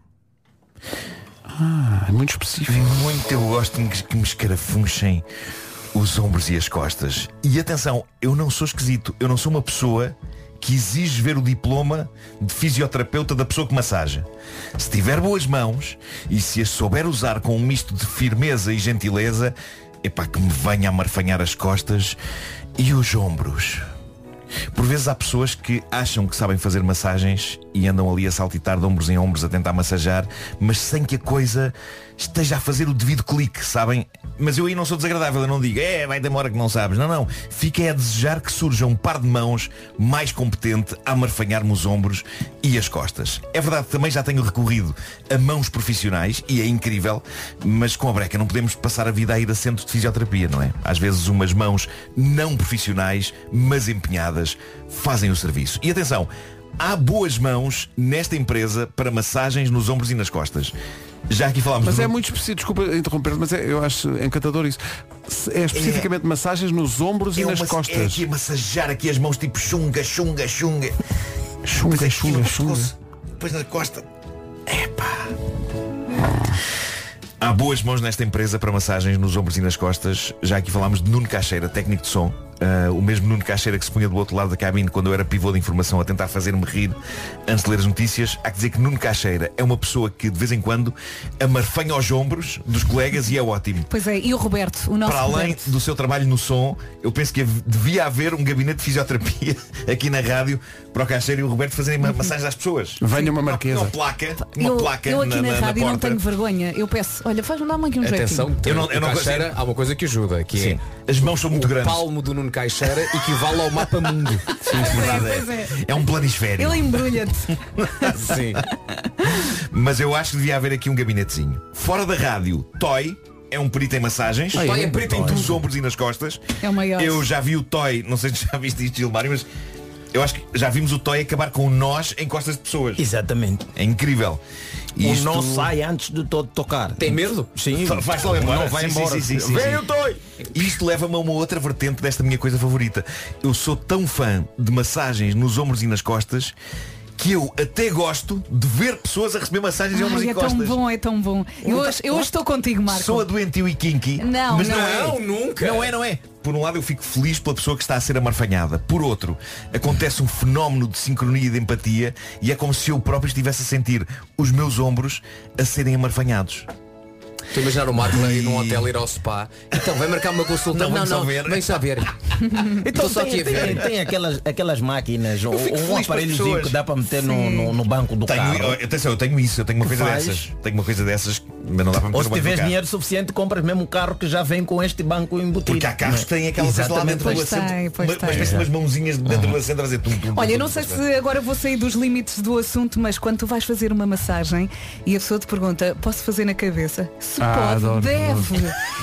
[SPEAKER 1] Ah, é muito específico.
[SPEAKER 12] Muito eu gosto que me- que me escarafunchem os ombros e as costas. E atenção, eu não sou esquisito, eu não sou uma pessoa que exige ver o diploma de fisioterapeuta da pessoa que massaja. Se tiver boas mãos e se as souber usar com um misto de firmeza e gentileza, epá, que me venha a marfanhar as costas e os ombros. Por vezes há pessoas que acham que sabem fazer massagens e andam ali a saltitar de ombros em ombros a tentar massajar, mas sem que a coisa esteja a fazer o devido clique, sabem? Mas eu aí não sou desagradável, eu não digo, é, vai demora que não sabes. Não, não. Fiquei a desejar que surja um par de mãos mais competente a marfanhar-me os ombros e as costas. É verdade, também já tenho recorrido a mãos profissionais e é incrível, mas com a breca não podemos passar a vida a ir a centros de fisioterapia, não é? Às vezes umas mãos não profissionais, mas empenhadas, fazem o serviço. E atenção, há boas mãos nesta empresa para massagens nos ombros e nas costas. Já aqui falámos
[SPEAKER 1] Mas
[SPEAKER 12] do-
[SPEAKER 1] é muito específico, desculpa interromper, mas é- eu acho encantador isso. Se- É especificamente massagens nos ombros e
[SPEAKER 12] É
[SPEAKER 1] nas
[SPEAKER 12] uma- É
[SPEAKER 1] costas.
[SPEAKER 12] aqui a massajar aqui as mãos tipo chunga, chunga, chunga.
[SPEAKER 1] é
[SPEAKER 12] Chunga, chunga, chunga. Depois na costa. Há boas mãos nesta empresa para massagens nos ombros e nas costas. Já aqui falámos de Nuno Caixeira, técnico de som. Ah, o mesmo Nuno Caixeira que se punha do outro lado da cabine quando eu era pivô de informação a tentar fazer-me rir antes de ler as notícias. Há que dizer que Nuno Caixeira é uma pessoa que de vez em quando amarfanha os ombros dos colegas e é ótimo.
[SPEAKER 2] Pois é, e o Roberto, o nosso
[SPEAKER 12] Para além
[SPEAKER 2] Roberto.
[SPEAKER 12] do seu trabalho no som, eu penso que hav- devia haver um gabinete de fisioterapia aqui na rádio para o Caixeira e o Roberto fazerem
[SPEAKER 2] Uhum.
[SPEAKER 12] ma- massagens às pessoas.
[SPEAKER 1] Venha uma
[SPEAKER 12] marquesa. Uma, placa, uma
[SPEAKER 2] Eu,
[SPEAKER 12] placa
[SPEAKER 2] eu aqui na,
[SPEAKER 12] na,
[SPEAKER 2] rádio não
[SPEAKER 12] porta.
[SPEAKER 2] tenho vergonha. Eu peço, olha, faz-me dar-me aqui um
[SPEAKER 9] Atenção,
[SPEAKER 2] jeitinho.
[SPEAKER 9] eu não, eu não Caixeira, há uma coisa que ajuda, que
[SPEAKER 12] Sim.
[SPEAKER 9] é
[SPEAKER 12] as mãos são muito
[SPEAKER 9] o
[SPEAKER 12] grandes.
[SPEAKER 9] palmo do Nuno Caixeira equivale ao mapa mundo.
[SPEAKER 12] Sim, sim, verdade é.
[SPEAKER 2] Pois é.
[SPEAKER 12] É um planisfério.
[SPEAKER 2] Ele embrulha-te.
[SPEAKER 12] Sim. Mas eu acho que devia haver aqui um gabinetezinho. Fora da rádio, Toy é um perito em massagens.
[SPEAKER 2] Ah, é?
[SPEAKER 12] Toy é perito em
[SPEAKER 2] Toy.
[SPEAKER 12] dos ombros e nas costas.
[SPEAKER 2] É o maior.
[SPEAKER 12] Eu já vi o Toy, não sei se já viste isto, Gilmário, mas eu acho que já vimos o Toy acabar com nós em costas de pessoas. Exatamente. É incrível.
[SPEAKER 17] O
[SPEAKER 12] Isto-
[SPEAKER 17] não sai antes de todo tocar.
[SPEAKER 12] Tem medo?
[SPEAKER 17] Sim.
[SPEAKER 12] Fa- Faz-te logo embora.
[SPEAKER 17] Não vai
[SPEAKER 12] Sim,
[SPEAKER 17] embora.
[SPEAKER 12] Sim, sim, sim, sim,
[SPEAKER 17] Vem
[SPEAKER 12] sim.
[SPEAKER 17] o toy!
[SPEAKER 12] Isto leva-me a uma outra vertente desta minha coisa favorita. Eu sou tão fã de massagens nos ombros e nas costas que eu até gosto de ver pessoas a receber massagens em ombros
[SPEAKER 2] Ai,
[SPEAKER 12] e
[SPEAKER 2] é tão
[SPEAKER 12] costas.
[SPEAKER 2] bom, é tão bom. Eu hoje, eu hoje estou contigo, Marco.
[SPEAKER 12] Sou a doentio e kinky.
[SPEAKER 2] Não,
[SPEAKER 12] mas não,
[SPEAKER 2] não.
[SPEAKER 12] é.
[SPEAKER 2] Não, nunca.
[SPEAKER 12] Não é, não é. Por um lado eu fico feliz pela pessoa que está a ser amarfanhada. Por outro, acontece um fenómeno de sincronia e de empatia e é como se eu próprio estivesse a sentir os meus ombros a serem amarfanhados.
[SPEAKER 10] Estou a imaginar o Marco aí num hotel ir ao spa. Então, vai marcar uma consulta.
[SPEAKER 17] Não,
[SPEAKER 10] Não,
[SPEAKER 17] vamos
[SPEAKER 10] não,
[SPEAKER 17] só ver.
[SPEAKER 10] vem só ver.
[SPEAKER 17] Então
[SPEAKER 10] Estou só aqui
[SPEAKER 17] tem,
[SPEAKER 10] a
[SPEAKER 17] tem,
[SPEAKER 10] ver.
[SPEAKER 17] tem aquelas, aquelas máquinas ou
[SPEAKER 10] Eu fico
[SPEAKER 17] ou um
[SPEAKER 10] feliz para as
[SPEAKER 17] aparelhozinho
[SPEAKER 10] pessoas.
[SPEAKER 17] que dá para meter no, no, no banco do
[SPEAKER 12] Tenho,
[SPEAKER 17] carro.
[SPEAKER 12] eu- atenção, eu tenho isso, eu tenho uma
[SPEAKER 17] Que
[SPEAKER 12] coisa
[SPEAKER 17] faz?
[SPEAKER 12] dessas. Tenho uma coisa dessas, mas não dá para meter no banco
[SPEAKER 17] Ou se
[SPEAKER 12] do
[SPEAKER 17] tiveres
[SPEAKER 12] carro.
[SPEAKER 17] dinheiro suficiente, compras mesmo um carro que já vem com este banco embutido.
[SPEAKER 12] Porque há carros que têm aquela coisa lá dentro do assento. Mas parece umas mãozinhas dentro do assento a fazer tum, tum,
[SPEAKER 2] Olha,
[SPEAKER 12] tum,
[SPEAKER 2] eu não
[SPEAKER 12] tum,
[SPEAKER 2] sei
[SPEAKER 12] tum.
[SPEAKER 2] se agora vou sair dos limites do assunto, mas quando tu vais fazer uma massagem e a pessoa te pergunta, posso fazer na cabeça? Se
[SPEAKER 12] Ah,
[SPEAKER 2] pode,
[SPEAKER 12] adoro.
[SPEAKER 2] deve.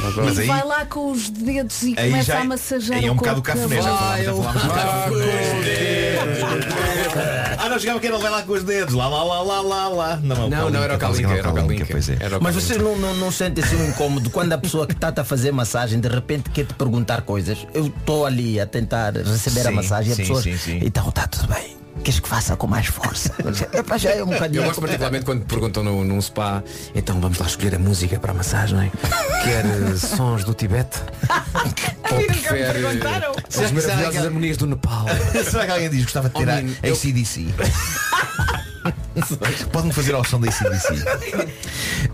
[SPEAKER 12] Adoro. Mas
[SPEAKER 2] E
[SPEAKER 12] aí-
[SPEAKER 2] vai lá com os dedos e
[SPEAKER 12] Aí
[SPEAKER 2] começa
[SPEAKER 12] já
[SPEAKER 2] a massageir.
[SPEAKER 12] aí é um bocado cafuné, já falámos- já falámos um bocado. Ah, não chegava que ele vai lá com os dedos. Lá, lá, lá, lá, lá, lá. Não,
[SPEAKER 17] Não, não, era o Kalinka, era o
[SPEAKER 12] Calinca. Pois é.
[SPEAKER 17] Mas vocês não, não, não sentem assim um incómodo quando a pessoa que está a fazer massagem de repente quer te perguntar coisas. Eu estou ali a tentar receber
[SPEAKER 12] Sim,
[SPEAKER 17] a massagem e a
[SPEAKER 12] sim,
[SPEAKER 17] pessoa.
[SPEAKER 12] sim, sim.
[SPEAKER 17] Então está tudo bem. Queres que faça com mais força? Epá, já é um bocadinho.
[SPEAKER 10] Eu gosto particularmente quando perguntam num, num spa, então vamos lá escolher a música para a massagem. é?" Quer eh, sons do Tibete? Ou prefere
[SPEAKER 12] Será
[SPEAKER 10] As
[SPEAKER 12] que- será
[SPEAKER 10] maravilhosas
[SPEAKER 12] que-
[SPEAKER 10] harmonias do Nepal.
[SPEAKER 12] Será que alguém diz que gostava de ter
[SPEAKER 10] Oh,
[SPEAKER 12] a
[SPEAKER 10] menino, eu-
[SPEAKER 12] ACDC? Pode-me fazer a opção da ACDC.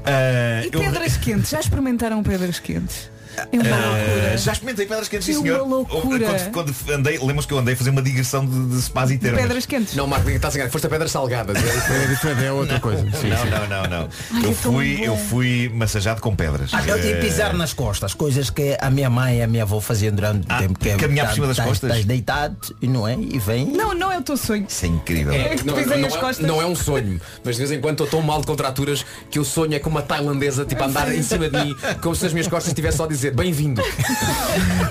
[SPEAKER 12] Ah,
[SPEAKER 2] E pedras quentes? Já experimentaram pedras quentes? É uma
[SPEAKER 12] Uh,
[SPEAKER 2] loucura.
[SPEAKER 12] já experimentei pedras quentes, sim,
[SPEAKER 2] É uma
[SPEAKER 12] senhor.
[SPEAKER 2] loucura.
[SPEAKER 12] Quando, quando andei, lembras que eu andei a fazer uma digressão de, de spas e termas.
[SPEAKER 2] Pedras quentes.
[SPEAKER 10] Não, Marco, estás a enganar. Foste a pedras salgadas. É
[SPEAKER 1] diferente, é outra coisa.
[SPEAKER 12] não, não, não, não.
[SPEAKER 17] Ai,
[SPEAKER 12] eu,
[SPEAKER 17] é tão
[SPEAKER 12] fui,
[SPEAKER 17] bom.
[SPEAKER 12] eu fui massageado com pedras. Eh,
[SPEAKER 17] Ah, eu- E pisar nas costas, coisas que a minha mãe e a minha avó faziam durante o tempo. Que é
[SPEAKER 12] caminhar por cima das
[SPEAKER 17] tás-
[SPEAKER 12] costas?
[SPEAKER 17] Estás deitado e não é? E vem.
[SPEAKER 2] Não, não é o teu sonho.
[SPEAKER 12] Isso é incrível.
[SPEAKER 2] É que te
[SPEAKER 10] não,
[SPEAKER 2] pisem
[SPEAKER 10] não
[SPEAKER 2] as
[SPEAKER 10] é-
[SPEAKER 2] costas.
[SPEAKER 10] não é um sonho, mas de vez em quando estou tão mal de contraturas que o sonho é com uma tailandesa
[SPEAKER 2] É
[SPEAKER 10] tipo a andar em cima de mim como se as minhas costas estivessem só a dizer bem-vindo.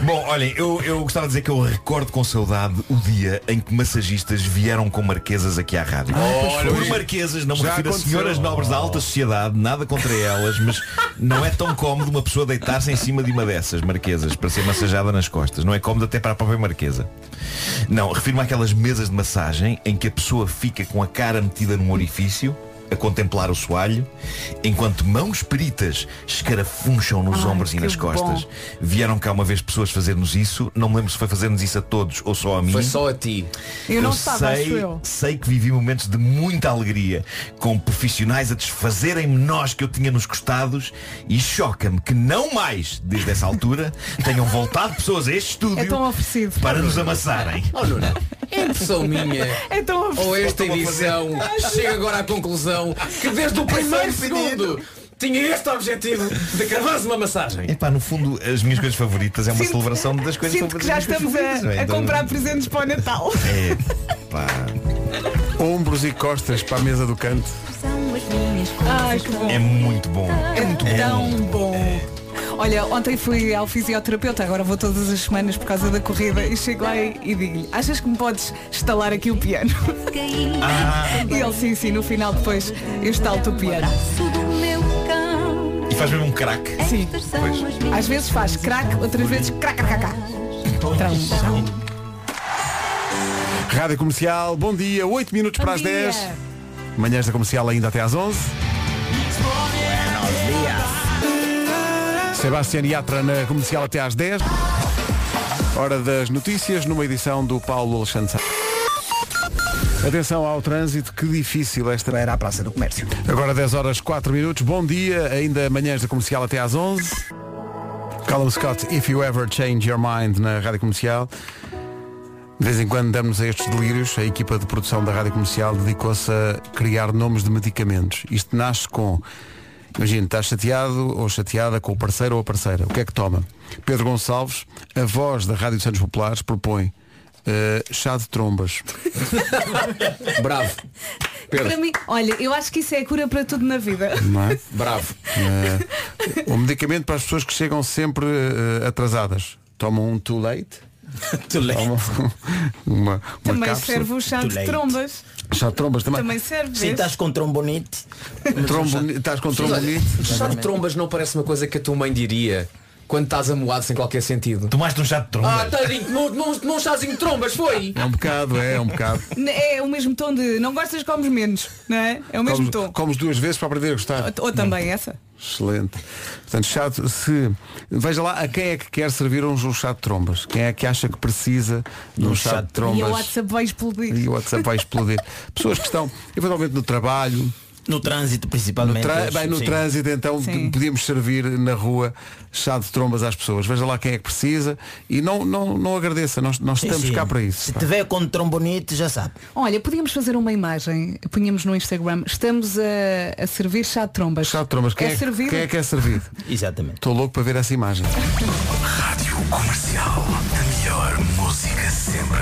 [SPEAKER 12] Bom, olhem, eu, eu gostava de dizer que eu recordo com saudade o dia em que massagistas vieram com marquesas aqui à rádio.
[SPEAKER 15] Ah, pois foi.
[SPEAKER 12] Por marquesas, não me
[SPEAKER 15] Já
[SPEAKER 12] refiro a
[SPEAKER 15] aconteceu.
[SPEAKER 12] senhoras nobres da alta sociedade, nada contra elas, mas não é tão cómodo uma pessoa deitar-se em cima de uma dessas marquesas para ser massageada nas costas. Não é cómodo até para a própria marquesa. Não, refiro-me àquelas mesas de massagem em que a pessoa fica com a cara metida num orifício a contemplar o soalho, enquanto mãos peritas escarafuncham nos
[SPEAKER 15] Ai,
[SPEAKER 12] ombros e
[SPEAKER 15] que
[SPEAKER 12] nas costas.
[SPEAKER 15] bom.
[SPEAKER 12] Vieram cá uma vez pessoas fazer-nos isso. Não me lembro se foi fazer-nos isso a todos ou só a mim.
[SPEAKER 10] Foi só a ti.
[SPEAKER 12] Eu, sei, sei que vivi momentos de muita alegria com profissionais a desfazerem-me nós que eu tinha nos costados e choca-me que não mais, desde essa altura, tenham voltado pessoas a este
[SPEAKER 2] É
[SPEAKER 12] estúdio
[SPEAKER 2] tão oferecido.
[SPEAKER 12] para nos amassarem.
[SPEAKER 10] Oh, Nuno, é impressão minha.
[SPEAKER 2] É tão oferecido.
[SPEAKER 10] Ou esta
[SPEAKER 12] Estou a fazer.
[SPEAKER 10] edição chega agora à conclusão que desde
[SPEAKER 2] É
[SPEAKER 10] o primeiro segundo tinha este objetivo de cravar-se uma massagem.
[SPEAKER 12] Epá, no fundo, as minhas coisas favoritas é uma
[SPEAKER 2] Sinto-
[SPEAKER 12] celebração das coisas
[SPEAKER 2] Sinto que
[SPEAKER 12] favoritas.
[SPEAKER 2] já estamos a, a
[SPEAKER 12] Então-
[SPEAKER 2] comprar presentes para o Natal.
[SPEAKER 12] É, pá.
[SPEAKER 1] Ombros e costas para a mesa do canto.
[SPEAKER 2] Ai, que bom.
[SPEAKER 12] É muito bom.
[SPEAKER 2] É muito tão bom. Olha, ontem fui ao fisioterapeuta, agora vou todas as semanas por causa da corrida e chego lá e, e digo-lhe, achas que me podes instalar aqui o piano?
[SPEAKER 12] Ah.
[SPEAKER 2] E ele sim, sim, no final depois eu instalo-te o piano.
[SPEAKER 12] E faz mesmo um crack.
[SPEAKER 2] Sim. Às vezes faz crack, outras vezes cracacacá. Trão.
[SPEAKER 1] Rádio Comercial, bom dia, 8 minutos para as 10. Manhãs da Comercial ainda até às 11. Sebastián Yatra na Comercial até às 10. Hora das notícias numa edição do Paulo Alexandre Sá. Atenção ao trânsito, que difícil esta
[SPEAKER 4] era a Praça do Comércio.
[SPEAKER 1] Agora 10 horas 4 minutos. Bom dia, ainda manhãs da Comercial até às 11. Callum Scott, If You Ever Change Your Mind na Rádio Comercial. De vez em quando damos a estes delírios, a equipa de produção da Rádio Comercial dedicou-se a criar nomes de medicamentos. Isto nasce com, imagina, estás chateado ou chateada com o parceiro ou a parceira. O que é que toma? Pedro Gonçalves, a voz da Rádio Santos Populares, propõe eh, chá de trombas.
[SPEAKER 10] Bravo. Pedro.
[SPEAKER 2] Para mim, olha, eu acho que isso é a cura para tudo na vida.
[SPEAKER 1] Não é?
[SPEAKER 10] Bravo.
[SPEAKER 1] Eh, o medicamento para as pessoas que chegam sempre eh, atrasadas. Tomam um too late. Too late. Uma, uma
[SPEAKER 2] Também
[SPEAKER 1] cápsula.
[SPEAKER 2] serve o chá de trombas.
[SPEAKER 1] Chá de trombas também.
[SPEAKER 2] Também serve.
[SPEAKER 16] Sim,
[SPEAKER 2] esse.
[SPEAKER 1] tá.
[SPEAKER 16] estás com trombonite.
[SPEAKER 1] Trombonite, estás com trombonite.
[SPEAKER 10] Chá de trombas não parece uma coisa que a tua mãe diria quando estás amoado sem qualquer sentido.
[SPEAKER 12] Tomaste um chá de trombas.
[SPEAKER 10] Ah, tadinho, tomou- tomou um- tomou um chazinho de trombas, foi?
[SPEAKER 1] É um bocado, é, é um bocado.
[SPEAKER 2] É o mesmo tom de não gostas, comes menos, não é? É o
[SPEAKER 1] Comes,
[SPEAKER 2] mesmo tom.
[SPEAKER 1] comes duas vezes para aprender a gostar.
[SPEAKER 2] Ou também essa.
[SPEAKER 1] Excelente. Portanto, chá de- se. Veja lá a quem é que quer servir um, um chá de trombas. Quem é que acha que precisa de um, chá, de trombas.
[SPEAKER 2] E o WhatsApp vai explodir.
[SPEAKER 1] E o WhatsApp vai explodir. Pessoas que estão, eventualmente, no trabalho.
[SPEAKER 16] No trânsito, principalmente.
[SPEAKER 1] No, tra-
[SPEAKER 16] eu acho,
[SPEAKER 1] bem, no
[SPEAKER 16] sim.
[SPEAKER 1] trânsito, então,
[SPEAKER 16] Sim.
[SPEAKER 1] podíamos servir na rua chá de trombas às pessoas. Veja lá quem é que precisa. E não, não, não agradeça, nós, nós
[SPEAKER 16] Sim,
[SPEAKER 1] estamos
[SPEAKER 16] sim.
[SPEAKER 1] cá para isso.
[SPEAKER 16] Se
[SPEAKER 1] pá.
[SPEAKER 16] tiver com trombonite, já sabe.
[SPEAKER 2] Olha, podíamos fazer uma imagem, punhamos no Instagram, estamos a, a servir chá de trombas. Chá de
[SPEAKER 1] Trombas, quem
[SPEAKER 2] é,
[SPEAKER 1] que-
[SPEAKER 2] servido?
[SPEAKER 1] quem é que é servido?
[SPEAKER 16] Exatamente.
[SPEAKER 1] Estou louco para ver essa imagem.
[SPEAKER 5] Rádio Comercial. A melhor música sempre.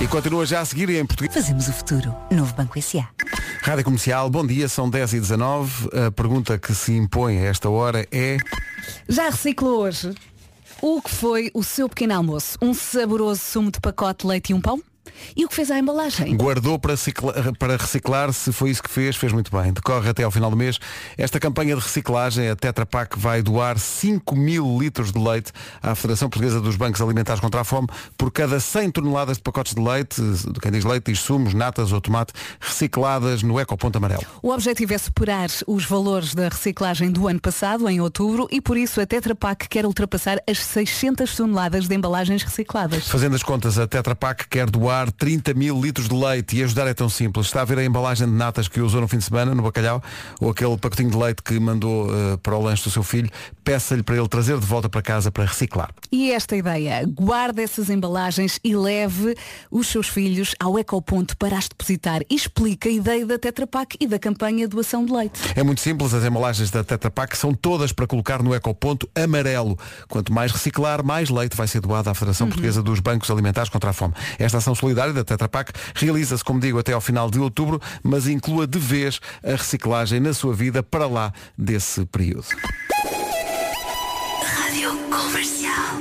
[SPEAKER 1] E continua já a seguir em português.
[SPEAKER 18] Fazemos o futuro. Novo Banco S.A.
[SPEAKER 1] Rádio Comercial, bom dia, são 10 e 19 A pergunta que se impõe a esta hora é.
[SPEAKER 2] Já reciclou hoje o que foi o seu pequeno almoço? Um saboroso sumo de pacote, leite e um pão? E o que fez à embalagem?
[SPEAKER 1] Guardou para, cicla- para reciclar, se foi isso que fez, fez muito bem. Decorre até ao final do mês. Esta campanha de reciclagem, a Tetra Pak vai doar 5 mil litros de leite à Federação Portuguesa dos Bancos Alimentares contra a Fome. Por cada 100 toneladas de pacotes de leite, quem diz leite diz sumos, natas ou tomate, recicladas no Ecoponto Amarelo.
[SPEAKER 2] O objetivo é superar os valores da reciclagem do ano passado, em outubro, e por isso a Tetra Pak quer ultrapassar as 600 toneladas de embalagens recicladas.
[SPEAKER 1] Fazendo as contas, a Tetra Pak quer doar 30 mil litros de leite e ajudar é tão simples. Está a ver a embalagem de natas que usou no fim de semana, no bacalhau, ou aquele pacotinho de leite que mandou eh, para o lanche do seu filho, peça-lhe para ele trazer de volta para casa para reciclar.
[SPEAKER 2] E esta ideia, guarde essas embalagens e leve os seus filhos ao Ecoponto para as depositar e explica a ideia da Tetra Pak e da campanha de doação de leite.
[SPEAKER 1] É muito simples, as embalagens da Tetra Pak são todas para colocar no ecoponto amarelo. Quanto mais reciclar, mais leite vai ser doado à Federação Portuguesa dos Bancos Alimentares contra a Fome. Esta ação solidária da Tetra Pak realiza-se, como digo, até ao final de outubro, mas inclua de vez a reciclagem na sua vida para lá desse período.
[SPEAKER 18] Rádio Comercial.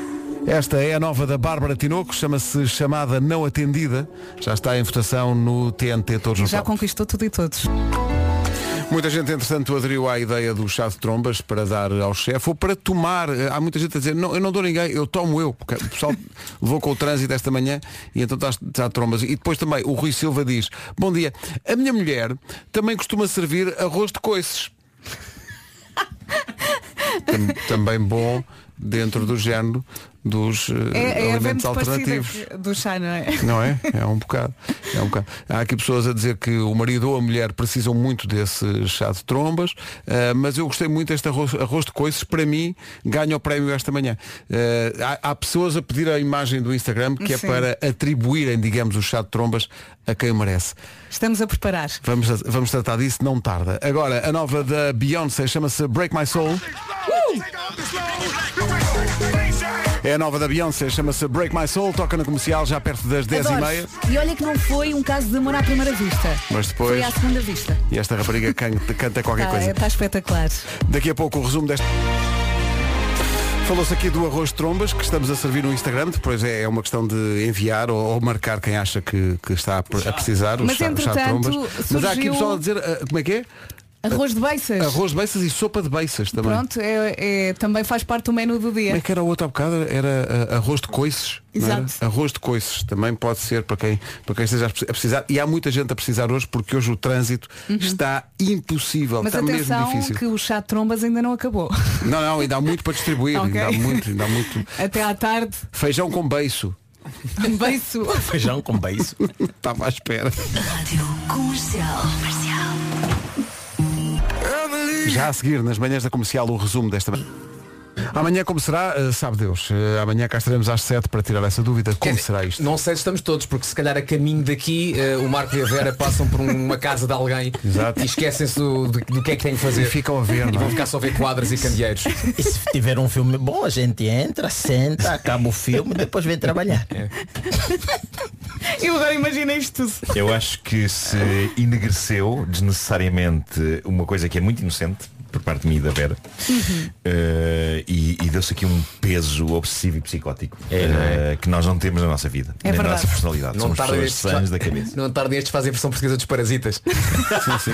[SPEAKER 1] Esta é a nova da Bárbara Tinoco, chama-se Chamada Não Atendida. Já está em votação no TNT Todos nos
[SPEAKER 2] Já conquistou tudo e todos.
[SPEAKER 1] Eh, Muita gente, entretanto, aderiu à ideia do chá de trombas para dar ao chefe ou para tomar. Eh, Há muita gente a dizer, não, eu não dou ninguém, eu tomo eu. Porque o pessoal levou com o trânsito esta manhã e então está está a trombas. E depois também o Rui Silva diz, bom dia, a minha mulher também costuma servir arroz de coices. Tam- também bom dentro do género dos eh,
[SPEAKER 2] É, é a
[SPEAKER 1] alimentos
[SPEAKER 2] venda parecida
[SPEAKER 1] alternativos.
[SPEAKER 2] que- do chá, não é?
[SPEAKER 1] Não é? É um bocado. É um bocado. Há aqui pessoas a dizer que o marido ou a mulher precisam muito desse chá de trombas, ah, mas eu gostei muito deste arroz, arroz de coices. Para mim, ganha o prémio esta manhã. Ah, há, há pessoas a pedir a imagem do Instagram que é
[SPEAKER 2] Sim.
[SPEAKER 1] para atribuírem, digamos, o chá de trombas a quem o merece.
[SPEAKER 2] Estamos a preparar.
[SPEAKER 1] Vamos, vamos tratar disso, não tarda. Agora, a nova da Beyoncé chama-se Break My Soul.
[SPEAKER 2] Uh!
[SPEAKER 1] É a nova da Beyoncé, chama-se Break My Soul, toca na comercial já perto das 10h30.
[SPEAKER 2] Adoro. E olha que não foi um caso de amor à primeira vista.
[SPEAKER 1] Mas depois-
[SPEAKER 2] Foi à segunda vista.
[SPEAKER 1] E esta rapariga can- canta qualquer
[SPEAKER 2] Está
[SPEAKER 1] coisa. Tá
[SPEAKER 2] tá espetacular.
[SPEAKER 1] Daqui a pouco o resumo desta. Falou-se aqui do arroz de trombas que estamos a servir no Instagram, depois é uma questão de enviar ou, ou marcar quem acha que, que está a, pre- a precisar, o
[SPEAKER 2] Mas,
[SPEAKER 1] chá, o chá de
[SPEAKER 2] entretanto,
[SPEAKER 1] trombas. Mas há aqui
[SPEAKER 2] surgiu-
[SPEAKER 1] pessoal a dizer, ah, como é que é?
[SPEAKER 2] Arroz de beiças.
[SPEAKER 1] Arroz de beiças e sopa de beiças também.
[SPEAKER 2] Pronto, é, é- também faz parte do menu do dia.
[SPEAKER 1] Como é que era o outro há bocado? Era ah, arroz de coices. não era?
[SPEAKER 2] Exato.
[SPEAKER 1] Arroz de coices também pode ser para quem, para quem esteja a pre- a precisar. E há muita gente a precisar hoje porque hoje o trânsito está impossível,
[SPEAKER 2] Uhum. Mas
[SPEAKER 1] está é? Tá mesmo
[SPEAKER 2] atenção
[SPEAKER 1] difícil.
[SPEAKER 2] que o chá de trombas ainda não acabou.
[SPEAKER 1] Não, não, ainda há muito para distribuir.
[SPEAKER 2] Ok.
[SPEAKER 1] Ainda há muito, ainda há muito.
[SPEAKER 2] Até à tarde,
[SPEAKER 1] Feijão com beiço.
[SPEAKER 2] um beijo.
[SPEAKER 1] Feijão com beiço? Estava à espera.
[SPEAKER 18] Rádio Comercial. Comercial.
[SPEAKER 1] Já a seguir, nas manhãs da comercial, o resumo desta manhã. Amanhã como será, eh, sabe Deus. Eh, Amanhã cá estaremos às 7 para tirar essa dúvida. Como será isto?
[SPEAKER 10] Não sei se estamos todos, porque se calhar a caminho daqui eh, o Marco e a Vera passam por um- uma casa de alguém
[SPEAKER 1] Exato.
[SPEAKER 10] e esquecem-se do, do- do que é que têm que fazer.
[SPEAKER 1] E ficam a ver,
[SPEAKER 10] E
[SPEAKER 1] não
[SPEAKER 10] vão
[SPEAKER 1] é?
[SPEAKER 10] ficar só a ver quadras e candeeiros.
[SPEAKER 16] E se tiver um filme bom, a gente entra, senta, acaba o filme e depois vem trabalhar.
[SPEAKER 2] Eu agora imaginei isto tudo.
[SPEAKER 12] Eu acho que se enegreceu desnecessariamente uma coisa que é muito inocente, por parte de mim e da Vera. Eh, e e deu-se aqui um peso obsessivo e psicótico eh, que nós não temos na nossa vida,
[SPEAKER 9] É
[SPEAKER 12] nem na
[SPEAKER 9] verdade.
[SPEAKER 12] nossa personalidade.
[SPEAKER 9] É, Não
[SPEAKER 12] Somos
[SPEAKER 9] tarda
[SPEAKER 12] pessoas
[SPEAKER 9] estes-
[SPEAKER 12] sãs da cabeça.
[SPEAKER 9] Não tardem estes fazem a versão portuguesa dos parasitas. sim, sim.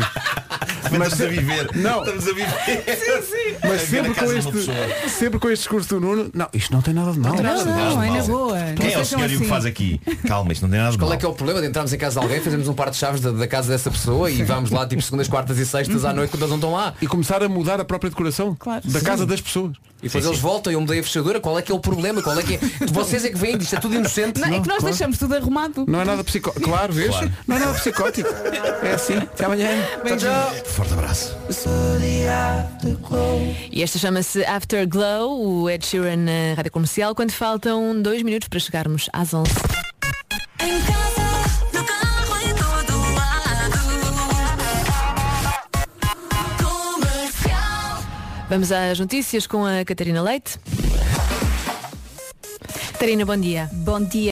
[SPEAKER 12] Mas estamos a viver.
[SPEAKER 1] Não.
[SPEAKER 12] Estamos a viver.
[SPEAKER 1] Sim,
[SPEAKER 12] sim.
[SPEAKER 1] Mas sempre com, este, sempre com este discurso do Nuno, não, isto não tem nada de mal.
[SPEAKER 9] Não tem nada de Não, mal. não, é na boa.
[SPEAKER 12] Quem é
[SPEAKER 9] Não
[SPEAKER 12] o
[SPEAKER 9] sejam
[SPEAKER 12] senhor e o que
[SPEAKER 9] assim.
[SPEAKER 12] faz aqui? Calma, isto não tem nada de
[SPEAKER 9] Qual é
[SPEAKER 12] mal.
[SPEAKER 9] que é o problema de entrarmos em casa de alguém, fazemos um par de chaves da, da casa dessa pessoa e vamos lá tipo segundas, quartas e sextas à noite quando eles não estão lá.
[SPEAKER 1] E começar a mudar a própria decoração da
[SPEAKER 9] Sim.
[SPEAKER 1] casa das pessoas.
[SPEAKER 9] E depois eles voltam e eu mudei a fechadura, qual é que é o problema? Qual é que é? Vocês é que vêm, isto é tudo inocente.
[SPEAKER 2] Não, é que nós deixamos tudo arrumado.
[SPEAKER 1] Não é nada psicótico. Claro, vês?
[SPEAKER 9] Claro.
[SPEAKER 1] Não é nada psicótico. É assim. Até amanhã.
[SPEAKER 9] Tchau, tchau.
[SPEAKER 12] Forte abraço.
[SPEAKER 19] E esta chama-se Afterglow, o Ed Sheeran na rádio comercial, quando faltam dois minutos para chegarmos às 11. Vamos às notícias com a Catarina Leite. Catarina, bom dia. Bom dia.